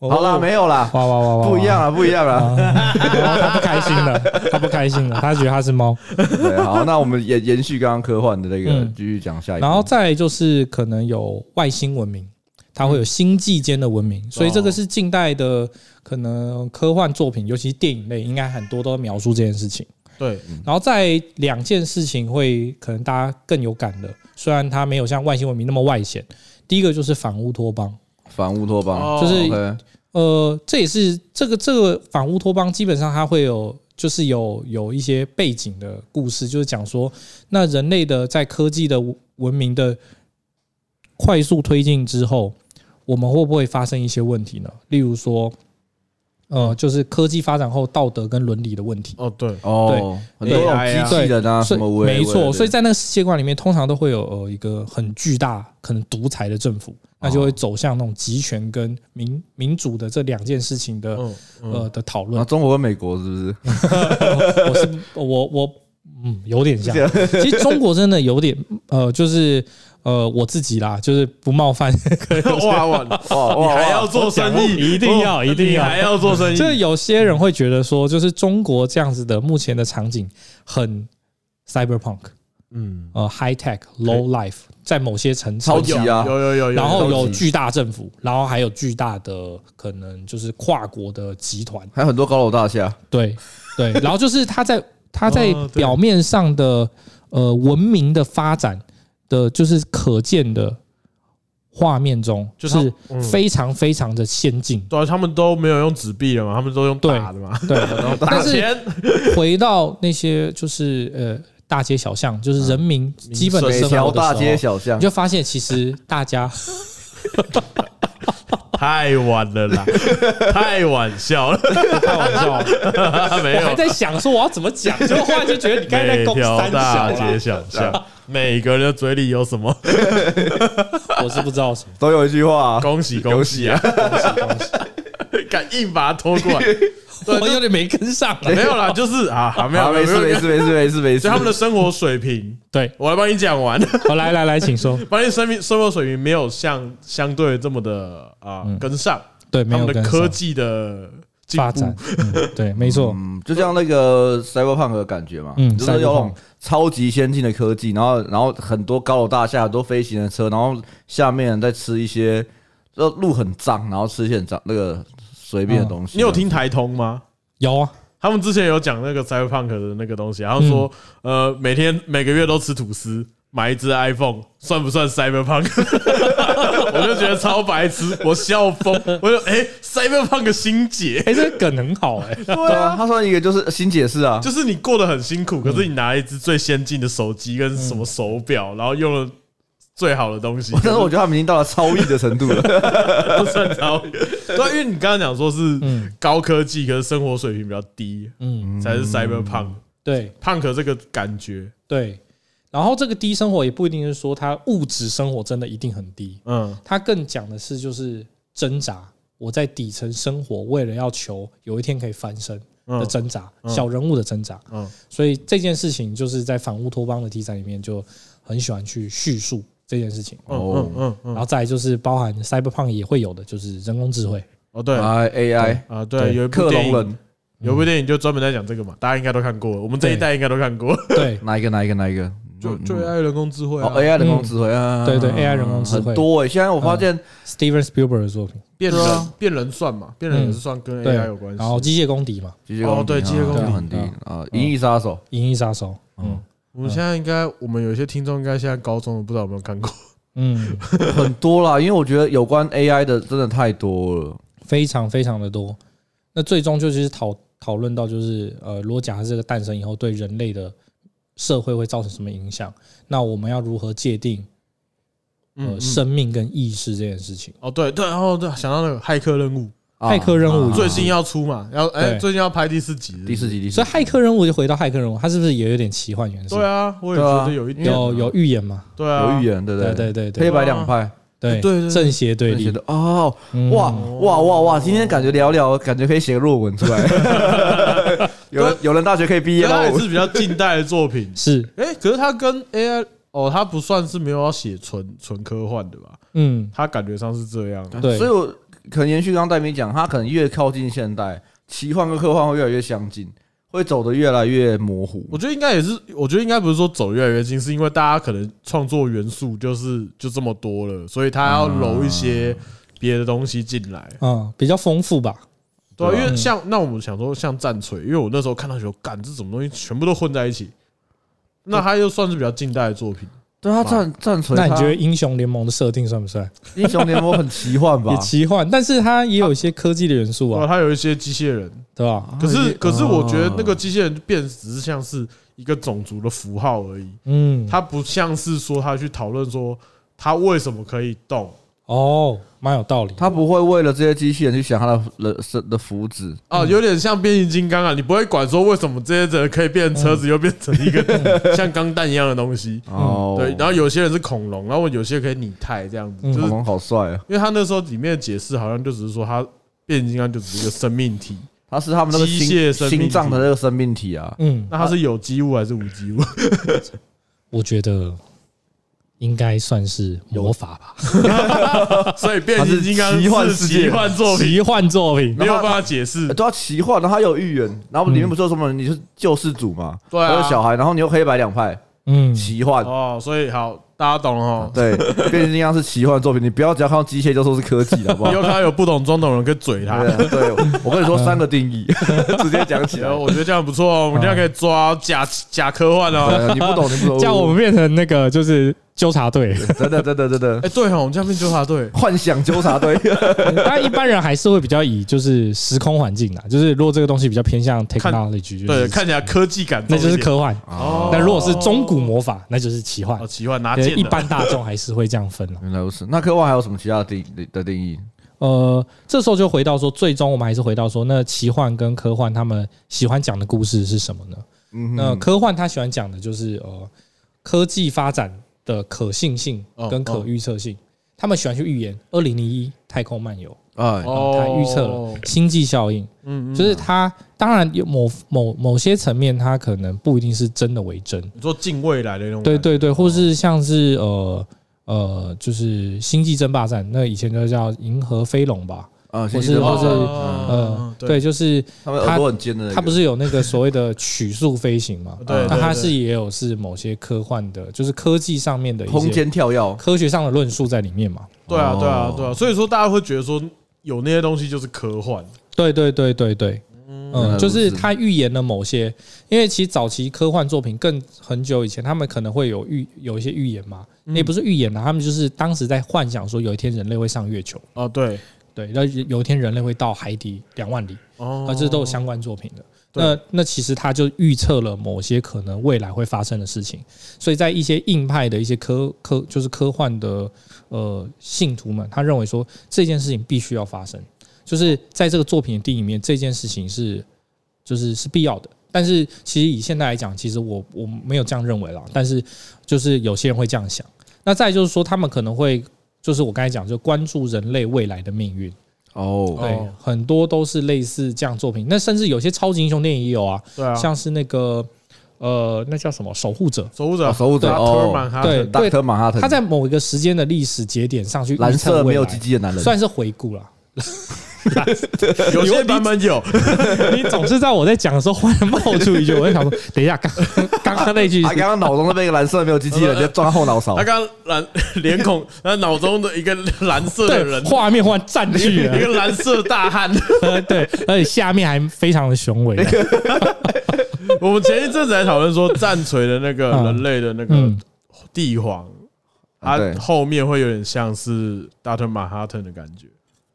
[SPEAKER 2] 好啦，
[SPEAKER 3] 哦
[SPEAKER 2] 没有啦，
[SPEAKER 3] 哇哇哇哇，
[SPEAKER 2] 不一样啊，不一样啊。
[SPEAKER 3] 啊！他不开心了，他不开心了，他觉得他是猫。
[SPEAKER 2] 对，好，那我们延延续刚刚科幻的那个，
[SPEAKER 3] 嗯
[SPEAKER 2] 继续讲下一个。
[SPEAKER 3] 然后再来就是可能有外星文明，它会有星际间的文
[SPEAKER 2] 嗯
[SPEAKER 3] 明，所以这个是近代的可能科幻作品，尤其是电影类，应该很多都描述这件事情。
[SPEAKER 1] 对，
[SPEAKER 3] 然后在两件事情会可能大家更有感的，虽然它没有像外星文明那么外显。第一个就是反乌托邦，
[SPEAKER 2] 反乌托邦，
[SPEAKER 1] 哦
[SPEAKER 3] 就是
[SPEAKER 2] 对，
[SPEAKER 3] 呃，这也是这个这个反乌托邦，基本上它会有就是有有一些背景的故事，就是讲说，那人类的在科技的文明的快速推进之后，我们会不会发生一些问题呢？例如说，呃，就是科技发展后道德跟伦理的问题。
[SPEAKER 1] 哦对，
[SPEAKER 2] 哦，很多那
[SPEAKER 1] AI
[SPEAKER 2] 种
[SPEAKER 1] 啊
[SPEAKER 2] 机器人啊，
[SPEAKER 3] 所
[SPEAKER 2] 什
[SPEAKER 3] 以
[SPEAKER 2] 么微
[SPEAKER 3] 没错，所以
[SPEAKER 2] 以
[SPEAKER 3] 在那个世界观里面，通常都会有呃一个很巨大可能独裁的政府，那
[SPEAKER 2] 哦
[SPEAKER 3] 就会走向那种集权跟民民主的这两件事情的
[SPEAKER 1] 嗯
[SPEAKER 3] 呃
[SPEAKER 1] 嗯，
[SPEAKER 3] 的讨
[SPEAKER 2] 啊，
[SPEAKER 3] 论。
[SPEAKER 2] 中国跟美国是不 是？
[SPEAKER 3] 我是我我嗯，有点像。其实中国真的有点呃，就是呃我自己啦，就是不冒 犯，
[SPEAKER 1] 哇哇，
[SPEAKER 2] 哇
[SPEAKER 3] 哦
[SPEAKER 1] 你
[SPEAKER 2] 哇
[SPEAKER 1] 还
[SPEAKER 2] 哇！
[SPEAKER 1] 要做生意，
[SPEAKER 3] 呃一定要
[SPEAKER 1] 哦
[SPEAKER 3] 一定要
[SPEAKER 1] 你还要做生意
[SPEAKER 3] 就，是有些人会觉得说，就是中国这样子的目前的场景很 cyberpunk，
[SPEAKER 1] 嗯，
[SPEAKER 3] 呃 high tech low life，在某些层
[SPEAKER 2] 超级
[SPEAKER 3] 层
[SPEAKER 2] 啊
[SPEAKER 1] 有有有有，
[SPEAKER 3] 然后
[SPEAKER 1] 超
[SPEAKER 3] 有
[SPEAKER 1] 级
[SPEAKER 3] 巨大政府，然后还有巨大的可能就是跨国的集团，
[SPEAKER 2] 还有很多高楼大厦，
[SPEAKER 3] 对对，然后就是它在它在
[SPEAKER 1] 哦对
[SPEAKER 3] 表面上的呃文明的发展的，就是可见的画面中，
[SPEAKER 1] 就
[SPEAKER 3] 就是是
[SPEAKER 1] 嗯
[SPEAKER 3] 非常非常的 先进。
[SPEAKER 1] 对啊，他们都没有用纸币了嘛，他们都用打的嘛，
[SPEAKER 3] 对，但
[SPEAKER 1] 打
[SPEAKER 3] 是
[SPEAKER 1] 钱，
[SPEAKER 3] 回到那些就是呃大街小巷，
[SPEAKER 1] 嗯
[SPEAKER 3] 就是人民基本的
[SPEAKER 2] 每
[SPEAKER 3] 生
[SPEAKER 2] 条
[SPEAKER 3] 活
[SPEAKER 2] 大
[SPEAKER 3] 的
[SPEAKER 2] 街
[SPEAKER 3] 时候，
[SPEAKER 2] 小巷
[SPEAKER 3] 你，就发现其实大家
[SPEAKER 1] 太晚了 啦，太晚笑了，
[SPEAKER 3] 开玩 笑，
[SPEAKER 1] 没
[SPEAKER 3] 我还
[SPEAKER 1] 有。
[SPEAKER 3] 在想说我要怎么讲，结果后来就觉得你刚才在
[SPEAKER 1] 每
[SPEAKER 3] 攻
[SPEAKER 1] 条
[SPEAKER 3] 三
[SPEAKER 1] 大
[SPEAKER 3] 小啊
[SPEAKER 1] 街
[SPEAKER 3] 啦，
[SPEAKER 1] 小巷，每个人的嘴里有什么？
[SPEAKER 3] 我是不知道什么。
[SPEAKER 2] 都有一句话啊，
[SPEAKER 1] 恭喜恭喜啊！ 敢硬把它拖 过来，
[SPEAKER 3] 我有点没跟上了。
[SPEAKER 1] 没有啦，就是啊，好没有
[SPEAKER 2] 好，
[SPEAKER 1] 没有
[SPEAKER 2] 没
[SPEAKER 1] 没
[SPEAKER 2] 事
[SPEAKER 1] 有
[SPEAKER 2] 没事没事没事没事。
[SPEAKER 1] 所以他们的生活水平，
[SPEAKER 3] 对，
[SPEAKER 1] 我来帮你讲完。
[SPEAKER 3] 好，来来来，请说。
[SPEAKER 1] 发现生命生活水平没有像相对这么的啊、跟上，
[SPEAKER 3] 对，没
[SPEAKER 1] 他
[SPEAKER 3] 有
[SPEAKER 1] 们的
[SPEAKER 3] 跟上
[SPEAKER 1] 科技的进
[SPEAKER 3] 发
[SPEAKER 1] 步
[SPEAKER 3] 展，嗯对，没错，
[SPEAKER 2] 嗯，就像那个 cyberpunk 的感觉嘛，
[SPEAKER 3] 嗯
[SPEAKER 2] 就是有那种
[SPEAKER 3] cyberpunk
[SPEAKER 2] 超级先进的科技，然后然后很多高楼大厦，很多飞行的车，然后下面人在吃一些，
[SPEAKER 3] 嗯
[SPEAKER 2] 就路很脏，然后吃一些很脏那个随便的东西。
[SPEAKER 1] 你有听台通吗？
[SPEAKER 3] 有啊，
[SPEAKER 1] 他们之前有讲那个 Cyberpunk 的那个东西，然后说
[SPEAKER 3] 嗯
[SPEAKER 1] 呃每天每个月都吃吐司，买一只 iPhone 算不算 Cyberpunk？我就觉得超白痴，我笑疯，我就哎、Cyberpunk 心结。
[SPEAKER 3] 哎、这个梗很好哎、
[SPEAKER 2] 对啊，他说一个就是新解释啊，
[SPEAKER 1] 就是你过得很辛苦，可是你拿一只最先进的手机跟什么手表，然后用了最好的东西，
[SPEAKER 2] 但是我觉得他们已经到了超越的程度 了。
[SPEAKER 1] 不算超。对啊，因为你刚刚讲说是
[SPEAKER 3] 嗯
[SPEAKER 1] 高科技，可是生活水平比较低，
[SPEAKER 3] 嗯，
[SPEAKER 1] 才是 cyberpunk
[SPEAKER 3] 对
[SPEAKER 1] punk 这个感觉。
[SPEAKER 3] 对。然后这个低生活也不一定是说他物质生活真的一定很低，
[SPEAKER 1] 嗯
[SPEAKER 3] 他更讲的是就是挣扎。我在底层生活，为了要求有一天可以翻身的
[SPEAKER 1] 嗯
[SPEAKER 3] 挣扎，
[SPEAKER 1] 嗯
[SPEAKER 3] 小人物的挣扎。
[SPEAKER 1] 嗯
[SPEAKER 3] 所以这件事情就是在反乌托邦的题材里面就很喜欢去叙述这件事情。
[SPEAKER 1] 嗯嗯嗯
[SPEAKER 3] 然后再来就是包含 Cyberpunk 也会有的，就是人工智慧。
[SPEAKER 1] 哦对啊
[SPEAKER 2] 哎，AI
[SPEAKER 1] 对，
[SPEAKER 3] 对
[SPEAKER 1] 有一部
[SPEAKER 2] 克
[SPEAKER 1] 电
[SPEAKER 2] 隆
[SPEAKER 1] 影，
[SPEAKER 2] 人嗯
[SPEAKER 1] 有一部电影就专门在讲这个嘛，大家应该都看过，我们这一代应该都看过，
[SPEAKER 3] 对
[SPEAKER 2] 哪一个哪一个哪一个？
[SPEAKER 1] 就
[SPEAKER 2] 嗯
[SPEAKER 1] 最爱人工智慧
[SPEAKER 2] 哦
[SPEAKER 1] 啊，
[SPEAKER 2] AI 人工智慧啊，
[SPEAKER 3] 嗯对对，AI 人工智慧嗯
[SPEAKER 2] 很多哎。现在我发现
[SPEAKER 3] ，Steven Spielberg 的作品。
[SPEAKER 1] 变
[SPEAKER 2] 对
[SPEAKER 1] 人
[SPEAKER 2] 啊嗯
[SPEAKER 1] 变人算嘛，变人也是算跟 AI
[SPEAKER 3] 对
[SPEAKER 1] 有关系。
[SPEAKER 3] 然后机械公敌嘛，
[SPEAKER 2] 机械公敌
[SPEAKER 1] 哦对机械公敌
[SPEAKER 2] 啊很低
[SPEAKER 3] 嗯
[SPEAKER 2] 啊，《银翼杀手》
[SPEAKER 3] 《银翼杀手》。嗯
[SPEAKER 2] 嗯
[SPEAKER 1] 我们现在应该，我们有一些听众应该现在高中的不知道有没有看过，
[SPEAKER 2] 呃
[SPEAKER 3] 嗯，
[SPEAKER 2] 很多啦，因为我觉得有关 AI 的真的太多了。
[SPEAKER 3] 非常非常的多。那最终就是讨讨论到就是呃，如果假设这个诞生以后对人类的社会会造成什么影响，那我们要如何界定
[SPEAKER 1] 嗯
[SPEAKER 3] 呃生命跟意识这件事情？
[SPEAKER 1] 哦，对对，然后对，想到那个骇客任务，
[SPEAKER 2] 啊
[SPEAKER 3] 骇客任务
[SPEAKER 2] 啊
[SPEAKER 1] 最近要出嘛，要哎，
[SPEAKER 3] 对
[SPEAKER 1] 最近要拍第四集是不是，
[SPEAKER 2] 第四集，第四
[SPEAKER 3] 所以
[SPEAKER 2] 集
[SPEAKER 3] 骇客任务就回到骇客任务，它是不是也有点奇幻元素？
[SPEAKER 1] 对啊，我也觉得
[SPEAKER 2] 对啊
[SPEAKER 1] 有一点，
[SPEAKER 3] 有有预言嘛？
[SPEAKER 1] 对啊，
[SPEAKER 2] 有预言，对不
[SPEAKER 3] 对
[SPEAKER 2] 对？
[SPEAKER 3] 对对对
[SPEAKER 2] 黑白两派
[SPEAKER 3] 对
[SPEAKER 1] 对对
[SPEAKER 3] 正邪对
[SPEAKER 2] 写
[SPEAKER 3] 立。
[SPEAKER 2] 的哦，
[SPEAKER 3] 嗯。
[SPEAKER 2] 哇哇哇哇！今天感觉聊聊，感觉可以写个论文 出来。有人有人大学可以毕业
[SPEAKER 1] 原
[SPEAKER 2] 了，
[SPEAKER 1] 来也
[SPEAKER 2] 我
[SPEAKER 1] 是比较近代的作 品
[SPEAKER 3] 是，
[SPEAKER 1] 哎、可是他跟 AI 哦，他不算是没有要写纯纯科幻的吧？
[SPEAKER 3] 嗯，
[SPEAKER 1] 他感觉上是这样。
[SPEAKER 3] 对
[SPEAKER 2] 所以我可能延续刚刚戴明讲，他可能越靠近现代，奇幻跟科幻会越来越相近，会走得越来越模糊。
[SPEAKER 1] 我觉得应该也是，我觉得应该不是说走越来越近，是因为大家可能创作元素就是就这么多了，所以他要揉一些别的东西进来。
[SPEAKER 3] 嗯，比较丰富吧。
[SPEAKER 1] 对啊、
[SPEAKER 2] 对啊
[SPEAKER 1] 因为像那我们想说像战锤，因为我那时候看到有感这什么东西全部都混在一起，那它又算是比较近代的作品。
[SPEAKER 2] 对他战战锤，
[SPEAKER 3] 那你
[SPEAKER 2] 他
[SPEAKER 3] 觉得英雄联盟的设定算不算？
[SPEAKER 2] 英雄联盟很奇幻吧
[SPEAKER 3] 也？奇幻，但是它也有一些科技的元素
[SPEAKER 1] 哇，
[SPEAKER 3] 啊，
[SPEAKER 1] 它有一些机械人，
[SPEAKER 3] 对吧？
[SPEAKER 1] 可是可是我觉得那个
[SPEAKER 2] 哦
[SPEAKER 1] 机器人变只是像是一个种族的符号而已，
[SPEAKER 3] 嗯，
[SPEAKER 1] 它不像是说他去讨论说它为什么可以动
[SPEAKER 3] 哦，蛮有道理。
[SPEAKER 2] 他不会为了这些机器人去想他的人生的福祉，
[SPEAKER 1] 啊，有点像变形金刚啊，你不会管说为什么这些人可以变成车子，又变成一个 像钢弹一样的东西。
[SPEAKER 2] 嗯哦，
[SPEAKER 1] 对，然后有些人是恐龙，然后有些可以拟态这样子，
[SPEAKER 3] 嗯
[SPEAKER 1] 就是
[SPEAKER 2] 恐龙好帅啊！
[SPEAKER 1] 因为他那时候里面的解释好像就只是说他变形金刚就只是一个生命体，
[SPEAKER 2] 他是他们那个
[SPEAKER 1] 机械
[SPEAKER 2] 心
[SPEAKER 1] 生命体
[SPEAKER 2] 心脏的那个生命体啊，
[SPEAKER 3] 嗯，
[SPEAKER 1] 那它是有机物还是无机 物？
[SPEAKER 3] 我觉得应该算是魔法吧，
[SPEAKER 1] 所以变形金刚
[SPEAKER 2] 它是奇幻世界
[SPEAKER 1] 奇幻作品，
[SPEAKER 3] 奇幻作品
[SPEAKER 1] 没有办法解释
[SPEAKER 2] 欸。都要奇幻，然后他有预言，然后里面不是有什么你是救世主嘛，
[SPEAKER 1] 对啊
[SPEAKER 2] 还有小孩，然后你又黑白两派，
[SPEAKER 3] 嗯，
[SPEAKER 2] 奇幻。
[SPEAKER 1] 哦，所以好，大家懂了哈。
[SPEAKER 2] 对，变形金刚是奇幻作品，你不要只要看到机械就说是科技，好不 好
[SPEAKER 1] 以？后看到有不懂装懂的人，可以嘴他。
[SPEAKER 2] 对啊对，我跟
[SPEAKER 1] 嗯
[SPEAKER 2] 你说三个定义， 直接讲起来
[SPEAKER 1] 然哎后。我觉得这样不错哦，我们这样可以抓假假科幻哦。
[SPEAKER 2] 对你不懂，你不懂，
[SPEAKER 3] 叫我们变成那个就是纠察队，
[SPEAKER 2] 真的真的真的
[SPEAKER 1] 哎，对哦，我们这样变纠察队。
[SPEAKER 2] 幻想纠察队，
[SPEAKER 3] 但一般人还是会比较以就是时空环境啦，啊就是如果这个东西比较偏向 technology，就是
[SPEAKER 1] 对，看起来科技感重
[SPEAKER 3] 那
[SPEAKER 1] 一
[SPEAKER 3] 就
[SPEAKER 1] 点，
[SPEAKER 3] 是科幻；
[SPEAKER 1] 哦
[SPEAKER 3] 那如果是中古魔法，那就是奇幻
[SPEAKER 1] 哦，。奇幻拿
[SPEAKER 3] 对
[SPEAKER 1] 剑的
[SPEAKER 3] 一般大众还是会这样分啊了。
[SPEAKER 2] 原来如此。那科幻还有什么其他的定的定义？
[SPEAKER 3] 呃，这时候就回到说，最终我们还是回到说，那奇幻跟科幻他们喜欢讲的故事是什么呢？
[SPEAKER 2] 嗯哼
[SPEAKER 3] 那科幻他喜欢讲的就是呃，科技发展的可信性
[SPEAKER 1] 哦
[SPEAKER 3] 跟可预测性。他们喜欢去预言二零零一太空漫游，
[SPEAKER 2] 哎，
[SPEAKER 1] 哦，
[SPEAKER 3] 他预测了星际效应，
[SPEAKER 1] 嗯，嗯，
[SPEAKER 3] 就是他当然有某某某些层面，他可能不一定是真的为真，
[SPEAKER 1] 你说近未来的那种，
[SPEAKER 3] 对，对对，或是像是呃呃，就是星际争霸战，那以前就叫银河飞龙吧，
[SPEAKER 2] 啊，
[SPEAKER 3] 或
[SPEAKER 2] 星
[SPEAKER 3] 是
[SPEAKER 2] 际争霸
[SPEAKER 1] 或是
[SPEAKER 2] 战
[SPEAKER 1] 哦
[SPEAKER 2] 嗯
[SPEAKER 3] 呃
[SPEAKER 1] 嗯，对？
[SPEAKER 3] 对，就是
[SPEAKER 2] 他们耳朵很尖的那个，
[SPEAKER 3] 它不是有那个所谓的曲速飞行嘛
[SPEAKER 1] 对对
[SPEAKER 3] 那它
[SPEAKER 1] 对
[SPEAKER 3] 是也有是某些科幻的，就是科技上面的一
[SPEAKER 2] 空
[SPEAKER 3] 些
[SPEAKER 2] 间跳跃，
[SPEAKER 3] 科学上的论述在里面嘛？
[SPEAKER 1] 对啊，对啊
[SPEAKER 2] 哦，
[SPEAKER 1] 对啊，所以说大家会觉得说有那些东西就是科幻，
[SPEAKER 3] 对对对对对，嗯，就
[SPEAKER 2] 原来
[SPEAKER 3] 是
[SPEAKER 2] 如此
[SPEAKER 3] 他预言了某些，因为其实早期科幻作品更很久以前，他们可能会有预有一些预言嘛，
[SPEAKER 1] 嗯
[SPEAKER 3] 也不是预言啦，他们就是当时在幻想说有一天人类会上月球，
[SPEAKER 1] 哦，对，
[SPEAKER 3] 对，那有一天人类会到海底两万里，
[SPEAKER 1] 哦
[SPEAKER 3] 啊，这都有相关作品的。
[SPEAKER 1] 对
[SPEAKER 3] 那那其实他就预测了某些可能未来会发生的事情，所以在一些硬派的一些科科就是科幻的呃信徒们，他认为说这件事情必须要发生，就是在这个作品的电影里面，这件事情是就是是必要的。但是其实以现在来讲，其实我我没有这样认为啦，但是就是有些人会这样想。那再就是说，他们可能会就是我刚才讲，就关注人类未来的命运。
[SPEAKER 2] 哦，
[SPEAKER 3] 对
[SPEAKER 1] 哦，
[SPEAKER 3] 很多都是类似这样作品。那甚至有些超级英雄电影也有啊，
[SPEAKER 1] 对啊，
[SPEAKER 3] 像是那个呃，那叫什么《守护者
[SPEAKER 1] 守护者，啊
[SPEAKER 2] 哦守护者哦
[SPEAKER 1] Dr. Manhattan
[SPEAKER 3] 对
[SPEAKER 2] 大特曼哈》，特，
[SPEAKER 3] 他在某一个时间的历史节点上去预测
[SPEAKER 2] 蓝色没有
[SPEAKER 3] 未来
[SPEAKER 2] 鸡鸡的男人，
[SPEAKER 3] 算是回顾了。
[SPEAKER 1] 有些版本有，
[SPEAKER 3] 你总是在我在讲的时候忽然冒出一句，我就想说， 等一下，刚刚 刚那句
[SPEAKER 2] 他啊刚刚脑中那边一个蓝色没有鸡鸡的人，就撞后脑勺
[SPEAKER 1] 他。刚刚蓝 脸孔，他脑中的一个蓝色的
[SPEAKER 3] 对
[SPEAKER 1] 人，
[SPEAKER 3] 画面忽然占据
[SPEAKER 1] 一
[SPEAKER 3] 了，
[SPEAKER 1] 个蓝色大汉。
[SPEAKER 3] 呃， 对，而且下面还非常的雄伟。啊
[SPEAKER 1] 我们前一阵子还讨论说，战锤的那个
[SPEAKER 3] 嗯
[SPEAKER 1] 人类的那个
[SPEAKER 3] 嗯，
[SPEAKER 1] 帝皇，它
[SPEAKER 2] 啊对
[SPEAKER 1] 后面会有点像是大特曼哈顿的感觉，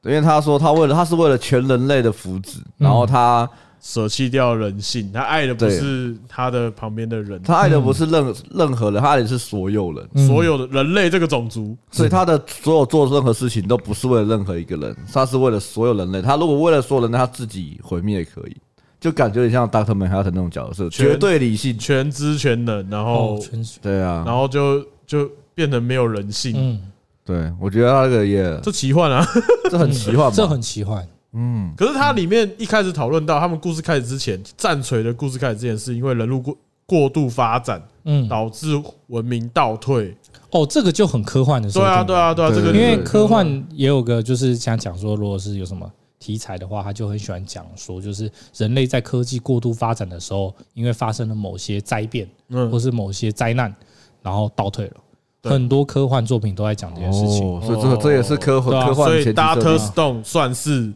[SPEAKER 2] 因为他说他为了他是为了全人类的福祉，然后他
[SPEAKER 1] 舍弃掉人性，他爱的不
[SPEAKER 2] 对
[SPEAKER 1] 是他的旁边的人，
[SPEAKER 2] 他爱的不是任任何人，他爱的是所有人，
[SPEAKER 3] 嗯
[SPEAKER 1] 所有的人类这个种族，
[SPEAKER 2] 所以他的所有做任何事情都不是为了任何一个人，他是为了所有人类。他如果为了所有人类，他自己毁灭也可以，就感觉很像 Doctor Manhattan 那种角色，
[SPEAKER 1] 全
[SPEAKER 2] 绝对理性。
[SPEAKER 1] 全知全能，然后
[SPEAKER 3] 全哦是
[SPEAKER 2] 对啊
[SPEAKER 1] 然，后就就变成没有人性，
[SPEAKER 3] 嗯，
[SPEAKER 2] 对，我觉得他那个也
[SPEAKER 1] 这奇幻啊！
[SPEAKER 2] 这很奇幻嘛，
[SPEAKER 3] 这很奇幻。
[SPEAKER 2] 嗯，
[SPEAKER 1] 可是它里面一开始讨论到他们故事开始之前，战锤的故事开始之前，是因为人路过过度发展
[SPEAKER 3] 嗯，
[SPEAKER 1] 导致文明倒退。
[SPEAKER 3] 哦，这个就很科幻的设
[SPEAKER 1] 对
[SPEAKER 3] 定
[SPEAKER 1] 啊，
[SPEAKER 3] 了。
[SPEAKER 1] 对啊，对啊，这
[SPEAKER 2] 对
[SPEAKER 1] 个
[SPEAKER 2] 对
[SPEAKER 1] 就
[SPEAKER 3] 因
[SPEAKER 1] 是
[SPEAKER 3] 为科幻也有个就是想讲说，如果是有什么题材的话，他就很喜欢讲说，就是人类在科技过度发展的时候，因为发生了某些灾变或
[SPEAKER 1] 嗯，
[SPEAKER 3] 是某些灾难，然后倒退了。
[SPEAKER 1] 对
[SPEAKER 3] 很多科幻作品都在讲这件事情。
[SPEAKER 2] 哦，所以这个这也是科
[SPEAKER 3] 对啊
[SPEAKER 2] 幻科幻
[SPEAKER 1] 所
[SPEAKER 2] 的
[SPEAKER 1] 以
[SPEAKER 2] 前提
[SPEAKER 1] Doctor
[SPEAKER 2] 设定。啊
[SPEAKER 1] Stone 算是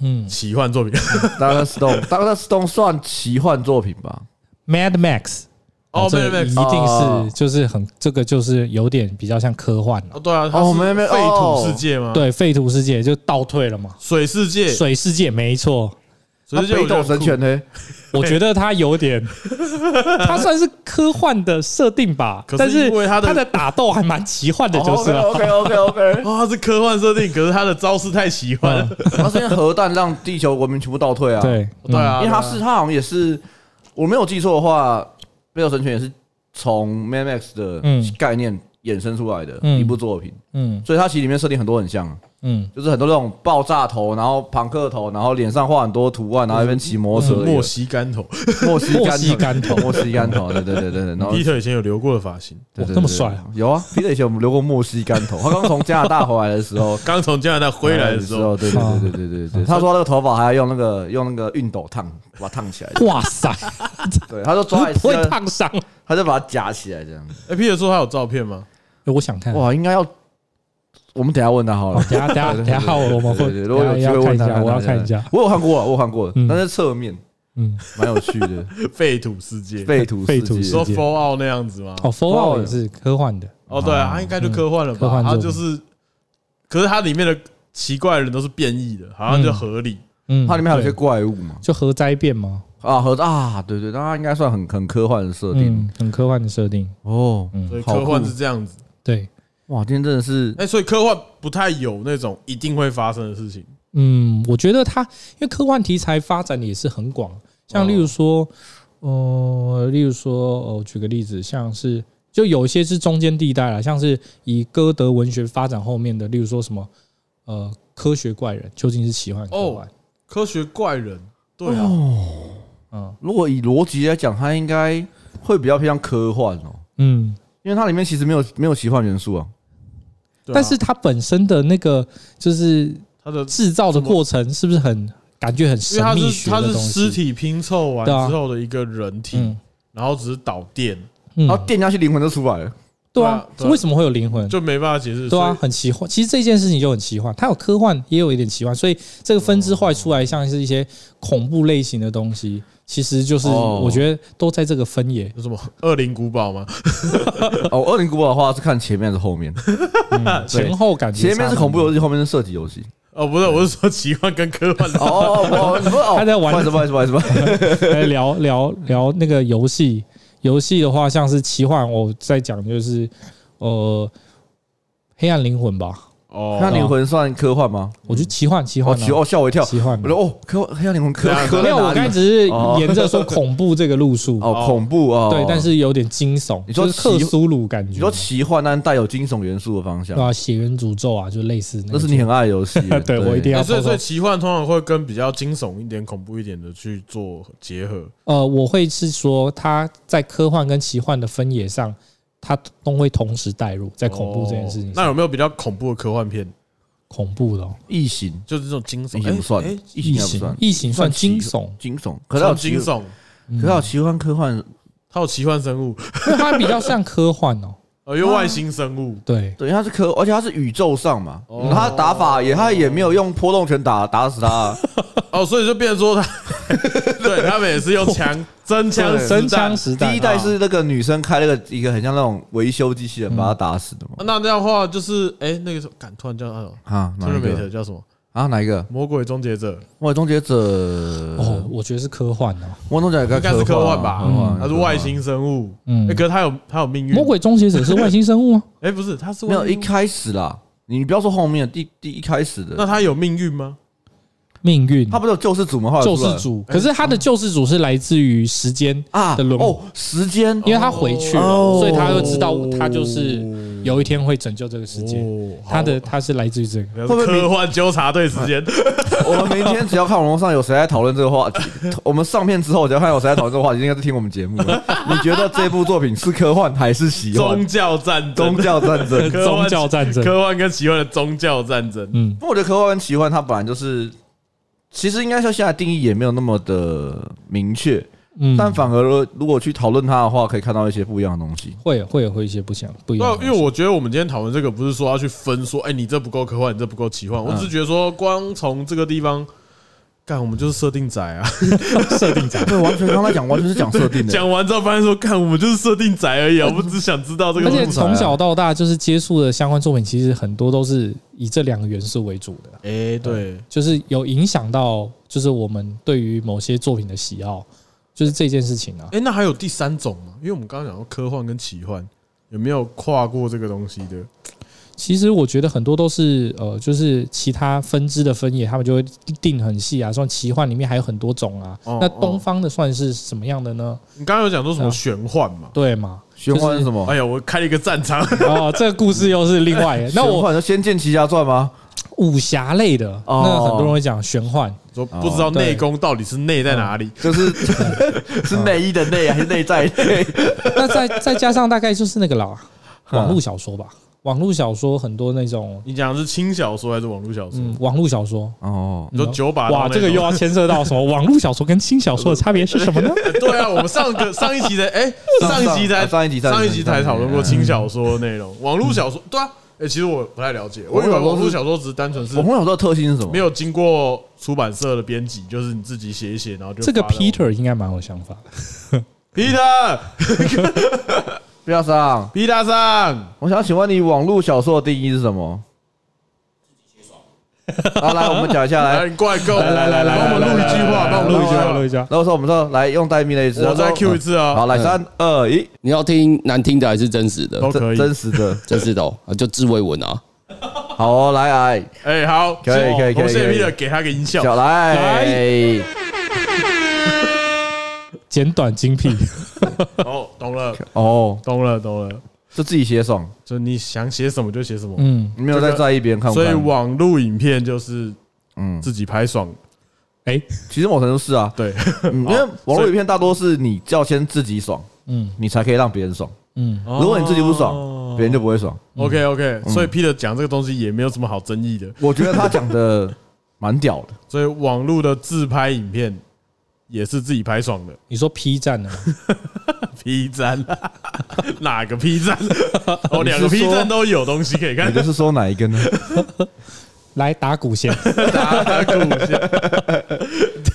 [SPEAKER 3] 嗯
[SPEAKER 1] 奇幻作品
[SPEAKER 2] Doctor Stone，Doctor Stone 算奇幻作品吧？
[SPEAKER 3] ，Mad Max。啊
[SPEAKER 1] 哦
[SPEAKER 3] 这个
[SPEAKER 1] Mad Max 啊
[SPEAKER 3] 一
[SPEAKER 2] 哦
[SPEAKER 3] 定是就是很这个就是有点比较像科幻了
[SPEAKER 1] 哦，对啊，它
[SPEAKER 2] 哦
[SPEAKER 1] 是
[SPEAKER 2] 没有没有
[SPEAKER 1] 废
[SPEAKER 2] 哦
[SPEAKER 1] 土世界吗？，
[SPEAKER 3] 对，废土世界就倒退了嘛，
[SPEAKER 1] 水世界，
[SPEAKER 3] 水世界没错，
[SPEAKER 1] 水世界
[SPEAKER 2] 那
[SPEAKER 1] 我觉得
[SPEAKER 2] 北斗
[SPEAKER 1] 很
[SPEAKER 2] 神
[SPEAKER 1] 酷
[SPEAKER 2] 拳呢？
[SPEAKER 3] 我觉得它有点，它算是科幻的设定吧
[SPEAKER 1] 可，是
[SPEAKER 3] 但是
[SPEAKER 1] 因为它的哦
[SPEAKER 3] 它的打斗还蛮奇幻的，就是啊了。
[SPEAKER 2] OK OK OK。
[SPEAKER 1] 哦，它是科幻设定，可是它的招式太奇幻了。
[SPEAKER 2] 他是因为核弹让地球文明全部倒退啊。，
[SPEAKER 3] 对
[SPEAKER 1] 对，啊，
[SPEAKER 2] 因为他是他好像也是，我没有记错的话，《北斗神拳》也是从 Mad Max 的
[SPEAKER 3] 嗯
[SPEAKER 2] 概念衍生出来的
[SPEAKER 3] 嗯
[SPEAKER 2] 一部作品，
[SPEAKER 3] 嗯
[SPEAKER 2] 所以它其实里面设定很多很像啊，
[SPEAKER 3] 嗯
[SPEAKER 2] 就是很多那种爆炸头，然后庞克头，然后脸上画很多图案，然后一边骑摩托
[SPEAKER 3] 嗯
[SPEAKER 2] 车的，
[SPEAKER 1] 莫西干头，
[SPEAKER 2] 墨西
[SPEAKER 3] 墨西干头
[SPEAKER 2] 墨西干头，对对对对对，然后。
[SPEAKER 1] Peter 以前有留过的发型，
[SPEAKER 2] 对对对
[SPEAKER 3] 哇这么帅啊！
[SPEAKER 2] 有啊，皮特以前我们留过墨西干头，他刚从加拿大回来的时候，
[SPEAKER 1] 刚从加拿大回来的时候，，
[SPEAKER 2] 对对对对对对对，他说那个头发还要用那个用那个熨斗烫把它烫起来，
[SPEAKER 3] 嗯，哇塞，
[SPEAKER 2] 对，他说抓一
[SPEAKER 3] 不
[SPEAKER 2] 次
[SPEAKER 3] 会，烫伤。
[SPEAKER 2] 他就把它夹起来这样。
[SPEAKER 1] 哎，Peter 说他有照片吗？
[SPEAKER 3] 我想看，
[SPEAKER 2] 哇，应该要，我们等一下问他好
[SPEAKER 3] 好
[SPEAKER 2] 了。
[SPEAKER 3] 等一下等一下等一下，我们
[SPEAKER 2] 对对
[SPEAKER 3] 会
[SPEAKER 2] 对如果有
[SPEAKER 3] 等一
[SPEAKER 2] 机
[SPEAKER 3] 下
[SPEAKER 2] 会
[SPEAKER 3] 要看
[SPEAKER 2] 问
[SPEAKER 3] 一
[SPEAKER 2] 他，
[SPEAKER 3] 下，我要看一下。
[SPEAKER 2] 我有看过啊，我有看过
[SPEAKER 3] 嗯，
[SPEAKER 2] 但是侧面
[SPEAKER 3] 嗯，
[SPEAKER 2] 蛮有趣的，
[SPEAKER 1] 废土世界，
[SPEAKER 2] 废土
[SPEAKER 3] 废
[SPEAKER 2] 世
[SPEAKER 3] 土世
[SPEAKER 2] 界
[SPEAKER 1] 说
[SPEAKER 3] 界。
[SPEAKER 1] Fallout 那样子吗？
[SPEAKER 3] 哦，Fallout 也是科幻的，
[SPEAKER 1] 哦，对啊，它应该就科幻了
[SPEAKER 3] 科
[SPEAKER 1] 吧？
[SPEAKER 3] 幻
[SPEAKER 1] 它
[SPEAKER 3] 作品
[SPEAKER 1] 就是，可是它里面的奇怪的人都是变异的，好像就合理。
[SPEAKER 3] 嗯，
[SPEAKER 2] 它里面还有一些
[SPEAKER 3] 对
[SPEAKER 2] 怪物嘛，
[SPEAKER 3] 就核灾变吗？
[SPEAKER 2] 啊和啊，对对，那它应该算很很科幻的设定
[SPEAKER 3] 嗯，很科幻的设定，
[SPEAKER 2] 哦。
[SPEAKER 1] 所以
[SPEAKER 3] 嗯，
[SPEAKER 2] 好酷
[SPEAKER 1] 科幻是这样子。
[SPEAKER 3] 对，
[SPEAKER 2] 哇，今天真的是
[SPEAKER 1] 哎，所以科幻不太有那种一定会发生的事情。
[SPEAKER 3] 嗯，我觉得它因为科幻题材发展的也是很广，像
[SPEAKER 1] 哦
[SPEAKER 3] 例如说，呃，例如说，呃，我举个例子，像是就有一些是中间地带啦，像是以歌德文学发展后面的，例如说什么，呃，科学怪人究竟是奇幻科
[SPEAKER 1] 哦
[SPEAKER 3] 幻？
[SPEAKER 1] 科学怪人，对啊，
[SPEAKER 2] 哦。
[SPEAKER 3] 嗯
[SPEAKER 2] 如果以逻辑来讲，它应该会比较偏向科幻哦，
[SPEAKER 3] 嗯，
[SPEAKER 2] 因为它里面其实没有没有奇幻元素啊。
[SPEAKER 1] 对啊
[SPEAKER 3] 但是它本身的那个就是
[SPEAKER 1] 它的，
[SPEAKER 3] 制造的过程是不是很感觉很
[SPEAKER 1] 因为
[SPEAKER 3] 神
[SPEAKER 1] 它
[SPEAKER 3] 秘
[SPEAKER 1] 是
[SPEAKER 3] 学
[SPEAKER 1] 它
[SPEAKER 3] 的
[SPEAKER 1] 是
[SPEAKER 3] 东
[SPEAKER 1] 尸
[SPEAKER 3] 西？
[SPEAKER 1] 体拼凑完
[SPEAKER 3] 对啊
[SPEAKER 1] 之后的一个人体，
[SPEAKER 3] 嗯
[SPEAKER 1] 然后只是导电。
[SPEAKER 3] 嗯
[SPEAKER 2] 然后电下去，灵魂就出来了。
[SPEAKER 3] 对啊，
[SPEAKER 1] 啊对啊
[SPEAKER 3] 为什么会有灵魂？
[SPEAKER 1] 就没办法解释。
[SPEAKER 3] 对啊，
[SPEAKER 1] 所以，
[SPEAKER 3] 很奇幻。其实这件事情就很奇幻，它有科幻，也有一点奇幻，所以这个分支坏出来，像是一些恐怖类型的东西，其实就是
[SPEAKER 2] 哦
[SPEAKER 3] 我觉得都在这个分野。
[SPEAKER 1] 有什么恶灵古堡吗？
[SPEAKER 2] 哦，恶灵古堡的话是看前面还是后面，
[SPEAKER 3] 嗯
[SPEAKER 2] 对
[SPEAKER 3] 前后感觉
[SPEAKER 2] 前面是恐怖
[SPEAKER 3] 差
[SPEAKER 2] 游戏，后面是射击游戏。
[SPEAKER 1] 哦，不是，我是说奇幻跟科幻的。
[SPEAKER 2] 哦哦哦，你说哦，
[SPEAKER 3] 他在玩哦
[SPEAKER 2] 不好意思不好意思不好意思不好意思，
[SPEAKER 3] 很多，来哎聊聊聊那个游戏。游戏的话，像是奇幻，我在讲就是呃，黑暗灵魂吧。
[SPEAKER 1] 哦，
[SPEAKER 2] 那灵魂算科幻吗？
[SPEAKER 3] 我觉得奇幻，奇
[SPEAKER 2] 哦，
[SPEAKER 3] 幻、
[SPEAKER 2] 奇
[SPEAKER 3] 啊，
[SPEAKER 2] 哦吓我一跳，
[SPEAKER 3] 奇幻
[SPEAKER 2] 我。说哦，科黑暗灵魂科
[SPEAKER 1] 对啊
[SPEAKER 2] 科
[SPEAKER 3] 没
[SPEAKER 2] 在
[SPEAKER 3] 有，我
[SPEAKER 2] 哪
[SPEAKER 3] 刚才
[SPEAKER 2] 里？
[SPEAKER 3] 只是沿着说恐怖这个路数，
[SPEAKER 2] 哦，恐怖哦，
[SPEAKER 3] 对，但是有点惊悚，
[SPEAKER 2] 你说
[SPEAKER 3] 就是克
[SPEAKER 2] 奇
[SPEAKER 3] 苏鲁感觉。
[SPEAKER 2] 你说奇幻，但带有惊悚元素的方向
[SPEAKER 3] 对，啊，血缘诅咒啊，就类似
[SPEAKER 2] 那
[SPEAKER 3] 那个。
[SPEAKER 2] 是你很爱的游戏
[SPEAKER 3] 对我一定要
[SPEAKER 1] 欸所以
[SPEAKER 3] 偷偷
[SPEAKER 1] 所以奇幻通常会跟比较惊悚一点、恐怖一点的去做结合。
[SPEAKER 3] 呃，我会是说它在科幻跟奇幻的分野上，它都会同时带入在恐怖这件事情
[SPEAKER 1] 哦
[SPEAKER 3] 上。
[SPEAKER 1] 那有没有比较恐怖的科幻片？
[SPEAKER 3] 恐怖的、哦、
[SPEAKER 2] 异形，
[SPEAKER 1] 就是这种惊悚，
[SPEAKER 2] 异形不算
[SPEAKER 1] 欸欸，
[SPEAKER 2] 异形
[SPEAKER 3] 异
[SPEAKER 2] 应该不
[SPEAKER 3] 形
[SPEAKER 2] 算，，
[SPEAKER 3] 异形算惊悚，
[SPEAKER 2] 惊悚，哎可是
[SPEAKER 1] 超
[SPEAKER 2] 有
[SPEAKER 1] 惊
[SPEAKER 2] 奇，
[SPEAKER 1] 悚，
[SPEAKER 2] 可是有奇幻科幻，
[SPEAKER 1] 它有奇幻生物，
[SPEAKER 3] 因为它比较像科幻哦。
[SPEAKER 1] 呃，有外星生物。
[SPEAKER 3] 对，
[SPEAKER 2] 对，它是科，而且它是宇宙上嘛，
[SPEAKER 1] 哦
[SPEAKER 2] 它打法也，它也没有用波动拳打打死它啊，
[SPEAKER 1] 哦，所以就变成说他， 对他们也是用枪，真枪
[SPEAKER 2] 对
[SPEAKER 1] 实弹
[SPEAKER 3] 真枪。实弹
[SPEAKER 2] 第一。代是那个女生开那个一个很像那种维修机器人把它打死的嘛。
[SPEAKER 1] 那这样的话，就是哎、那个时候，敢突然叫啊，
[SPEAKER 2] 啊，
[SPEAKER 1] 这
[SPEAKER 2] 哪
[SPEAKER 1] 个
[SPEAKER 2] 一
[SPEAKER 1] 美特
[SPEAKER 2] 个？
[SPEAKER 1] 叫什么？
[SPEAKER 2] 啊，哪一个？
[SPEAKER 1] 魔鬼终结者，
[SPEAKER 2] 我终结者，
[SPEAKER 3] 哦，我觉得是科幻哦。
[SPEAKER 2] 我终结者
[SPEAKER 1] 应该是科幻吧？
[SPEAKER 3] 嗯
[SPEAKER 1] 它是外。星生物。
[SPEAKER 3] 嗯
[SPEAKER 1] 哎，，可是它有它有命运。
[SPEAKER 3] 魔鬼终结者是外星生物吗？啊
[SPEAKER 1] 哎，不是，它是
[SPEAKER 2] 没有
[SPEAKER 1] 外
[SPEAKER 2] 一
[SPEAKER 1] 星生物。
[SPEAKER 2] 开始啦，你不要说后面第第一开始
[SPEAKER 1] 那
[SPEAKER 2] 的，
[SPEAKER 1] 它有命运吗？
[SPEAKER 3] 命运
[SPEAKER 2] 他，不是有救世主吗？后来
[SPEAKER 3] 救
[SPEAKER 2] 出来
[SPEAKER 3] 世主。可是他的救世主是来自于时间
[SPEAKER 2] 啊
[SPEAKER 3] 的轮，回，
[SPEAKER 2] 哦，时间
[SPEAKER 3] 因为他回去了，
[SPEAKER 2] 哦
[SPEAKER 3] 所以他就知道他就是有一天会拯救这个世界。
[SPEAKER 1] 哦
[SPEAKER 3] 他的他是来自于这个。
[SPEAKER 1] 会
[SPEAKER 2] 不会比
[SPEAKER 1] 科幻纠察队时间？
[SPEAKER 2] 我们明天只要看网络上有谁在讨论这个话题，我们上片之后只要看有谁在讨论这个话题，应该是听我们节目了。你觉得这部作品是科幻还是奇幻
[SPEAKER 1] 宗？教战
[SPEAKER 2] 啊 宗
[SPEAKER 1] 争，
[SPEAKER 2] 教战争。
[SPEAKER 1] 科幻
[SPEAKER 3] 宗教战争
[SPEAKER 1] 科幻跟奇幻的宗教战争。
[SPEAKER 3] 嗯，
[SPEAKER 2] 不过我觉得科幻跟奇幻它本来就是，其实应该说现在定义也没有那么的明确，
[SPEAKER 3] 嗯
[SPEAKER 2] 但反而如果去讨论它的话，可以看到一些不一样的东西。
[SPEAKER 3] 会会有会一些不想不一
[SPEAKER 1] 对
[SPEAKER 3] 样
[SPEAKER 1] 啊
[SPEAKER 3] 的，东西，
[SPEAKER 1] 因为我觉得我们今天讨论这个，不是说要去分说，哎，你这不够科幻，你这不够奇
[SPEAKER 3] 嗯
[SPEAKER 1] 幻。我只是觉得说，光从这个地方，干我们就是设定宅 啊。
[SPEAKER 3] 设定在
[SPEAKER 2] 对，完全刚才讲完全是讲设定的，
[SPEAKER 1] 讲完之后发现说，干我们就是设定宅而已啊，我们只想知道这个
[SPEAKER 3] 而且
[SPEAKER 1] 东西。
[SPEAKER 3] 从小到大就是接触的相关作品，其实很多都是以这两个元素为主的，
[SPEAKER 1] 哎，对，
[SPEAKER 3] 就是有影响到就是我们对于某些作品的喜好，就是这件事情啊。
[SPEAKER 1] 哎，那还有第三种吗？因为我们刚刚讲到科幻跟奇幻，有没有跨过这个东西的？
[SPEAKER 3] 其实我觉得很多都是呃，就是其他分支的分野，他们就会定很细啊，像奇幻里面还有很多种啊。
[SPEAKER 1] 哦
[SPEAKER 3] 那东方的算是什么样的呢？
[SPEAKER 1] 你刚刚有讲说什
[SPEAKER 3] 对
[SPEAKER 1] 么
[SPEAKER 3] 啊哦
[SPEAKER 1] 玄幻嘛？
[SPEAKER 3] 对嘛？
[SPEAKER 2] 玄幻是什么
[SPEAKER 1] 哎？呀，我开了一个战 场，
[SPEAKER 3] 哦，这个故事又是另外。哎那
[SPEAKER 2] 玄
[SPEAKER 3] 我
[SPEAKER 2] 幻就《仙剑奇侠传》吗？
[SPEAKER 3] 武侠类的，
[SPEAKER 2] 哦
[SPEAKER 3] 那很多人会讲玄幻，
[SPEAKER 1] 说不
[SPEAKER 3] 哦
[SPEAKER 1] 知道内功到底是内
[SPEAKER 3] 嗯
[SPEAKER 1] 在哪里。
[SPEAKER 2] 就是 是内衣的内还是内在内？
[SPEAKER 3] 那再再加上大概就是那个啦，网络小说吧。网络小说很多那种，
[SPEAKER 1] 你讲的是轻小说还是网络小说？
[SPEAKER 3] 嗯，网络小说。
[SPEAKER 2] 哦，
[SPEAKER 1] 你说九把刀
[SPEAKER 3] 哇，
[SPEAKER 1] 那
[SPEAKER 3] 这个
[SPEAKER 1] 种
[SPEAKER 3] 又要牵涉到什么？网络小说跟轻小说的差别是什么呢？
[SPEAKER 1] 对啊，我们上个上一集的哎、上一集才
[SPEAKER 2] 啊上一集才
[SPEAKER 1] 上一集才讨论过轻小说的内容，网络小说对啊，哎、其实我不太了解，我以为网络小说只是单纯是
[SPEAKER 2] 网络小说的特性是什么？
[SPEAKER 1] 没有经过出版社的编辑，就是你自己写一写，然后就
[SPEAKER 3] 这个
[SPEAKER 1] 发到
[SPEAKER 3] Peter 应该蛮有想法的。
[SPEAKER 1] Peter
[SPEAKER 2] 不要上。
[SPEAKER 1] Peter 上，
[SPEAKER 2] 我想请问你，网络小说的定义是什么？好，来，我们讲一下来
[SPEAKER 1] 来。你过来跟我
[SPEAKER 2] 来来来来
[SPEAKER 1] 帮我们录一句话，
[SPEAKER 2] 来来来
[SPEAKER 1] 哎帮我啊们录一句
[SPEAKER 2] 来来
[SPEAKER 1] 话
[SPEAKER 3] 录一啊下
[SPEAKER 2] 然。后说，我们说来用代密的一次，，
[SPEAKER 1] 我再 Q 一次啊
[SPEAKER 2] 好，，来三二一，
[SPEAKER 4] 你要听难听的还是真实的？
[SPEAKER 1] 都可
[SPEAKER 2] 真
[SPEAKER 1] 以。
[SPEAKER 2] 真实的。
[SPEAKER 4] 真实的、哦，啊就自慰文啊。
[SPEAKER 2] 好哦，来来，
[SPEAKER 1] 哎，好，
[SPEAKER 2] 可以可以
[SPEAKER 1] 我们谢谢
[SPEAKER 2] 可以
[SPEAKER 1] Peter 给他个音效。
[SPEAKER 2] 小来，
[SPEAKER 3] 简短精辟，
[SPEAKER 1] 哦，懂了，
[SPEAKER 2] 哦，
[SPEAKER 1] 懂了，懂了，
[SPEAKER 2] 就自己写爽，
[SPEAKER 1] 就你想写什么就写什么。
[SPEAKER 3] 嗯，
[SPEAKER 2] 你没有在在意别人看不
[SPEAKER 1] 所以
[SPEAKER 2] 看。
[SPEAKER 1] 网络影片就是
[SPEAKER 2] 嗯，
[SPEAKER 1] 自己拍爽，
[SPEAKER 3] 哎，
[SPEAKER 2] 其实某程度是 啊，
[SPEAKER 1] 对，
[SPEAKER 2] 嗯因为网络影片大多是你要先自己爽，
[SPEAKER 3] 嗯
[SPEAKER 2] 你才可以让别人爽。
[SPEAKER 3] 嗯，
[SPEAKER 1] 如
[SPEAKER 2] 如果你自己不爽，别人就不会爽。
[SPEAKER 1] OK OK，所
[SPEAKER 2] 嗯
[SPEAKER 1] 以 Peter 讲这个东西也没有什么好争议的，
[SPEAKER 2] 我觉得他讲的蛮屌的，
[SPEAKER 1] 所以网络的自拍影片也是自己拍爽的。
[SPEAKER 3] 你说 P 站的吗，
[SPEAKER 1] P 站， 哪个 P 站？哦，两个
[SPEAKER 2] 你是
[SPEAKER 1] P
[SPEAKER 2] 说
[SPEAKER 1] 站都有东西可以看
[SPEAKER 2] 你。就是说哪一个呢？
[SPEAKER 3] 来打鼓先，
[SPEAKER 1] 打鼓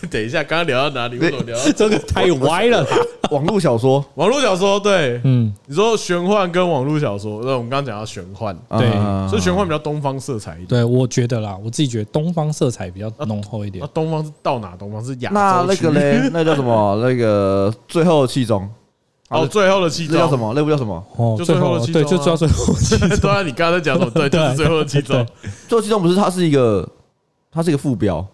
[SPEAKER 1] 等一下，刚刚聊到哪里？我怎么聊到？
[SPEAKER 3] 这个太歪了吧。
[SPEAKER 2] 网络小说，
[SPEAKER 1] 网络小说对，
[SPEAKER 3] 嗯，
[SPEAKER 1] 你说玄幻跟网络小说，那我们刚刚讲到玄幻，
[SPEAKER 3] 对
[SPEAKER 2] 啊
[SPEAKER 1] 所以玄幻比较东方色彩一点。
[SPEAKER 3] 对，我觉得啦，我自己觉得东方色彩比较浓厚一点
[SPEAKER 1] 那。东方是到哪？东方是亚
[SPEAKER 2] 那
[SPEAKER 1] 洲
[SPEAKER 2] 那
[SPEAKER 1] 区
[SPEAKER 2] 个 嘞，那叫什么？那个最后的气中，
[SPEAKER 1] 哦，最后的七
[SPEAKER 2] 那叫
[SPEAKER 1] 招
[SPEAKER 2] 什？么？那部叫什么？
[SPEAKER 3] 哦，
[SPEAKER 1] 就
[SPEAKER 3] 最
[SPEAKER 1] 最后的
[SPEAKER 3] 后
[SPEAKER 1] 七
[SPEAKER 3] 对，
[SPEAKER 1] 中
[SPEAKER 3] 就
[SPEAKER 1] 啊
[SPEAKER 3] 抓最后的七中
[SPEAKER 1] 对啊，你刚才在讲什么？ 对，就是最后的七招
[SPEAKER 3] 对，
[SPEAKER 2] 最后气中不是它是一个，它是一个副标，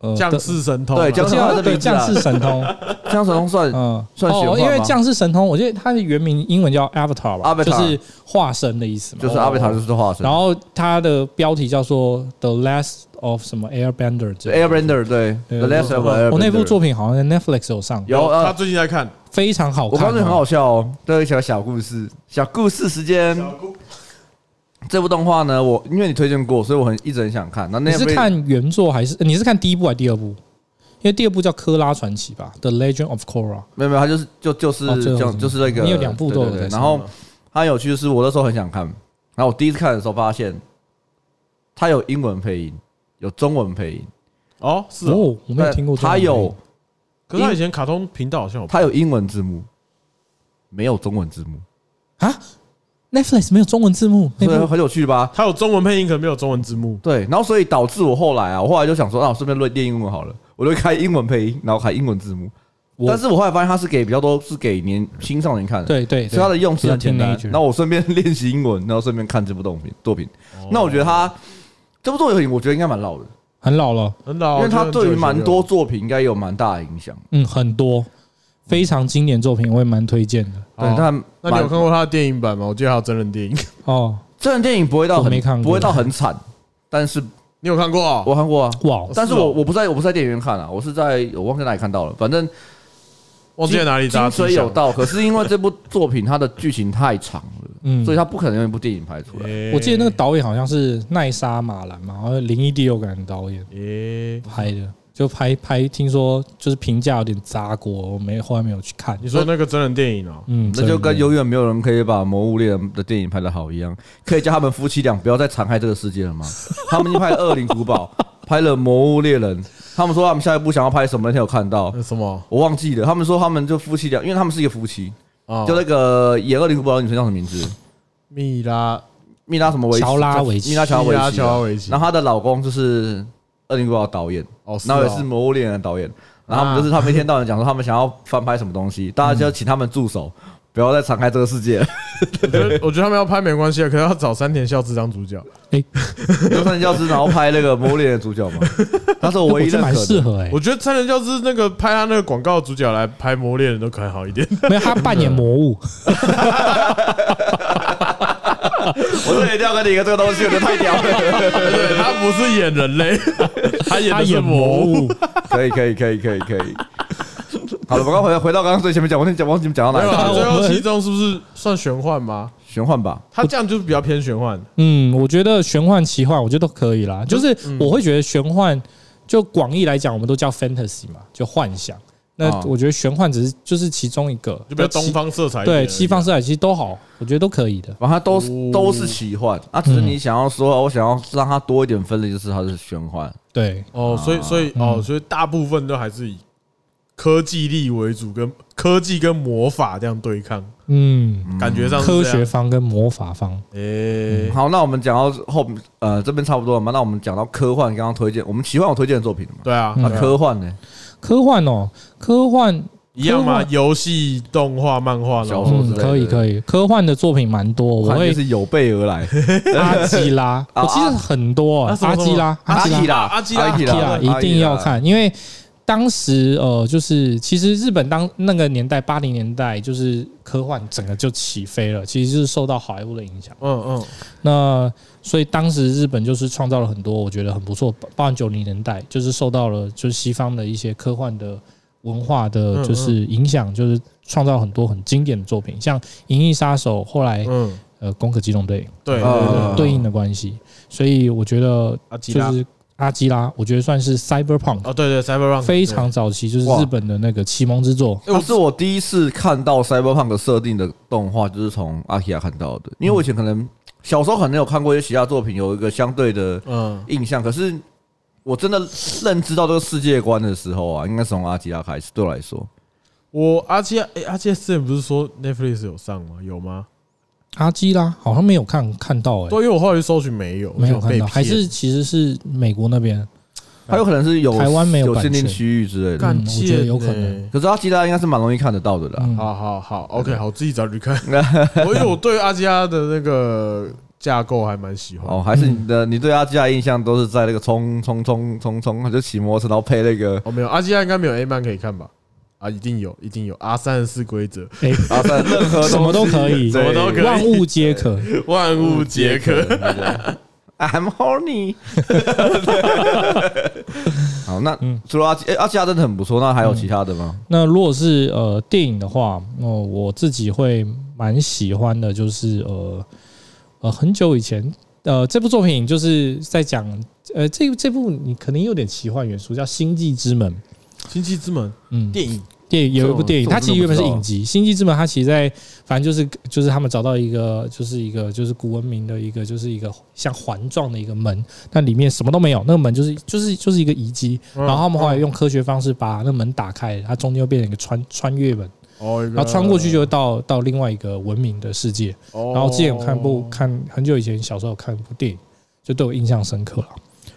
[SPEAKER 3] 呃
[SPEAKER 1] 降
[SPEAKER 3] 的
[SPEAKER 1] 士神通啊。
[SPEAKER 2] 哦对降士
[SPEAKER 3] 这样
[SPEAKER 2] 它的
[SPEAKER 3] 对
[SPEAKER 2] 名字啊
[SPEAKER 3] 降世神通，
[SPEAKER 2] 这样子能算
[SPEAKER 3] 嗯，
[SPEAKER 2] 算玄幻
[SPEAKER 3] 哦，
[SPEAKER 2] 吗
[SPEAKER 3] 因为降世神通，我记得它的原名英文叫 Avatar 吧
[SPEAKER 2] Avatar
[SPEAKER 3] 就是化身的意思嘛。哦
[SPEAKER 2] 就是阿贝塔就是化身，
[SPEAKER 3] 然后它的标题叫做《The Last of 什么 Airbender》之
[SPEAKER 2] 就
[SPEAKER 3] 类的。
[SPEAKER 2] Airbender 对
[SPEAKER 3] 对
[SPEAKER 2] ，The Last of Airbender。
[SPEAKER 3] 我那部作品好像在 Netflix 有上，
[SPEAKER 2] 有
[SPEAKER 1] 他
[SPEAKER 2] 啊，
[SPEAKER 1] 最近在看。
[SPEAKER 3] 非常好
[SPEAKER 2] 我
[SPEAKER 3] 看
[SPEAKER 2] 告
[SPEAKER 3] 啊，
[SPEAKER 2] 诉你很好笑哦，都有一小小故事，小故事时间。这部动画呢，我因为你推荐过，所以我很一直很想看。那
[SPEAKER 3] 你
[SPEAKER 2] 那
[SPEAKER 3] 是
[SPEAKER 2] 部
[SPEAKER 3] 看原作还是呃你是看第一部还是第二部？因为第二部叫《科拉传奇》吧，《The Legend of Korra
[SPEAKER 2] 没有没有，他就是就就是
[SPEAKER 3] 哦最后
[SPEAKER 2] 这样，
[SPEAKER 3] 是
[SPEAKER 2] 就是那个。
[SPEAKER 3] 你有两部都有
[SPEAKER 2] 对对对
[SPEAKER 3] 在上
[SPEAKER 2] 然后它很有趣的是，我那时候很想看，然后我第一次看的时候发现，它有英文配音，有中文配音，
[SPEAKER 1] 哦，》是哦。
[SPEAKER 3] 哦，我没有听过这个
[SPEAKER 2] 啊呃它
[SPEAKER 3] 名字。
[SPEAKER 2] 有
[SPEAKER 1] 可是他以前卡通频道好像有
[SPEAKER 2] 它有英文字幕，没有中文字幕，
[SPEAKER 3] 啊？Netflix 没有中文字幕，那
[SPEAKER 2] 所以
[SPEAKER 3] 部
[SPEAKER 2] 很有趣吧？
[SPEAKER 1] 他有中文配音，可能没有中文字幕。
[SPEAKER 2] 对，然后所以导致我后来啊，我后来就想说，那我顺便练练英文好了，我就开英文配音，然后开英文字幕。
[SPEAKER 3] 我
[SPEAKER 2] 但是我后来发现它是给比较多是给年青少年看的，，
[SPEAKER 3] 对对，
[SPEAKER 1] 哎
[SPEAKER 2] 所以它的用词很简单。然
[SPEAKER 3] 那
[SPEAKER 2] 后我顺便 练习英文，然后顺便看这部作品作品。
[SPEAKER 1] 哦
[SPEAKER 2] 那我觉得它这部作品，我觉得应该蛮老的，
[SPEAKER 3] 很老了，
[SPEAKER 1] 很老，
[SPEAKER 2] 因为它
[SPEAKER 1] 哦我觉得很久
[SPEAKER 2] 对于
[SPEAKER 1] 以前
[SPEAKER 2] 蛮
[SPEAKER 1] 就
[SPEAKER 2] 多
[SPEAKER 1] 有。
[SPEAKER 2] 作品应该有蛮大的影响。
[SPEAKER 3] 嗯，很多非常经典作品，我也蛮推荐的
[SPEAKER 1] 好
[SPEAKER 2] 对，但
[SPEAKER 1] 哦那你有
[SPEAKER 2] 蛮
[SPEAKER 1] 看过他的电影版吗？我记得还有真人电影，
[SPEAKER 3] 哦。
[SPEAKER 2] 这人电影不会到
[SPEAKER 3] 我没看
[SPEAKER 2] 很
[SPEAKER 3] 过
[SPEAKER 2] 不会到很惨，但是
[SPEAKER 1] 你有看过啊？
[SPEAKER 2] 我看过啊。
[SPEAKER 3] 哇，
[SPEAKER 2] 但是
[SPEAKER 1] 是哦
[SPEAKER 2] 我我不在我不在电影院看啊，我是在我忘记哪里看到了，反正
[SPEAKER 1] 忘记在哪里
[SPEAKER 2] 精
[SPEAKER 1] 打
[SPEAKER 2] 髓有道，可是因为这部作品它的剧情太长 了，
[SPEAKER 3] 嗯
[SPEAKER 2] 所以，它不可能用一部电影拍出来。
[SPEAKER 1] 诶
[SPEAKER 3] 我记得那个导演好像是奈莎马兰嘛，好像《灵异第六感》的导演
[SPEAKER 1] 诶，
[SPEAKER 3] 拍的，就拍拍，听说就是评价有点砸锅，我没后来没有去看
[SPEAKER 1] 你。说那个真人电影啊？
[SPEAKER 3] 嗯，
[SPEAKER 2] 那就跟
[SPEAKER 3] 有。
[SPEAKER 2] 永远没有人可以把《魔物猎人》的电影拍得好一样，可以叫他们夫妻俩不要再残害这个世界 了吗？他们已经拍了《恶灵古堡》，拍了《魔物猎人》，他们说他们下一步想要拍什么？那天有看到，
[SPEAKER 1] 那什么
[SPEAKER 2] 我忘记了。他们说他们就夫妻俩，因为他们是一个夫妻，
[SPEAKER 1] 啊？
[SPEAKER 2] 就那个演《恶灵古堡》的女生叫什么名字？
[SPEAKER 1] 米拉
[SPEAKER 2] 米拉什么维奇？
[SPEAKER 3] 乔拉维奇
[SPEAKER 2] 米拉乔拉维
[SPEAKER 1] 米拉
[SPEAKER 2] 奇
[SPEAKER 1] 乔
[SPEAKER 2] 啊
[SPEAKER 1] 拉。维奇
[SPEAKER 2] 然，后她的老公就是《恶灵古堡》的导演。
[SPEAKER 1] 哦，是啊
[SPEAKER 2] 然后也是
[SPEAKER 1] 哦
[SPEAKER 2] 《魔物猎人》的导演，然后他们就是他们一天到晚讲说他们想要翻拍什么东西，大家就要请他们 助手，不要再敞开这个世界了。
[SPEAKER 1] 我觉得我觉得他们要拍没关系啊，可是要找山田孝之当主角。
[SPEAKER 2] 就算教师然后拍那个《魔物猎人》的主角 嘛，他是我唯一
[SPEAKER 3] 觉
[SPEAKER 2] 认
[SPEAKER 3] 得蛮
[SPEAKER 2] 可
[SPEAKER 3] 适
[SPEAKER 2] 的。
[SPEAKER 3] 合哎、
[SPEAKER 1] 我觉得山田孝之那个拍他那个广告主角来拍《魔猎人》都可能好一点。
[SPEAKER 3] 没有他扮演 魔物，
[SPEAKER 2] 我这里一定要跟你一个这个东西，我觉得太屌 了。
[SPEAKER 1] 对他不是演人 类，他演
[SPEAKER 3] 他
[SPEAKER 1] 的是
[SPEAKER 3] 演
[SPEAKER 1] 魔
[SPEAKER 3] 魔
[SPEAKER 1] 物。
[SPEAKER 3] 物，
[SPEAKER 2] 可以，可以，可以，可以，可以。好了，我刚回回到刚刚最前面讲，我先讲忘记讲到
[SPEAKER 1] 没
[SPEAKER 2] 哪
[SPEAKER 1] 有
[SPEAKER 2] 里
[SPEAKER 1] 啊，
[SPEAKER 2] 了。
[SPEAKER 1] 最后七中是不是算玄幻吗？
[SPEAKER 2] 玄幻吧，
[SPEAKER 1] 他这样就是比较偏玄幻。
[SPEAKER 3] 嗯，我觉得玄幻、奇幻，我觉得都可以
[SPEAKER 1] 嗯
[SPEAKER 3] 啦。就是我会觉得玄幻，就广义来讲，我们都
[SPEAKER 1] 嗯
[SPEAKER 3] 叫 fantasy 嘛，就幻想。那
[SPEAKER 2] 啊
[SPEAKER 3] 我觉得玄幻只是就是其中一个，
[SPEAKER 1] 就比较
[SPEAKER 3] 那其
[SPEAKER 1] 东方色彩一点而已啊，
[SPEAKER 3] 对西方色彩其实都好，我觉得都可以的。
[SPEAKER 2] 反正它都
[SPEAKER 1] 哦
[SPEAKER 2] 都是奇幻，啊，只是你想要说，我想要让它多一点分类，就是它是玄幻。
[SPEAKER 3] 对，
[SPEAKER 1] 哦，所以所以
[SPEAKER 3] 啊嗯
[SPEAKER 1] 哦，所以大部分都还是以科技力为主，跟科技跟魔法这样对抗，
[SPEAKER 3] 嗯，
[SPEAKER 1] 感觉上是
[SPEAKER 3] 科
[SPEAKER 1] 这样
[SPEAKER 3] 学。方跟魔法嗯方，
[SPEAKER 1] 诶，
[SPEAKER 2] 好，那我们讲到后呃这边差不多了嘛，那我们讲到科幻，刚刚推荐我们奇幻有推荐的作品了嘛？
[SPEAKER 1] 对啊，
[SPEAKER 3] 嗯
[SPEAKER 2] 那
[SPEAKER 1] 对啊
[SPEAKER 2] 科幻呢？
[SPEAKER 3] 科幻哦，科幻
[SPEAKER 1] 一样
[SPEAKER 3] 科
[SPEAKER 1] 嘛，
[SPEAKER 3] 幻
[SPEAKER 1] 游戏、动画、漫画
[SPEAKER 2] 小
[SPEAKER 1] 呢
[SPEAKER 2] 说。
[SPEAKER 3] 嗯
[SPEAKER 2] 之类的
[SPEAKER 3] 可以可以，科幻的作品蛮多，我
[SPEAKER 2] 看就
[SPEAKER 3] 会
[SPEAKER 2] 是有备而来。
[SPEAKER 3] 阿基 拉，
[SPEAKER 2] 啊
[SPEAKER 3] 我记得很多
[SPEAKER 1] 哦啊
[SPEAKER 3] 哦
[SPEAKER 1] 什么
[SPEAKER 3] 阿基拉，
[SPEAKER 1] 什么
[SPEAKER 3] 基拉
[SPEAKER 1] 基拉阿基拉
[SPEAKER 2] 阿基
[SPEAKER 3] 对啊，
[SPEAKER 1] 哎
[SPEAKER 2] 拉，
[SPEAKER 3] 一定要。看，因为当时呃，就是其实日本当那个年代，八零年代就是科幻整个就起飞了，其实就是受到好莱坞的影响。
[SPEAKER 1] 嗯嗯，
[SPEAKER 3] 那所以当时日本就是创造了很多我觉得很不错，包包含九零年代就是受到了就是西方的一些科幻的文化的
[SPEAKER 1] 嗯
[SPEAKER 3] 就是影响，就是创造很多很经典的作品，像《银翼杀手》，后来
[SPEAKER 1] 嗯，
[SPEAKER 3] 呃《攻壳机动队
[SPEAKER 1] 对对》啊
[SPEAKER 2] 呃
[SPEAKER 1] 对，
[SPEAKER 3] 对应的关系，所以我觉得
[SPEAKER 1] 阿基
[SPEAKER 3] 就
[SPEAKER 1] 拉
[SPEAKER 3] 是阿基拉，我觉得算是 cyberpunk
[SPEAKER 1] 哦，对对，Cyberpunk
[SPEAKER 3] 非常早期，就是
[SPEAKER 2] 哇
[SPEAKER 3] 日本的那个启蒙之作。
[SPEAKER 2] 欸，我是我第一次看到 Cyberpunk 设定的动画，就是从阿基亚看到的。因
[SPEAKER 3] 嗯
[SPEAKER 2] 为我以前可能小时候可能有看过一些其他作品，有一个相对的
[SPEAKER 1] 对嗯，
[SPEAKER 2] 印象，可是我真的认知到这个世界观的时候啊，应该是从阿基亚开始。对我来说，
[SPEAKER 1] 我阿基亚，哎，阿基亚之前不是说 Netflix 有上吗？有吗？
[SPEAKER 3] 阿基拉好像没有看看到哎、
[SPEAKER 1] 对，因为我后来去搜寻没有，
[SPEAKER 3] 没有
[SPEAKER 1] 就
[SPEAKER 3] 看
[SPEAKER 1] 被
[SPEAKER 3] 到，
[SPEAKER 1] 骗
[SPEAKER 3] 还是其实是美国那边。
[SPEAKER 2] 它有可能是有
[SPEAKER 3] 啊台湾没有
[SPEAKER 2] 有
[SPEAKER 3] 版
[SPEAKER 2] 限定
[SPEAKER 3] 权
[SPEAKER 2] 区域之类的。
[SPEAKER 1] 干
[SPEAKER 3] 嗯我觉得有可能
[SPEAKER 1] 贱欸
[SPEAKER 2] 可是阿基拉应该是蛮容易看得到的啦。
[SPEAKER 3] 嗯，
[SPEAKER 1] 啊好好好，OK，好，我自己找去 看。我因为我对阿基拉的那个架构还蛮喜欢。
[SPEAKER 2] 哦，还是
[SPEAKER 3] 嗯
[SPEAKER 2] 你的你对阿基拉的印象都是在那个冲冲冲冲冲，就骑摩托车然后配那个
[SPEAKER 1] 哦，没有，阿基拉应该没有 A 漫可以看吧？啊，一定有，一定有 R 三十四规则，
[SPEAKER 3] 哎、
[SPEAKER 2] 啊，反正任何
[SPEAKER 3] 什么都可以，
[SPEAKER 1] 什么都可以
[SPEAKER 3] 万物皆可。
[SPEAKER 1] 万物皆可。
[SPEAKER 2] I'm horny 。好，那
[SPEAKER 3] 嗯
[SPEAKER 2] 除了阿基、欸阿基拉真的很不错，那还有其他的吗？
[SPEAKER 3] 那如果是呃电影的话，那、我自己会蛮喜欢的，就是呃呃很久以前，呃这部作品就是在讲呃这这部你可能有点奇幻元素，叫《星际之门》。
[SPEAKER 1] 星际之门
[SPEAKER 3] 嗯，
[SPEAKER 1] 电影，
[SPEAKER 3] 电有一部电影，
[SPEAKER 2] 这我
[SPEAKER 3] 它其实原本
[SPEAKER 2] 这
[SPEAKER 3] 是
[SPEAKER 2] 我真的
[SPEAKER 3] 影
[SPEAKER 2] 不
[SPEAKER 3] 集，《星际之门》它其实在反正就是就是他们找到一个就是一个就是古文明的一个就是一个像环状的一个门，但里面什么都没有，那个门就是就是就是一个遗迹，
[SPEAKER 1] 嗯
[SPEAKER 3] 然后他们后来用科学方式把那门打开，它中间又变成一个穿穿越门，
[SPEAKER 1] 哦，
[SPEAKER 2] 嗯
[SPEAKER 3] 然后穿过去就会到到另外一个文明的世界。
[SPEAKER 1] 哦。
[SPEAKER 3] 然后之前有看部看很久以前小时候有看一部电影，就对我印象深刻了。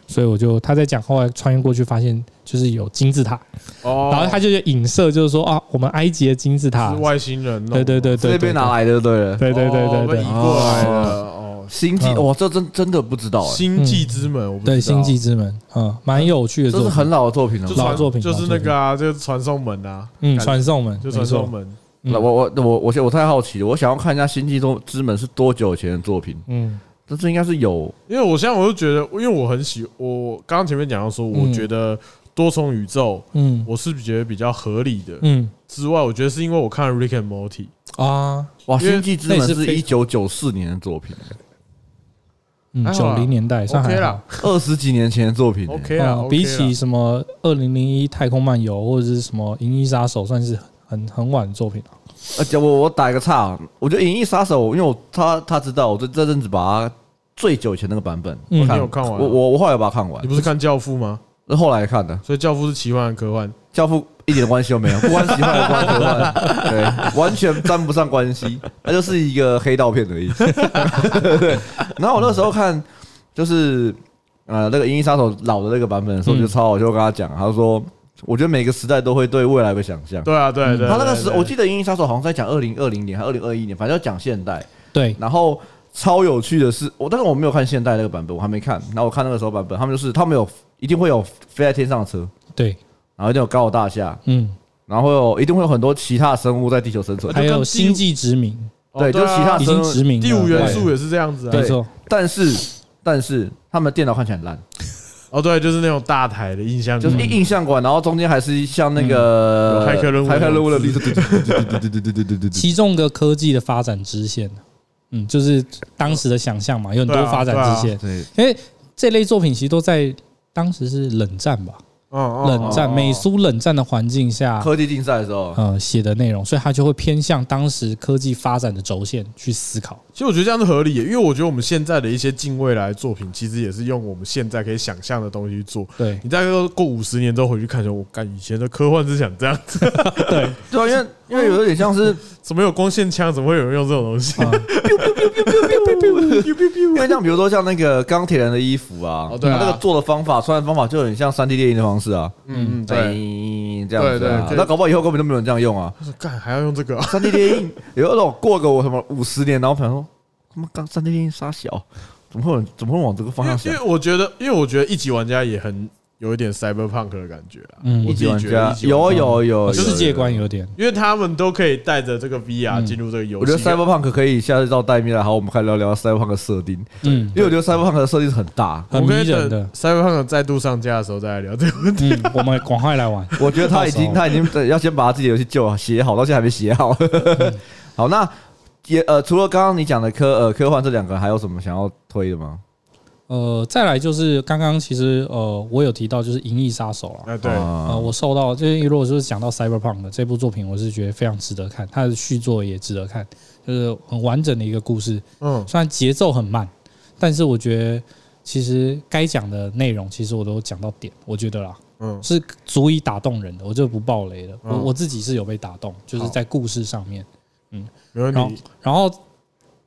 [SPEAKER 3] 所以我就他在讲，后来穿越过去发现就是有金字塔，
[SPEAKER 1] 哦，
[SPEAKER 3] 然后他就影射就是说啊，我们埃及的金字塔
[SPEAKER 1] 是，外星人弄的，
[SPEAKER 3] 对对对
[SPEAKER 2] 是
[SPEAKER 3] 对，
[SPEAKER 2] 那边拿来的，对了。
[SPEAKER 3] 对对对
[SPEAKER 1] 哦
[SPEAKER 3] 对
[SPEAKER 1] 被
[SPEAKER 3] 对
[SPEAKER 1] 移过来的哦。
[SPEAKER 2] 星际，
[SPEAKER 3] 嗯
[SPEAKER 2] 哇，这真真的不知道哎，
[SPEAKER 1] 星际之门，我不知道
[SPEAKER 3] 对，星际之门，嗯，蛮有趣的
[SPEAKER 2] 这
[SPEAKER 3] 作
[SPEAKER 2] 是
[SPEAKER 3] 品，
[SPEAKER 2] 很老的作品了
[SPEAKER 1] 就
[SPEAKER 2] 吧。
[SPEAKER 1] 传
[SPEAKER 3] 老作品
[SPEAKER 1] 就是那个啊，就是传送门啊，
[SPEAKER 3] 嗯
[SPEAKER 1] 感觉
[SPEAKER 3] 传送门，
[SPEAKER 1] 就
[SPEAKER 3] 没
[SPEAKER 1] 传
[SPEAKER 3] 错
[SPEAKER 1] 送，门。
[SPEAKER 3] 嗯
[SPEAKER 2] 那我我我我我太好奇了，我想要看一下《星际中之门》是多久以前的作品，
[SPEAKER 3] 嗯
[SPEAKER 2] 但是应该是有
[SPEAKER 1] 因为我现在我就觉得，因为我很喜，我刚刚前面讲到说，我
[SPEAKER 3] 嗯
[SPEAKER 1] 觉得多重宇宙
[SPEAKER 3] 嗯
[SPEAKER 1] 我是觉得比较合理的。
[SPEAKER 3] 嗯
[SPEAKER 1] 之外，我觉得是因为我看了《Rick and Morty》，
[SPEAKER 3] 啊，
[SPEAKER 2] 哇，《
[SPEAKER 1] 因为
[SPEAKER 2] 星际之门
[SPEAKER 3] 那也》是
[SPEAKER 2] 是
[SPEAKER 3] 非
[SPEAKER 2] 一九九四年的作品，
[SPEAKER 3] 嗯，
[SPEAKER 1] 还好
[SPEAKER 3] 九
[SPEAKER 1] 啦
[SPEAKER 3] 零年代上
[SPEAKER 1] OK
[SPEAKER 3] 海
[SPEAKER 1] 啦
[SPEAKER 2] 二十几年前的作品欸。
[SPEAKER 1] ，OK 啦
[SPEAKER 3] 嗯
[SPEAKER 1] ，OK 啦
[SPEAKER 3] 比起什么二零零一《太空漫游》或者是什么《银翼杀手》，算是很很晚的作品了、啊
[SPEAKER 2] 而且我我打一个岔，我觉得《银翼杀手》，因为我他他知道，我这这阵子把它最久以前那个版本
[SPEAKER 3] 嗯
[SPEAKER 1] 你
[SPEAKER 3] 看
[SPEAKER 1] 有看完？啊
[SPEAKER 2] 我我我后来把它看完
[SPEAKER 1] 你，不是看《教父》吗？
[SPEAKER 2] 是后来看的，《
[SPEAKER 1] 所以《教父》是奇幻和科幻。
[SPEAKER 2] 教父》一点关系都没有，不关喜欢也不关科 幻，对，完全沾不上关系，那就是一个黑道片而已。 对，然后我那时候看就是呃那个《银翼杀手》老的那个版本的时候，
[SPEAKER 3] 嗯
[SPEAKER 2] 就超好，就跟他讲，他说我觉得每个时代都会对未来有个想象。
[SPEAKER 1] 对啊，对对。
[SPEAKER 2] 嗯他那个时候，
[SPEAKER 1] 对
[SPEAKER 2] 我记得《银翼杀手》好像在讲二零二零年还二零二一年，反正要讲现代。
[SPEAKER 3] 对，
[SPEAKER 2] 然后超有趣的是，我但是我没有看现代那个版本，我还没看。然后我看那个时候版本，他们就是他们有一定会有飞在天上的车，
[SPEAKER 3] 对，
[SPEAKER 2] 然后一定有高楼大厦，
[SPEAKER 3] 嗯，
[SPEAKER 2] 然后会有一定会有很多其他生物在地球生存
[SPEAKER 1] 就。
[SPEAKER 3] 还
[SPEAKER 1] 跟
[SPEAKER 3] 有
[SPEAKER 1] 第
[SPEAKER 3] 星际殖民，
[SPEAKER 1] 哦
[SPEAKER 2] 对，就是
[SPEAKER 1] 啊
[SPEAKER 2] 其他
[SPEAKER 3] 已
[SPEAKER 2] 生
[SPEAKER 3] 经
[SPEAKER 2] 物
[SPEAKER 3] 殖民了
[SPEAKER 1] 第五元素，也是这样子
[SPEAKER 3] 对没
[SPEAKER 1] 啊。
[SPEAKER 3] 错，
[SPEAKER 2] 但是但是他们的电脑看起来很烂，
[SPEAKER 1] 哦，对，就是那种大台的印象，
[SPEAKER 2] 就是印印象馆，然后中间还是像那个
[SPEAKER 1] 嗯有 骇客任务
[SPEAKER 2] 骇客任务的
[SPEAKER 1] 那
[SPEAKER 2] 历史，对对对对对对对对对对。
[SPEAKER 3] 其中一个科技的发展支线，嗯，就是当时的想象嘛，有很多
[SPEAKER 1] 对啊
[SPEAKER 3] 发展支线，
[SPEAKER 2] 对，
[SPEAKER 3] 因为这类作品其实都在当时是冷战吧，
[SPEAKER 1] 嗯嗯
[SPEAKER 3] 冷战
[SPEAKER 2] 哦
[SPEAKER 3] 美苏冷战的环境下，
[SPEAKER 2] 科技竞赛的时候，
[SPEAKER 3] 呃写的内容，所以它就会偏向当时科技发展的轴线去思考。
[SPEAKER 1] 其实我觉得这样是合理的，因为我觉得我们现在的一些近未来作品，其实也是用我们现在可以想象的东西去做。
[SPEAKER 3] 对
[SPEAKER 1] 你大概过五十年之后回去看的时候，我干以前的科幻是想这样，
[SPEAKER 3] 对，
[SPEAKER 2] 对啊，因为因为有点像是
[SPEAKER 1] 怎么有光线枪，怎么会有人用这种东西？
[SPEAKER 3] 啊
[SPEAKER 2] 因为像比如说像那个钢铁人的衣服啊，
[SPEAKER 1] 哦对啊
[SPEAKER 2] 那个做的方法、穿的方法就很像三 D 列印的方式啊，
[SPEAKER 1] 嗯嗯，对，
[SPEAKER 2] 对，这样子
[SPEAKER 1] 对对
[SPEAKER 2] 啊
[SPEAKER 1] 可以。
[SPEAKER 2] 那搞不好以后根本就没有人这样用啊。
[SPEAKER 1] 我说 干还要用这个啊、
[SPEAKER 2] 三 D 列印有那种过个我什么五十年，然后想说他妈刚三 D 列印杀小，怎么会有人怎么会往这个方
[SPEAKER 1] 因为
[SPEAKER 2] 向
[SPEAKER 1] 因
[SPEAKER 2] 想
[SPEAKER 1] 为？我觉得，因为我觉得一级玩家也很有一点 cyberpunk 的感觉啦。
[SPEAKER 3] 嗯
[SPEAKER 1] 我
[SPEAKER 2] 一
[SPEAKER 1] 自
[SPEAKER 2] 级
[SPEAKER 1] 己
[SPEAKER 2] 玩
[SPEAKER 1] 觉得
[SPEAKER 2] 家
[SPEAKER 1] 一级玩
[SPEAKER 2] 有啊
[SPEAKER 3] 家
[SPEAKER 2] 有有，有
[SPEAKER 3] 世界观，哦有点，
[SPEAKER 1] 因为他们都可以带着这个 VR 进入这个游
[SPEAKER 2] 有
[SPEAKER 1] 戏。
[SPEAKER 2] 我觉得 Cyberpunk 可以下次到待面来，好，我们开始聊聊 Cyberpunk 的设定，
[SPEAKER 3] 嗯，
[SPEAKER 2] 因为我觉得 Cyberpunk 的设定是很大，
[SPEAKER 1] 我
[SPEAKER 3] 很
[SPEAKER 1] 们可
[SPEAKER 3] 迷
[SPEAKER 1] 以等
[SPEAKER 3] 人的。
[SPEAKER 1] cyberpunk 再度上架的时候再来聊这个问题。
[SPEAKER 3] 嗯，我们赶快来玩。
[SPEAKER 2] 我觉得他已经
[SPEAKER 3] 到
[SPEAKER 2] 他已经要先把他自己的游戏救好写好，到现在还没写好。
[SPEAKER 3] 嗯
[SPEAKER 2] 好，那也呃，除了刚刚你讲的科呃科幻这两个，还有什么想要推的吗？
[SPEAKER 3] 呃，再来就是刚刚其实呃，我有提到就是《银翼杀手》了，
[SPEAKER 1] 哎，对，
[SPEAKER 2] 啊
[SPEAKER 3] 呃，我受到就是如果说是讲到 Cyberpunk 的这部作品，我是觉得非常值得看，它的续作也值得看，就是很完整的一个故事。
[SPEAKER 1] 嗯，
[SPEAKER 3] 虽然节奏很慢，但是我觉得其实该讲的内容，其实我都讲到点，我觉得啦，
[SPEAKER 1] 嗯
[SPEAKER 3] 是足以打动人的，我就不爆雷了。我
[SPEAKER 1] 嗯
[SPEAKER 3] 我自己是有被打动，就是在故事上面。
[SPEAKER 1] 没问
[SPEAKER 3] 然后
[SPEAKER 1] 题。，
[SPEAKER 3] 然后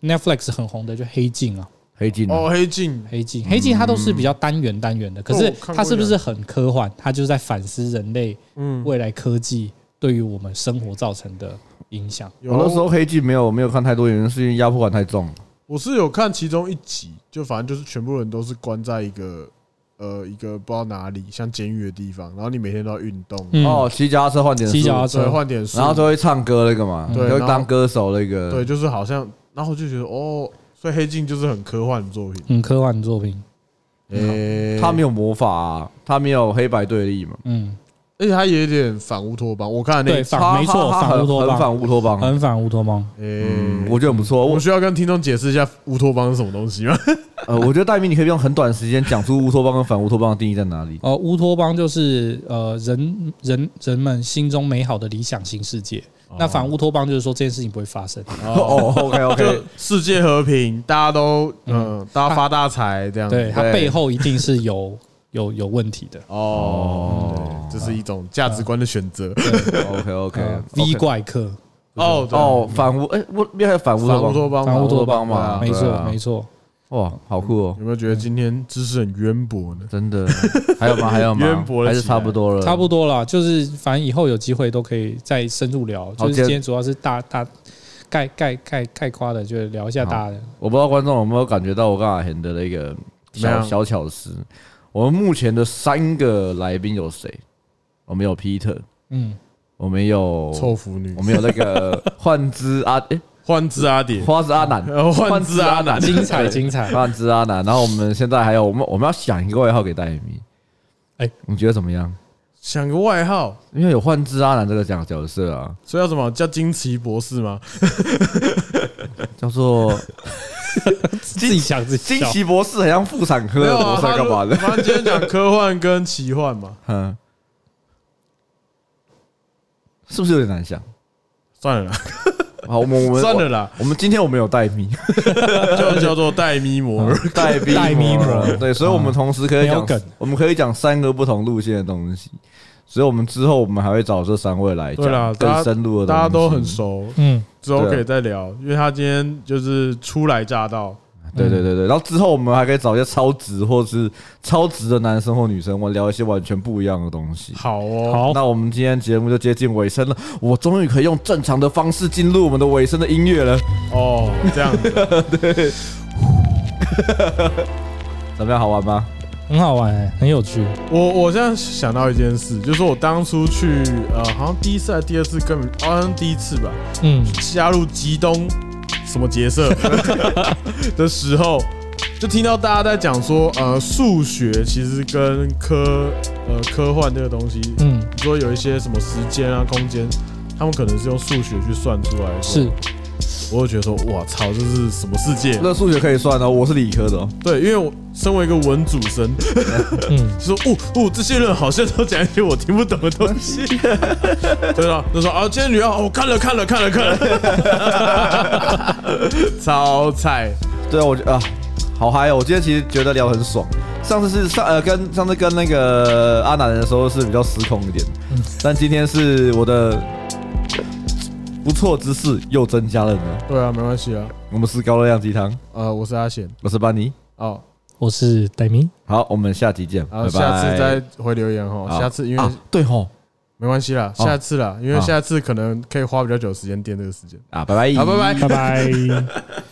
[SPEAKER 3] Netflix 很红的就《黑镜》啊，
[SPEAKER 2] 黑镜啊
[SPEAKER 1] 哦，黑镜
[SPEAKER 3] 黑镜，黑镜它都是比较单元单元的，可是
[SPEAKER 1] 哦看过
[SPEAKER 3] 它是不是很科幻？它就是在反思人类
[SPEAKER 1] 嗯
[SPEAKER 3] 未来科技对于我们生活造成的影响。
[SPEAKER 1] 有
[SPEAKER 2] 我那时候黑镜没有没有看太多，原因是因为压迫感太重。
[SPEAKER 1] 我是有看其中一集，就反正就是全部人都是关在一个呃一个不知道哪里像监狱的地方，然后你每天都要运动，
[SPEAKER 3] 嗯
[SPEAKER 2] 哦，骑脚踏车换点
[SPEAKER 3] 骑脚踏
[SPEAKER 2] 速，
[SPEAKER 1] 所以
[SPEAKER 3] 车，
[SPEAKER 1] 换点书，
[SPEAKER 2] 然后就会唱歌那个嘛，
[SPEAKER 1] 对
[SPEAKER 2] 就
[SPEAKER 1] 然后
[SPEAKER 2] 会当歌手那个。
[SPEAKER 1] 对，就是好像，然后我就觉得哦，所以黑镜就是很科幻的作品。欸
[SPEAKER 3] 嗯，科幻作品，
[SPEAKER 1] 诶，
[SPEAKER 2] 嗯他没有魔法、啊，他没有黑白对立嘛，
[SPEAKER 3] 嗯，
[SPEAKER 1] 而且他也有点反乌托邦。我看的那
[SPEAKER 3] 对，
[SPEAKER 1] 一集，
[SPEAKER 3] 反没错，
[SPEAKER 2] 他他
[SPEAKER 3] 反乌托
[SPEAKER 2] 很
[SPEAKER 3] 邦，
[SPEAKER 2] 反乌托邦。
[SPEAKER 3] 很反乌托邦。
[SPEAKER 1] 诶
[SPEAKER 2] 嗯，，我觉得很不错。
[SPEAKER 1] 欸我
[SPEAKER 2] 我
[SPEAKER 1] 需要跟听众解释一下乌托邦是什么东西吗？
[SPEAKER 2] 呃，我觉得戴明，你可以用很短时间讲出乌托邦跟反乌托邦的定义在哪里。
[SPEAKER 3] 呃，乌托邦就是呃人人人们心中美好的理想型世界。那反乌托邦就是说这件事情不会发生。
[SPEAKER 2] 哦，OK
[SPEAKER 1] 就
[SPEAKER 2] OK，
[SPEAKER 1] 世界和平，大家都嗯，大家发大财这样。
[SPEAKER 3] 对，它
[SPEAKER 2] 对
[SPEAKER 3] 背后一定是有有有问题的。
[SPEAKER 1] 哦，对这是一种价值观的选择。
[SPEAKER 2] OK 嗯 OK
[SPEAKER 3] 呃 V 怪客，
[SPEAKER 1] 哦对
[SPEAKER 2] 哦，反乌哎，我没有反乌
[SPEAKER 1] 反乌
[SPEAKER 2] 托
[SPEAKER 1] 托。邦，
[SPEAKER 2] 邦
[SPEAKER 3] 反乌托
[SPEAKER 2] 邦
[SPEAKER 1] 对
[SPEAKER 2] 嘛
[SPEAKER 1] 啊
[SPEAKER 3] 没
[SPEAKER 2] 对
[SPEAKER 3] 错
[SPEAKER 2] 啊
[SPEAKER 3] 没错。
[SPEAKER 2] 哇，好酷 哦，
[SPEAKER 1] 有没有觉得今天知识很渊博呢？
[SPEAKER 2] 真的。还有吗？还有吗？
[SPEAKER 1] 渊博了
[SPEAKER 2] 还
[SPEAKER 1] 起来
[SPEAKER 2] 是差不多了，
[SPEAKER 3] 差不多啦，就是反正以后有机会都可以再深入聊。
[SPEAKER 2] 好
[SPEAKER 3] 就是
[SPEAKER 2] 接
[SPEAKER 3] 今天主要是大大概概概概括的，就是聊一下大的。
[SPEAKER 2] 我不知道观众有没有感觉到我刚才很的那个
[SPEAKER 1] 怎么
[SPEAKER 2] 小
[SPEAKER 1] 样
[SPEAKER 2] 小巧思。我们目前的三个来宾有谁？我们有 Peter，
[SPEAKER 3] 嗯，
[SPEAKER 2] 我们有
[SPEAKER 1] 臭腐女
[SPEAKER 2] 哦我，们有那个幻之阿，诶，
[SPEAKER 1] 幻之阿典，
[SPEAKER 2] 花之阿南，
[SPEAKER 1] 呃幻之阿南
[SPEAKER 3] 精彩 精彩。
[SPEAKER 2] 幻之阿南。然后我们现在还有我们我们要想一个外号给戴米，
[SPEAKER 3] 哎
[SPEAKER 2] 你觉得怎么样？
[SPEAKER 1] 想个外号，
[SPEAKER 2] 因为有幻之阿南这个角角色啊，
[SPEAKER 1] 所以要什么叫金奇博士 吗？
[SPEAKER 2] 叫 做
[SPEAKER 3] 自己想自己
[SPEAKER 2] 惊
[SPEAKER 3] 笑。
[SPEAKER 2] 奇博士，很像妇产科
[SPEAKER 1] 没
[SPEAKER 2] 的
[SPEAKER 1] 有啊
[SPEAKER 2] 博士干嘛的？
[SPEAKER 1] 反正今天讲科幻跟奇幻 嘛，
[SPEAKER 2] 嗯，是不是有点难想？
[SPEAKER 1] 算了啦，
[SPEAKER 2] 好，我们我们
[SPEAKER 1] 算了啦，
[SPEAKER 2] 我们今天我们有戴咪，
[SPEAKER 1] 就叫做 戴咪
[SPEAKER 2] 嗯
[SPEAKER 1] 魔。
[SPEAKER 2] 戴咪
[SPEAKER 3] 戴咪魔
[SPEAKER 2] 对，所以我们同时可以
[SPEAKER 3] 没有
[SPEAKER 2] 讲
[SPEAKER 3] 梗，
[SPEAKER 2] 我们可以讲三个不同路线的东西，所以我们之后我们还会找这三位来
[SPEAKER 1] 对啦
[SPEAKER 2] 讲
[SPEAKER 1] 大家
[SPEAKER 2] 更深 入的东西，
[SPEAKER 1] 大家都很熟，
[SPEAKER 3] 嗯，
[SPEAKER 1] 之后
[SPEAKER 2] 对啊
[SPEAKER 1] 可以再聊，因为他今天就是初来乍到，
[SPEAKER 2] 对对对对，然后之后我们还可以找一些超值或是超值的男生或女生，我聊一些完全不一样的东西。
[SPEAKER 1] 好哦，
[SPEAKER 3] 好，
[SPEAKER 2] 那我们今天节目就接近尾声了，我终于可以用正常的方式进入我们的尾声的音乐了，
[SPEAKER 1] 哦，这样子，
[SPEAKER 2] 怎么样？好玩吗？
[SPEAKER 3] 很好玩、欸，很有趣。
[SPEAKER 1] 我我现在想到一件事，就是我当初去呃，好像第一次还是第二次根本好像第一次吧，
[SPEAKER 3] 嗯，
[SPEAKER 1] 加入极东什么结 社的时候，就听到大家在讲说，呃，数学其实跟科呃科幻这个东西，你
[SPEAKER 3] 嗯，
[SPEAKER 1] 说有一些什么时间啊、空间，他们可能是用数学去算出来的。
[SPEAKER 3] 是，
[SPEAKER 1] 我就觉得说，哇操，这是什么世界？
[SPEAKER 2] 那数学可以算哦，我是理科的哦。
[SPEAKER 1] 对，因为我身为一个文主生，
[SPEAKER 3] 嗯，
[SPEAKER 1] 就说哦哦，这些人好像都讲一些我听不懂的东西。 对啊，就说啊，今天女儿我看了看了看了 看了，超菜。
[SPEAKER 2] 对啊，我觉得啊，好嗨哦！我今天其实觉得聊很爽。上次是上呃跟上次跟那个阿南的时候是比较失控一点，但今天是我的不错知识又增加了呢。
[SPEAKER 1] 对啊，没关系啊。
[SPEAKER 2] 我们是高热量鸡汤，
[SPEAKER 1] 呃，我是阿贤。
[SPEAKER 2] 我是班尼。
[SPEAKER 1] 哦，
[SPEAKER 3] 我是戴明，
[SPEAKER 2] 好，我们下集见，
[SPEAKER 1] 然
[SPEAKER 2] 拜
[SPEAKER 1] 后
[SPEAKER 2] 拜。
[SPEAKER 1] 下次再回留言哈。
[SPEAKER 2] 好
[SPEAKER 1] 下次因为、
[SPEAKER 2] 啊哦对吼
[SPEAKER 1] 没关系啦，
[SPEAKER 2] 好
[SPEAKER 1] 下次啦，因为
[SPEAKER 2] 好
[SPEAKER 1] 下次可能可以花比较久的时间垫这个时间。
[SPEAKER 2] 啊，拜拜，
[SPEAKER 1] 好，拜拜。
[SPEAKER 3] 拜拜。